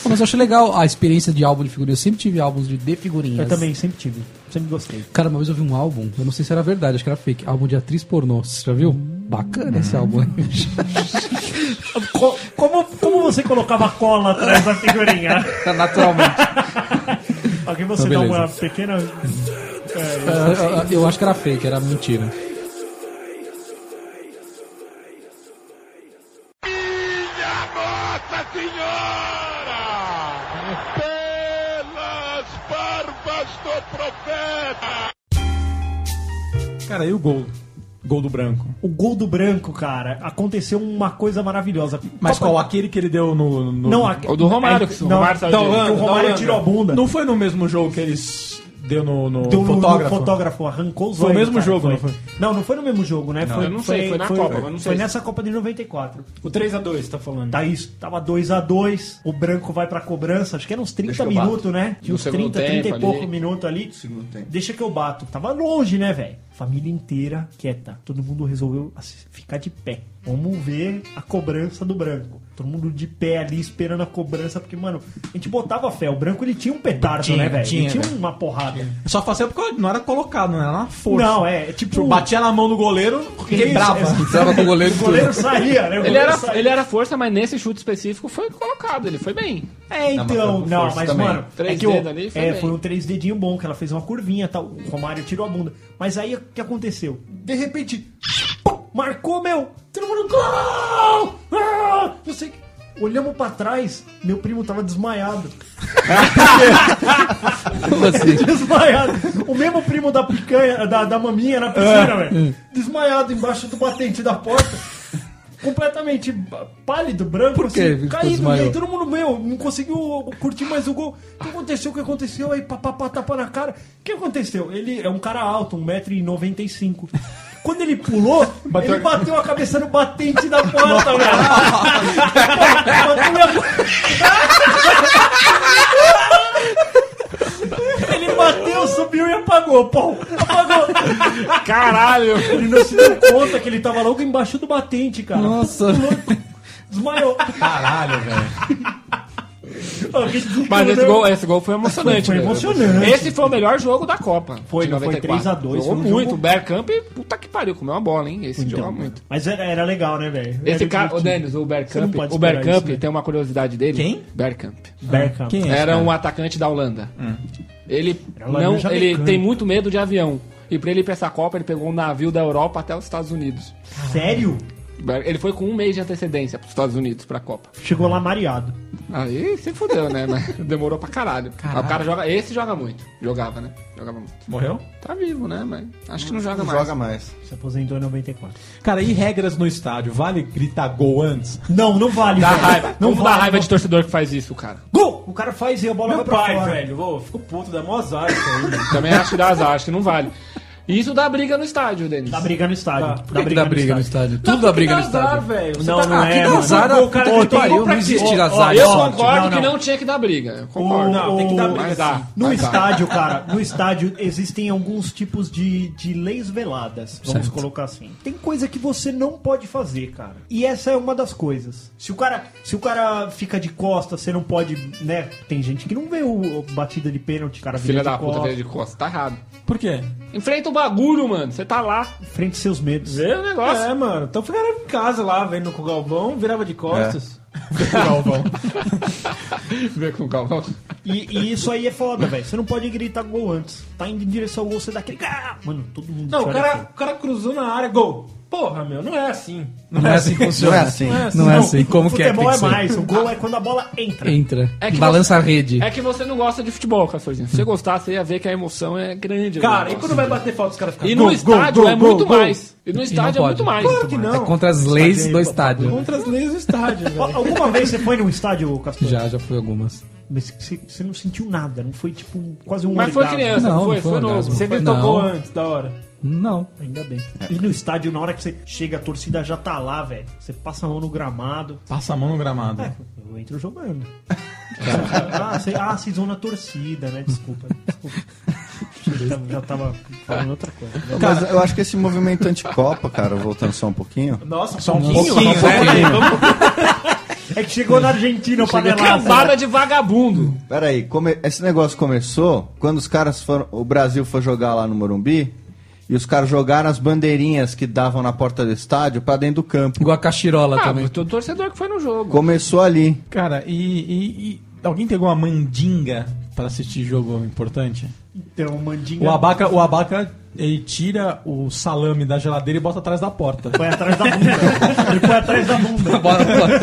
Speaker 7: Pô, Mas eu achei legal a experiência de álbum de figurinha. Eu sempre tive álbuns de, de figurinhas.
Speaker 3: Eu também sempre tive. Sempre gostei.
Speaker 7: Cara, uma vez eu vi um álbum, eu não sei se era verdade, acho que era fake. Álbum de atriz pornô. Você já viu? Bacana esse álbum.
Speaker 3: Co- Como, como você colocava cola atrás da figurinha?
Speaker 5: Naturalmente.
Speaker 3: Alguém você dá
Speaker 7: Então,
Speaker 3: uma
Speaker 7: beleza.
Speaker 3: pequena.
Speaker 7: eu, eu- eu acho que era fake, era mentira.
Speaker 2: Cara, e o gol? Gol do branco.
Speaker 3: O gol do branco, cara, aconteceu uma coisa maravilhosa.
Speaker 2: Mas
Speaker 3: Copa-
Speaker 2: qual? Aquele que ele deu no. no-
Speaker 3: Não, a...
Speaker 5: O do Romário, que o
Speaker 3: não,
Speaker 5: Romário saiu
Speaker 3: não,
Speaker 5: de-
Speaker 3: que
Speaker 5: da
Speaker 3: o Romário
Speaker 5: Holanda.
Speaker 3: tirou a bunda.
Speaker 2: Não foi no mesmo jogo que eles deu no, no
Speaker 3: Deu no- no
Speaker 2: fotógrafo?
Speaker 3: fotógrafo, arrancou os
Speaker 2: Foi o
Speaker 3: olhos,
Speaker 2: mesmo jogo, não foi?
Speaker 3: Não, não foi no mesmo jogo, né? foi,
Speaker 5: eu não sei, foi na Copa, mas não sei
Speaker 3: Foi
Speaker 5: se-
Speaker 3: nessa Copa de 94.
Speaker 8: O 3x2, tá falando.
Speaker 3: Tá isso, tava 2x2, o branco vai pra cobrança, acho que eram uns 30
Speaker 5: Deixa que eu
Speaker 3: minutos, né? Tinha
Speaker 5: No
Speaker 3: uns
Speaker 5: segundo
Speaker 3: 30, 30 e
Speaker 5: tempo
Speaker 3: pouco
Speaker 5: ali.
Speaker 3: minutos ali.
Speaker 4: Segundo tempo.
Speaker 3: Deixa que eu bato. Tava longe, né, velho? Família inteira quieta. Todo mundo resolveu assi- ficar de pé. Vamos ver a cobrança do branco. Todo mundo de pé ali esperando a cobrança, porque, mano, a gente botava fé. O branco ele tinha um petardo,
Speaker 2: Tinha,
Speaker 3: né, velho? Ele
Speaker 2: tinha,
Speaker 3: tinha
Speaker 2: velho.
Speaker 3: uma porrada.
Speaker 2: Só fazia porque não era colocado, não era na força.
Speaker 3: Não, é, é tipo.
Speaker 2: Tipo, batia na mão do goleiro, quebrava.
Speaker 3: Isso,
Speaker 7: Precisava com o goleiro
Speaker 3: O
Speaker 7: e
Speaker 3: goleiro saía, né? O
Speaker 5: Ele
Speaker 3: goleiro
Speaker 5: era,
Speaker 3: saía.
Speaker 5: ele era força, mas nesse chute específico foi colocado, ele foi bem.
Speaker 3: É,
Speaker 5: Não,
Speaker 3: então, não,
Speaker 5: mas foi com força
Speaker 3: mas
Speaker 5: também.
Speaker 3: mano,
Speaker 5: Três
Speaker 3: é que o-
Speaker 5: dedos ali, foi
Speaker 3: é,
Speaker 5: bem.
Speaker 3: foi um três dedinho bom, que ela fez uma curvinha e tal. O Romário tirou a bunda. Mas aí o que aconteceu? De repente, pum, marcou meu! Todo mundo. Gol! Ah! Não sei o que. Olhamos pra trás, meu primo tava desmaiado.
Speaker 7: Como assim?
Speaker 3: Desmaiado. O mesmo primo da picanha, da, da maminha na
Speaker 5: Ah,
Speaker 3: piscina,
Speaker 5: hum.
Speaker 3: velho. Desmaiado embaixo do batente da porta. Completamente ba- pálido, branco, assim,
Speaker 7: Por quê? Ficou
Speaker 3: caído,
Speaker 7: desmaiou.
Speaker 3: e aí todo mundo meu, não conseguiu curtir mais o gol. O que aconteceu? O que aconteceu? Aí papapá tapa na cara. O que aconteceu? Ele é um cara alto, 1,95m. Quando ele pulou, ele bateu a cabeça no batente da porta, velho. Bateu minha... Ele bateu, subiu e apagou, pô. Apagou.
Speaker 5: Caralho!
Speaker 3: Ele não se deu conta que ele tava logo embaixo do batente, cara.
Speaker 7: Nossa.
Speaker 3: Desmaiou.
Speaker 2: Caralho, velho.
Speaker 3: Ó, que ridículo,
Speaker 5: Mas esse
Speaker 3: né?
Speaker 5: gol, esse gol foi emocionante.
Speaker 3: Foi
Speaker 5: velho.
Speaker 3: emocionante. né?
Speaker 5: Esse foi o melhor jogo da Copa.
Speaker 3: Foi,
Speaker 5: de
Speaker 3: não, foi
Speaker 5: 94.
Speaker 3: 3x2,
Speaker 5: Jogou
Speaker 3: foi um
Speaker 5: muito.
Speaker 3: jogo-
Speaker 5: O Bergkamp, puta que pariu, comeu uma bola, hein? Esse jogo
Speaker 3: Então,
Speaker 5: é muito.
Speaker 3: Mas era, era legal, né, velho?
Speaker 5: Esse
Speaker 3: Era
Speaker 5: cara, o
Speaker 3: divertido.
Speaker 5: Denis, o
Speaker 3: Você não
Speaker 5: Bergkamp,
Speaker 3: pode
Speaker 5: o
Speaker 3: esperar
Speaker 5: Bergkamp
Speaker 3: isso, né?
Speaker 5: tem uma curiosidade dele.
Speaker 2: Quem?
Speaker 5: Bergkamp.
Speaker 3: Bergkamp.
Speaker 2: Quem é?
Speaker 5: Era um atacante da Holanda. Ele
Speaker 3: Era um
Speaker 5: não,
Speaker 3: laranja
Speaker 5: ele
Speaker 3: mecânico.
Speaker 5: tem muito medo de avião. E pra ele ir pra essa Copa, ele pegou um navio da Europa até os Estados Unidos.
Speaker 8: é?
Speaker 3: Sério?
Speaker 5: Ele foi com um mês de antecedência pros Estados Unidos pra Copa.
Speaker 3: Chegou lá mareado.
Speaker 5: Aí se fudeu, né? Mas demorou pra caralho. Mas O cara joga. Esse joga muito. Jogava, né? Jogava muito.
Speaker 2: Morreu?
Speaker 5: Tá vivo, né? Mas acho que não joga
Speaker 4: Não
Speaker 5: mais.
Speaker 4: joga mais.
Speaker 3: Se aposentou em 94.
Speaker 2: Cara, e regras no estádio? Vale gritar gol antes?
Speaker 3: Não, não vale.
Speaker 5: Dá
Speaker 3: velho.
Speaker 5: raiva.
Speaker 3: Não
Speaker 5: Não dá
Speaker 3: vale,
Speaker 5: raiva
Speaker 3: não.
Speaker 5: de torcedor que faz isso, cara.
Speaker 3: Gol! O cara faz e a bola
Speaker 8: Meu
Speaker 3: vai pra
Speaker 8: pai,
Speaker 3: fora.
Speaker 8: velho, ô, fico puto, dá mó azar isso aí.
Speaker 5: Também acho que dá azar, acho que não vale. E Isso dá briga no estádio, Denis.
Speaker 3: Dá briga no estádio.
Speaker 7: Por que, que dá briga no estádio? tá Tudo dá briga no estádio.
Speaker 8: Tá, velho.
Speaker 3: Não, não é.
Speaker 7: Que dá
Speaker 3: mano.
Speaker 7: azar,
Speaker 8: O cara
Speaker 7: puta
Speaker 8: gritou
Speaker 7: que pariu,
Speaker 8: gol
Speaker 7: não
Speaker 8: pra
Speaker 7: existe
Speaker 3: quê? Ó,
Speaker 7: azar.
Speaker 5: Eu
Speaker 7: Ó,
Speaker 5: concordo
Speaker 3: tipo, não,
Speaker 5: que
Speaker 3: não.
Speaker 5: não tinha que dar briga. Eu
Speaker 3: O-
Speaker 5: concordo.
Speaker 8: Não, tem que dar
Speaker 3: o-
Speaker 8: briga,
Speaker 5: Mas dá.
Speaker 3: No
Speaker 5: mas dá.
Speaker 3: estádio, cara, no estádio existem alguns tipos de, de leis veladas, vamos colocar assim. Tem coisa que você não pode fazer, cara. E essa é uma das coisas. Se o cara, se o cara fica de costas, você não pode, né? Tem gente que não vê o, o batida de pênalti, o cara
Speaker 5: Filha
Speaker 3: vira
Speaker 5: da
Speaker 3: de
Speaker 5: puta,
Speaker 3: costas,
Speaker 5: filha de costa. Tá errado.
Speaker 2: Por quê?
Speaker 5: Enfrenta o bagulho, mano. Você tá lá.
Speaker 3: frente aos seus medos.
Speaker 5: Vê o negócio.
Speaker 8: É, mano. Então ficava em casa lá, vendo com o Galvão, virava de
Speaker 3: É.
Speaker 8: costas.
Speaker 5: Vê com calma.
Speaker 3: E, e isso aí é foda, velho. Você não pode gritar gol antes. Tá indo em direção ao gol, você dá aquele. "Ah!" Mano, todo mundo
Speaker 8: Não,
Speaker 3: te
Speaker 8: o
Speaker 3: olha assim.
Speaker 8: cara,
Speaker 3: feio.
Speaker 8: o cara cruzou na área, gol. Porra, meu, não é assim.
Speaker 7: Não é assim que
Speaker 4: Não é
Speaker 7: funciona.
Speaker 4: assim.
Speaker 7: Não é
Speaker 3: Não,
Speaker 7: assim. Como que é que tem
Speaker 3: Futebol
Speaker 7: que
Speaker 3: é
Speaker 7: ser?
Speaker 3: mais. O gol é quando a bola entra.
Speaker 7: Entra.
Speaker 5: É que
Speaker 7: Balança a rede.
Speaker 5: É que você não gosta de futebol, Castorzinho. Se você gostasse, você ia ver que a emoção é grande. né?
Speaker 8: Cara, e quando vai bater falta, os caras ficam.
Speaker 5: E no
Speaker 8: Gol,
Speaker 5: estádio
Speaker 8: gol,
Speaker 5: é
Speaker 8: gol,
Speaker 5: muito
Speaker 8: gol,
Speaker 5: mais. E no estádio é
Speaker 7: pode.
Speaker 5: muito mais.
Speaker 8: Claro que
Speaker 7: É
Speaker 8: não.
Speaker 7: contra as leis
Speaker 3: aí,
Speaker 7: do
Speaker 3: papai.
Speaker 7: estádio.
Speaker 8: Contra as leis do estádio,
Speaker 3: Ó,
Speaker 8: velho.
Speaker 3: Alguma vez você foi num estádio, Castor?
Speaker 7: Já, já foi algumas.
Speaker 3: Mas você você não sentiu nada, não foi tipo um- quase um
Speaker 5: Mas foi
Speaker 3: orgasmo.
Speaker 5: criança,
Speaker 7: Não,
Speaker 5: não, foi?
Speaker 7: não foi
Speaker 5: Foi
Speaker 7: orgasmo.
Speaker 5: novo.
Speaker 8: Você
Speaker 7: Não.
Speaker 8: gritou gol antes, da hora.
Speaker 7: Não.
Speaker 3: Ainda bem. E no estádio, na hora que você chega, a torcida já tá lá, velho. Você passa a mão no gramado.
Speaker 2: Passa a mão no gramado.
Speaker 3: É, eu entro jogando. ah, você- ah, vocês vão na torcida, né? Desculpa. desculpa. Então, já tava falando outra coisa. né?
Speaker 4: Mas eu acho que esse movimento anticopa, cara, voltando só um pouquinho.
Speaker 8: Nossa, só um
Speaker 2: pouquinho,
Speaker 3: É que chegou na Argentina o panelaço.
Speaker 5: Cambada de vagabundo.
Speaker 4: Peraí, come... esse negócio começou quando os caras foram. O Brasil foi jogar lá no Morumbi e os caras jogaram as bandeirinhas que davam na porta do estádio pra dentro do campo.
Speaker 7: Igual a Cachirola
Speaker 5: Ah,
Speaker 7: também.
Speaker 5: mas o torcedor que foi no jogo.
Speaker 4: Começou ali.
Speaker 2: Cara, e, e- e alguém pegou uma mandinga pra assistir jogo importante?
Speaker 3: Então, mandinga
Speaker 2: O
Speaker 8: é
Speaker 2: abaca, o abaca, ele tira o salame da geladeira e bota atrás da porta.
Speaker 3: foi atrás da bunda. Ele foi atrás da bunda.
Speaker 7: Bora, bora.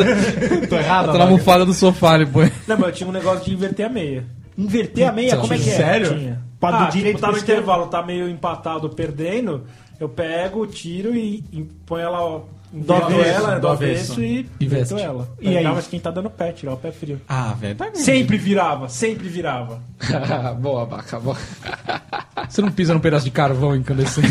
Speaker 2: Tô errado,
Speaker 7: Tá na almofada do sofá, ele põe.
Speaker 8: Não, mas eu tinha um negócio de inverter a meia.
Speaker 3: Inverter a meia, como é que é?
Speaker 2: Sério?
Speaker 3: Tinha. Pra do
Speaker 8: Ah,
Speaker 3: direito
Speaker 8: tipo, tá no
Speaker 3: pro esquerdo.
Speaker 8: intervalo, tá meio empatado, perdendo, eu pego, tiro e e põe ela, ó, do
Speaker 2: avesso,
Speaker 8: ela,
Speaker 2: do
Speaker 8: do
Speaker 2: avesso.
Speaker 8: avesso e
Speaker 7: E veste.
Speaker 8: invento ela.
Speaker 3: E aí?
Speaker 8: Pegava mas quem tá dando pé, tirar o pé frio.
Speaker 2: Ah, velho, tá
Speaker 8: Sempre virava, sempre virava.
Speaker 5: boa, Baca, boa.
Speaker 7: Você não pisa num pedaço de carvão incandescente.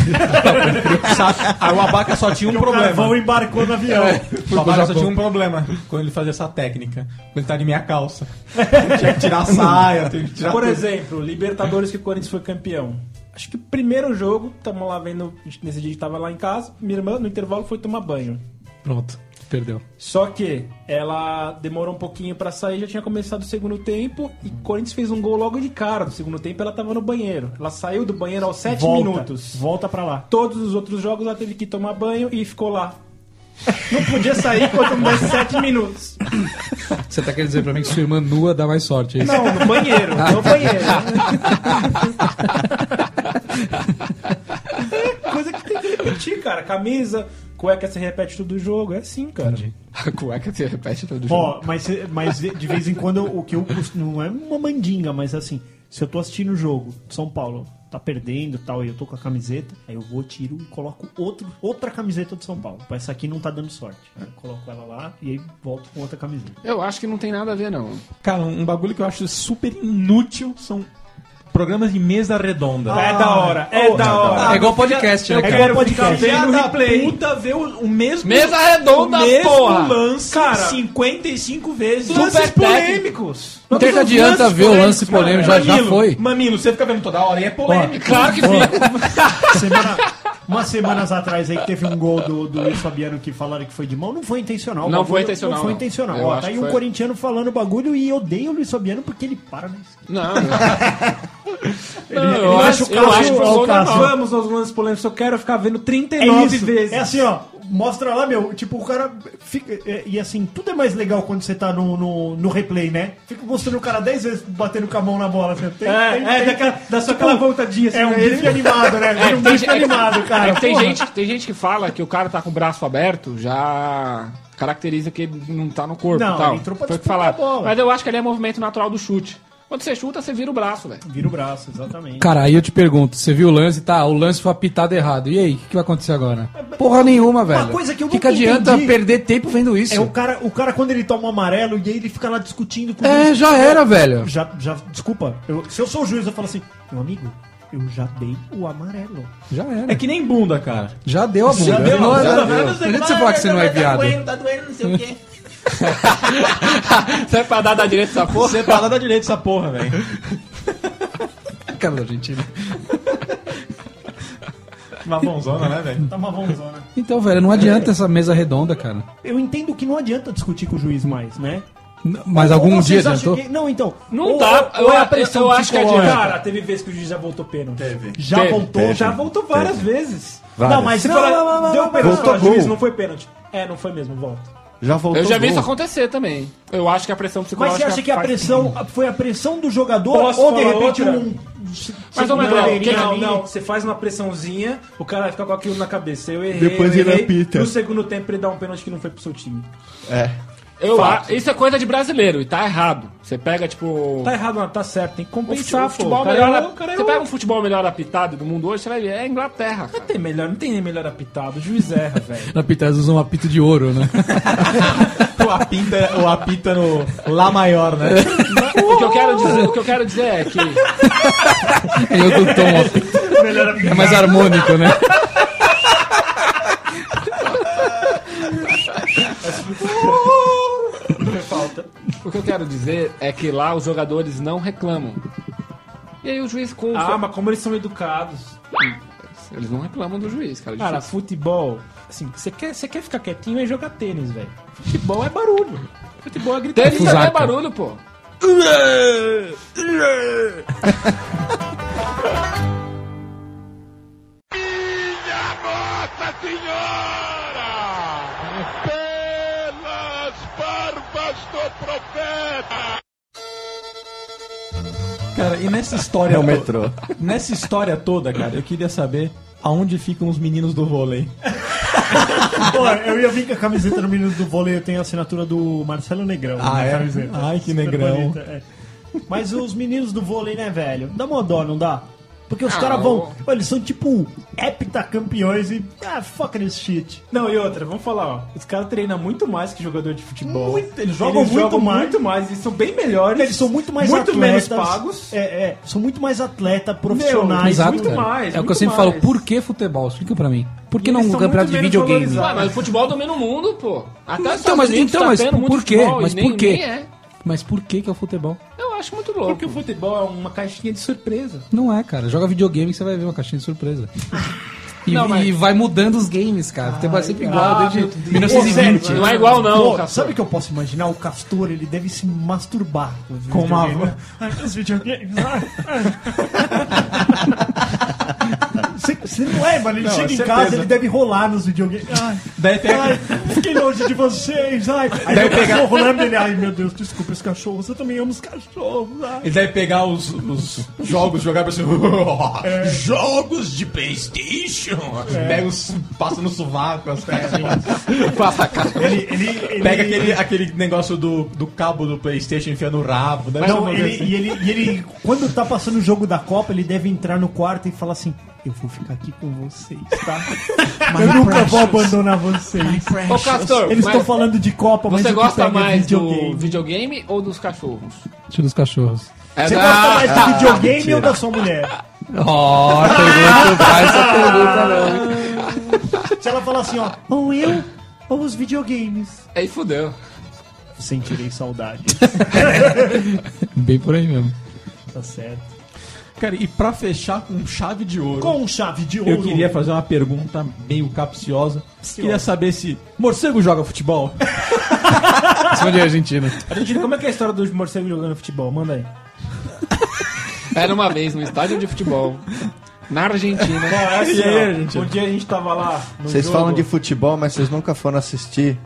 Speaker 2: Aí o abaca só tinha um
Speaker 3: O
Speaker 2: problema. É.
Speaker 3: carvão embarcou no avião.
Speaker 2: O abaca só
Speaker 7: Japão.
Speaker 2: tinha um problema quando ele fazia essa técnica. Quando ele tá de meia calça. tinha que tirar a saia, tinha que tirar
Speaker 8: Por
Speaker 2: tudo.
Speaker 8: exemplo, Libertadores que o Corinthians foi campeão. Acho que o primeiro jogo, tamo lá vendo, nesse dia a gente tava lá em casa, minha irmã no intervalo foi tomar banho.
Speaker 7: Pronto, perdeu.
Speaker 8: Só que ela demorou um pouquinho pra sair, já tinha começado o segundo tempo e o Corinthians fez um gol logo de cara. No segundo tempo ela tava no banheiro. Ela saiu do banheiro aos 7
Speaker 3: Volta,
Speaker 8: minutos.
Speaker 3: Volta pra lá.
Speaker 8: Todos os outros jogos ela teve que tomar banho e ficou lá. Não podia sair quanto mais 7 minutos.
Speaker 7: Você tá querendo dizer pra mim que sua irmã nua dá mais sorte, é isso?
Speaker 8: Não, no banheiro, no banheiro. É coisa que tem que repetir, cara. Camisa, cueca se repete todo jogo, é assim, cara.
Speaker 5: A cueca se repete todo jogo.
Speaker 3: Ó, mas, mas de vez em quando o que eu costumo- não é uma mandinga, mas assim, se eu tô assistindo o jogo, São Paulo tá perdendo e tal, e eu tô com a camiseta, aí eu vou, tiro e coloco outro, outra camiseta do São Paulo. Essa aqui não tá dando sorte. Aí Eu coloco ela lá e aí volto com outra camiseta.
Speaker 5: Eu acho que não tem nada a ver, não.
Speaker 2: Cara, um bagulho que eu acho super inútil são programas de mesa redonda. Ah,
Speaker 8: é da hora, é da hora.
Speaker 2: tá.
Speaker 7: É igual podcast, né?
Speaker 8: Eu
Speaker 7: cara?
Speaker 8: quero ficar vendo
Speaker 2: da
Speaker 8: replay.
Speaker 2: puta ver o, o mesmo,
Speaker 5: Mesa
Speaker 2: o
Speaker 5: redonda,
Speaker 2: mesmo
Speaker 5: porra!
Speaker 2: lance
Speaker 8: Cara,
Speaker 2: 55 vezes.
Speaker 5: super
Speaker 2: Lances
Speaker 5: técnico.
Speaker 2: polêmicos.
Speaker 7: Não tem que
Speaker 2: Lances
Speaker 7: adianta ver o lance polêmico, já- já
Speaker 2: Mamilo,
Speaker 7: foi.
Speaker 2: Mamilo, você fica vendo toda hora e é polêmico.
Speaker 5: Claro que fica.
Speaker 3: Semana, umas semanas atrás aí que teve um gol do, do Luiz Fabiano que falaram que foi de mão, não foi intencional.
Speaker 5: Não
Speaker 3: O bagulho
Speaker 5: foi intencional,
Speaker 3: Não foi
Speaker 5: não.
Speaker 3: intencional.
Speaker 5: Eu
Speaker 3: Ó,
Speaker 5: acho
Speaker 3: tá aí
Speaker 5: que
Speaker 3: um
Speaker 5: foi.
Speaker 3: corintiano falando bagulho e odeia o Luiz Fabiano porque ele para na esquerda.
Speaker 5: Não, eu, não, eu
Speaker 3: ele
Speaker 5: acho,
Speaker 3: acha o
Speaker 5: eu
Speaker 3: Cássio-
Speaker 5: acho que eu
Speaker 3: ó,
Speaker 5: sou
Speaker 3: o Cássio.
Speaker 5: normal.
Speaker 8: Vamos aos lances polêmicos, eu quero ficar vendo
Speaker 3: É
Speaker 8: 39
Speaker 3: isso.
Speaker 8: vezes.
Speaker 3: É assim, ó. Mostra lá, meu. Tipo, o cara. Fica, é, e assim, tudo é mais legal quando você tá no, no, no replay, né? Fica mostrando o cara 10 vezes batendo com a mão na bola. Assim, tem,
Speaker 8: É,
Speaker 3: tem-
Speaker 8: é,
Speaker 3: tem-
Speaker 8: daquela- dá só aquela voltadinha, assim,
Speaker 3: Tipo, É um
Speaker 8: né?
Speaker 3: gif animado, né? É, um
Speaker 5: tem,
Speaker 3: gif animado, cara.
Speaker 5: é que tem
Speaker 3: Porra.
Speaker 5: gente, tem gente que fala que o cara tá com o braço aberto, já caracteriza que ele não tá no corpo
Speaker 3: Não,
Speaker 5: e tal.
Speaker 3: ele entrou pra
Speaker 5: Foi o que
Speaker 3: disputar a
Speaker 5: falaram.
Speaker 3: bola.
Speaker 5: Mas eu acho que ali é movimento natural do chute. Quando você chuta, você vira o braço, velho.
Speaker 3: Vira o braço, exatamente.
Speaker 7: Cara, aí eu te pergunto, você viu o lance, tá, o lance foi apitado errado. E aí, o que, que vai acontecer agora? Porra nenhuma, velho.
Speaker 3: coisa que eu
Speaker 7: que
Speaker 3: nunca
Speaker 7: adianta
Speaker 3: entendi-
Speaker 7: perder tempo vendo isso?
Speaker 3: É o cara, o cara quando ele toma um amarelo e aí ele fica lá discutindo com o
Speaker 7: É,
Speaker 3: juiz.
Speaker 7: já era, velho.
Speaker 3: Já, já, desculpa. eu- se eu sou o juiz, eu falo assim, meu amigo, eu já dei o amarelo.
Speaker 7: Já era.
Speaker 2: É que nem bunda, cara.
Speaker 7: Já deu a bunda. Já
Speaker 2: deu,
Speaker 7: não,
Speaker 2: já
Speaker 7: não,
Speaker 2: deu.
Speaker 7: não adianta você falar que você não é viado.
Speaker 5: Você é pra dar da direita essa porra?
Speaker 2: Você tá lá da direita essa porra, velho.
Speaker 7: Cara da Argentina.
Speaker 2: Uma bonzona, né, velho?
Speaker 3: Tá uma bonzona.
Speaker 7: Então, velho, não adianta essa mesa redonda, cara.
Speaker 3: Eu entendo que não adianta discutir com o juiz mais, né?
Speaker 7: N- Mas algum
Speaker 3: Ou
Speaker 7: dia
Speaker 3: vocês acham
Speaker 7: adiantou?
Speaker 3: que- Não, então.
Speaker 5: Não dá.
Speaker 8: Ou é a
Speaker 5: Eu-
Speaker 8: pressão
Speaker 5: eu acho que
Speaker 8: psicológica.
Speaker 5: adianta.
Speaker 8: Cara, teve vez que o juiz já voltou pênalti. Teve.
Speaker 3: Já
Speaker 5: Teve,
Speaker 3: Tá, voltou.
Speaker 4: teve.
Speaker 3: Já
Speaker 8: Já voltou várias vezes.
Speaker 4: Várias.
Speaker 3: Não, mas um
Speaker 8: Você
Speaker 3: não,
Speaker 8: fala,
Speaker 3: não, não, não,
Speaker 8: deu
Speaker 3: não,
Speaker 8: pênalti,
Speaker 4: Voltou
Speaker 8: fala, juiz,
Speaker 4: gol.
Speaker 8: não foi pênalti. É, não foi mesmo, volta.
Speaker 4: Já voltou.
Speaker 5: Eu já vi
Speaker 4: gol.
Speaker 5: isso acontecer também. Eu acho que a pressão
Speaker 3: Mas
Speaker 5: psicológica.
Speaker 3: você acha que a
Speaker 5: faz-
Speaker 3: pressão foi a pressão do jogador
Speaker 8: Posso
Speaker 3: ou de
Speaker 8: falar
Speaker 3: repente
Speaker 8: outra?
Speaker 3: um.
Speaker 5: Mas, ô,
Speaker 3: uma
Speaker 5: Magrão, quem-
Speaker 8: Não, não, você faz uma pressãozinha, o cara fica com aquilo na cabeça. Eu errei,
Speaker 4: Depois
Speaker 8: eu
Speaker 4: ele
Speaker 8: errei.
Speaker 4: apita.
Speaker 8: No segundo tempo ele dá um pênalti que não foi pro seu time.
Speaker 4: É.
Speaker 5: Eu, a- isso é coisa de brasileiro e tá errado. Você pega, tipo.
Speaker 8: Tá errado, não, tá certo, tem que
Speaker 5: o fute- o
Speaker 8: compensar,
Speaker 5: futebol
Speaker 8: pô. O cara
Speaker 5: melhor.
Speaker 8: é o- o cara é
Speaker 5: você
Speaker 8: o-
Speaker 5: pega um futebol melhor apitado do mundo hoje, você vai ver. É Inglaterra, cara.
Speaker 8: Tem melhor, não tem nem melhor apitado, o juiz erra, velho.
Speaker 7: Na Pitas usam um apito de ouro, né?
Speaker 2: O apita, o apita no Lá Maior, né?
Speaker 5: O que eu quero dizer, o que eu quero dizer é que
Speaker 7: Em outro tom, apito. É mais harmônico, né?
Speaker 5: o que eu quero dizer é que lá os jogadores não reclamam. E aí o juiz com.
Speaker 8: Ah, mas como eles são educados.
Speaker 5: Eles não reclamam do juiz, cara.
Speaker 8: Cara,
Speaker 5: Juiz-
Speaker 8: futebol, assim, você quer, você quer ficar quietinho é jogar tênis, velho. Futebol é barulho. Futebol é gritar.
Speaker 5: Tênis também é
Speaker 7: Fusaca.
Speaker 5: barulho, pô.
Speaker 2: Cara, e nessa história.
Speaker 4: É o
Speaker 2: to-
Speaker 4: metrô.
Speaker 2: Nessa história toda, cara, eu queria saber aonde ficam os meninos do vôlei.
Speaker 3: Pô, eu ia vir com a camiseta do menino do vôlei, eu tenho a assinatura do Marcelo Negrão
Speaker 2: Ah,
Speaker 3: na
Speaker 2: é?
Speaker 3: camiseta.
Speaker 2: Ai, que
Speaker 3: Super
Speaker 2: negrão.
Speaker 3: bonita, é. Mas os meninos do vôlei, né, velho? Dá uma dó, não dá? Porque os
Speaker 5: Ah,
Speaker 3: caras
Speaker 5: o-
Speaker 3: vão. Pô, eles são tipo heptacampeões e. Ah, fuck this shit.
Speaker 8: Não, e outra, vamos falar, ó. Os caras treinam muito mais que jogador de futebol.
Speaker 3: Muito, eles jogam muito mais.
Speaker 8: muito mais, eles são bem melhores.
Speaker 3: Eles são muito mais
Speaker 8: Muito menos
Speaker 3: atletas.
Speaker 8: pagos.
Speaker 3: É, é. São muito mais atleta, profissionais.
Speaker 7: Exato,
Speaker 8: muito
Speaker 7: cara.
Speaker 8: mais,
Speaker 7: É o que eu
Speaker 8: muito
Speaker 7: sempre falo,
Speaker 8: mais.
Speaker 7: por que futebol? Explica pra mim. Por que
Speaker 8: E
Speaker 7: não
Speaker 8: eles
Speaker 7: um
Speaker 8: são
Speaker 7: campeonato de
Speaker 8: muito menos
Speaker 7: videogame?
Speaker 8: valorizados.
Speaker 5: Ué, Ah, mas o futebol domina o mundo, pô. Até os
Speaker 7: Então,
Speaker 5: Estados
Speaker 7: mas,
Speaker 5: Unidos
Speaker 7: então,
Speaker 5: tá
Speaker 7: mas
Speaker 5: tendo muito
Speaker 7: por quê?
Speaker 5: futebol e
Speaker 7: Mas
Speaker 5: nem-
Speaker 7: por quê?
Speaker 5: nem é.
Speaker 7: Mas por que que é o futebol?
Speaker 5: Eu acho muito louco.
Speaker 8: Porque o futebol é uma caixinha de surpresa.
Speaker 7: Não é, cara. Joga videogame que você vai ver uma caixinha de surpresa. E,
Speaker 5: Não, mas-
Speaker 7: e vai mudando os games, cara. Tem vai sempre igual
Speaker 8: ah, meu
Speaker 7: desde
Speaker 8: Deus.
Speaker 5: Sério,
Speaker 7: 1920.
Speaker 5: Não é igual, não,
Speaker 3: Pô,
Speaker 5: Castor.
Speaker 3: sabe o que eu posso imaginar? O Castor, ele deve se masturbar.
Speaker 2: Com uma
Speaker 3: videogame. Ah, Os videogames. ah, ah. Você você não é, mano. Ele
Speaker 2: Não,
Speaker 3: chega em
Speaker 2: certeza.
Speaker 3: casa, ele deve rolar nos videogames. Ai,
Speaker 2: Daí tem
Speaker 3: ai, fiquei longe de vocês. Ai, aí
Speaker 2: Deve
Speaker 3: o
Speaker 2: pegar-
Speaker 3: cachorro lembra ele. Ai, meu Deus, desculpa os cachorros. Eu também amo os cachorros. ai.
Speaker 2: Ele deve pegar os, os jogos, jogar pra assim.
Speaker 3: É.
Speaker 2: Jogos de Playstation! Pega os. passa no sovaco, as pernas.
Speaker 3: Ele, ele, ele-
Speaker 2: Pega aquele, aquele negócio do, do cabo do Playstation enfia no rabo, né?
Speaker 3: Não, ele, e, ele, e ele, quando tá passando o jogo da Copa, ele deve entrar no quarto e falar assim: Eu vou ficar aqui com vocês, tá? eu nunca vou abandonar vocês.
Speaker 5: Ô, Castor,
Speaker 3: Eles
Speaker 5: mas
Speaker 3: estão falando de Copa, mas
Speaker 5: Você
Speaker 3: o que
Speaker 5: gosta
Speaker 3: pega é
Speaker 5: mais
Speaker 3: videogame.
Speaker 5: do videogame ou dos cachorros?
Speaker 7: Tira os cachorros.
Speaker 5: É
Speaker 3: Você
Speaker 5: da-
Speaker 3: gosta mais do videogame ou da sua mulher?
Speaker 7: Ó, pergunta, faz essa pergunta, não.
Speaker 3: Se ela falar assim, ó, ou eu ou os videogames.
Speaker 5: Aí fudeu.
Speaker 3: Sentirei saudade.
Speaker 7: Bem por aí mesmo.
Speaker 3: tá certo.
Speaker 2: Cara, e pra fechar com chave de ouro.
Speaker 3: Com chave de ouro.
Speaker 2: Eu queria fazer uma pergunta meio capciosa. Queria saber se morcego joga futebol.
Speaker 7: São de Argentina.
Speaker 8: Argentina, como é que é a história dos morcegos jogando futebol? Manda aí.
Speaker 5: Era uma vez no estádio de futebol. Na Argentina.
Speaker 2: E aí,
Speaker 8: ó,
Speaker 2: Argentina?
Speaker 8: Um dia a gente tava lá no
Speaker 4: Vocês
Speaker 8: jogo.
Speaker 4: falam de futebol, mas vocês nunca foram assistir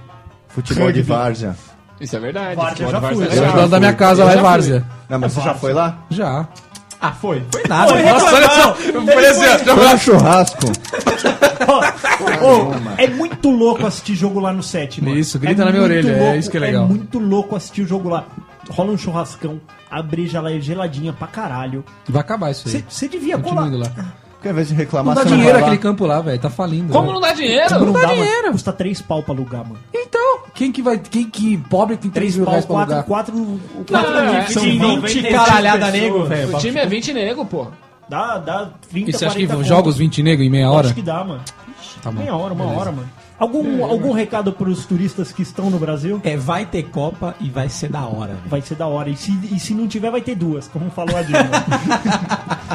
Speaker 4: futebol de várzea.
Speaker 5: Isso é verdade.
Speaker 3: Várzea,
Speaker 5: Futebol
Speaker 3: já
Speaker 5: de
Speaker 3: fui,
Speaker 5: Várzea é
Speaker 7: Eu
Speaker 5: legal.
Speaker 7: ajudando da minha casa lá em Várzea.
Speaker 4: Não, mas você já foi lá?
Speaker 7: Já.
Speaker 2: Ah, foi? Foi nada.
Speaker 7: Nossa, olha só. Eu falei assim, ó,
Speaker 4: Foi no churrasco.
Speaker 3: Ô, é muito louco assistir jogo lá no sétimo.
Speaker 7: Isso, grita na minha orelha, é isso que é legal.
Speaker 3: É muito louco assistir o jogo lá. Rola um churrascão, a breja lá é geladinha pra caralho.
Speaker 7: Vai acabar isso aí.
Speaker 3: Você devia
Speaker 7: Continua
Speaker 3: colar.
Speaker 7: indo lá.
Speaker 4: Porque ao invés de
Speaker 7: Não
Speaker 4: reclamar,
Speaker 7: dá
Speaker 4: você não
Speaker 7: dinheiro
Speaker 4: vai lá.
Speaker 7: aquele campo lá, velho. Tá falindo.
Speaker 5: Como
Speaker 7: velho.
Speaker 5: não dá dinheiro?
Speaker 3: Não
Speaker 7: dá
Speaker 3: mano.
Speaker 7: dinheiro.
Speaker 3: Custa 3 pau pra alugar, mano.
Speaker 7: Então, quem que vai. Quem que pobre tem 3 mil reais pra
Speaker 3: quatro,
Speaker 7: alugar?
Speaker 3: quatro, quatro,
Speaker 5: Não, é,
Speaker 3: são
Speaker 5: de
Speaker 3: 20.
Speaker 2: 20 caralhada nego, velho.
Speaker 5: O time é 20 nego, pô.
Speaker 3: Dá, dá 30,
Speaker 7: E você acha
Speaker 3: 40
Speaker 7: que
Speaker 3: conto.
Speaker 7: joga os 20 negros em meia hora? tá
Speaker 3: Acho que dá, mano.
Speaker 7: bom.
Speaker 3: Meia hora, uma hora, mano. Algum, algum recado pros turistas que estão no Brasil?
Speaker 2: É, vai ter Copa e vai ser da hora, velho.
Speaker 3: Vai ser da hora. E se, e se não tiver, vai ter duas, como falou a Dilma.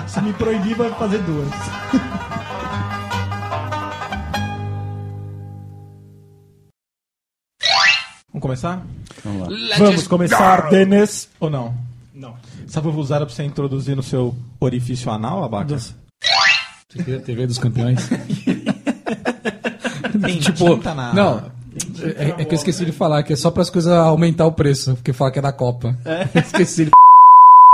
Speaker 3: se me proibir, vai fazer duas.
Speaker 2: Vamos começar?
Speaker 5: Let's
Speaker 3: Vamos começar, Denis.
Speaker 2: Ou não?
Speaker 3: Não.
Speaker 2: Sabe vou usar pra você introduzir no seu orifício anal, abaca?
Speaker 7: Você queria a TV dos campeões?
Speaker 2: Tem
Speaker 7: tipo,
Speaker 2: tinta na-
Speaker 7: não. É, é que eu esqueci de falar que é só para as coisas aumentar o preço, porque fala que é da Copa. Esqueci de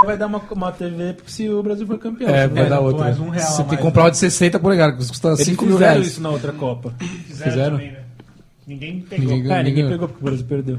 Speaker 8: Vai dar uma, uma TV porque se o Brasil for campeão.
Speaker 7: É, vai
Speaker 2: É,
Speaker 7: dar
Speaker 2: não,
Speaker 7: outra.
Speaker 2: mais um real
Speaker 7: Você
Speaker 2: a
Speaker 7: tem que
Speaker 2: mais,
Speaker 7: comprar uma de 60 polegadas, que custa
Speaker 8: né? Eles
Speaker 7: 5 mil
Speaker 8: fizeram
Speaker 7: reais.
Speaker 8: isso na outra Copa.
Speaker 7: Fizeram? né?
Speaker 3: Ninguém pegou.
Speaker 7: Ninguém, É,
Speaker 8: Cara, ninguém
Speaker 7: ninguém-
Speaker 8: pegou porque o Brasil perdeu.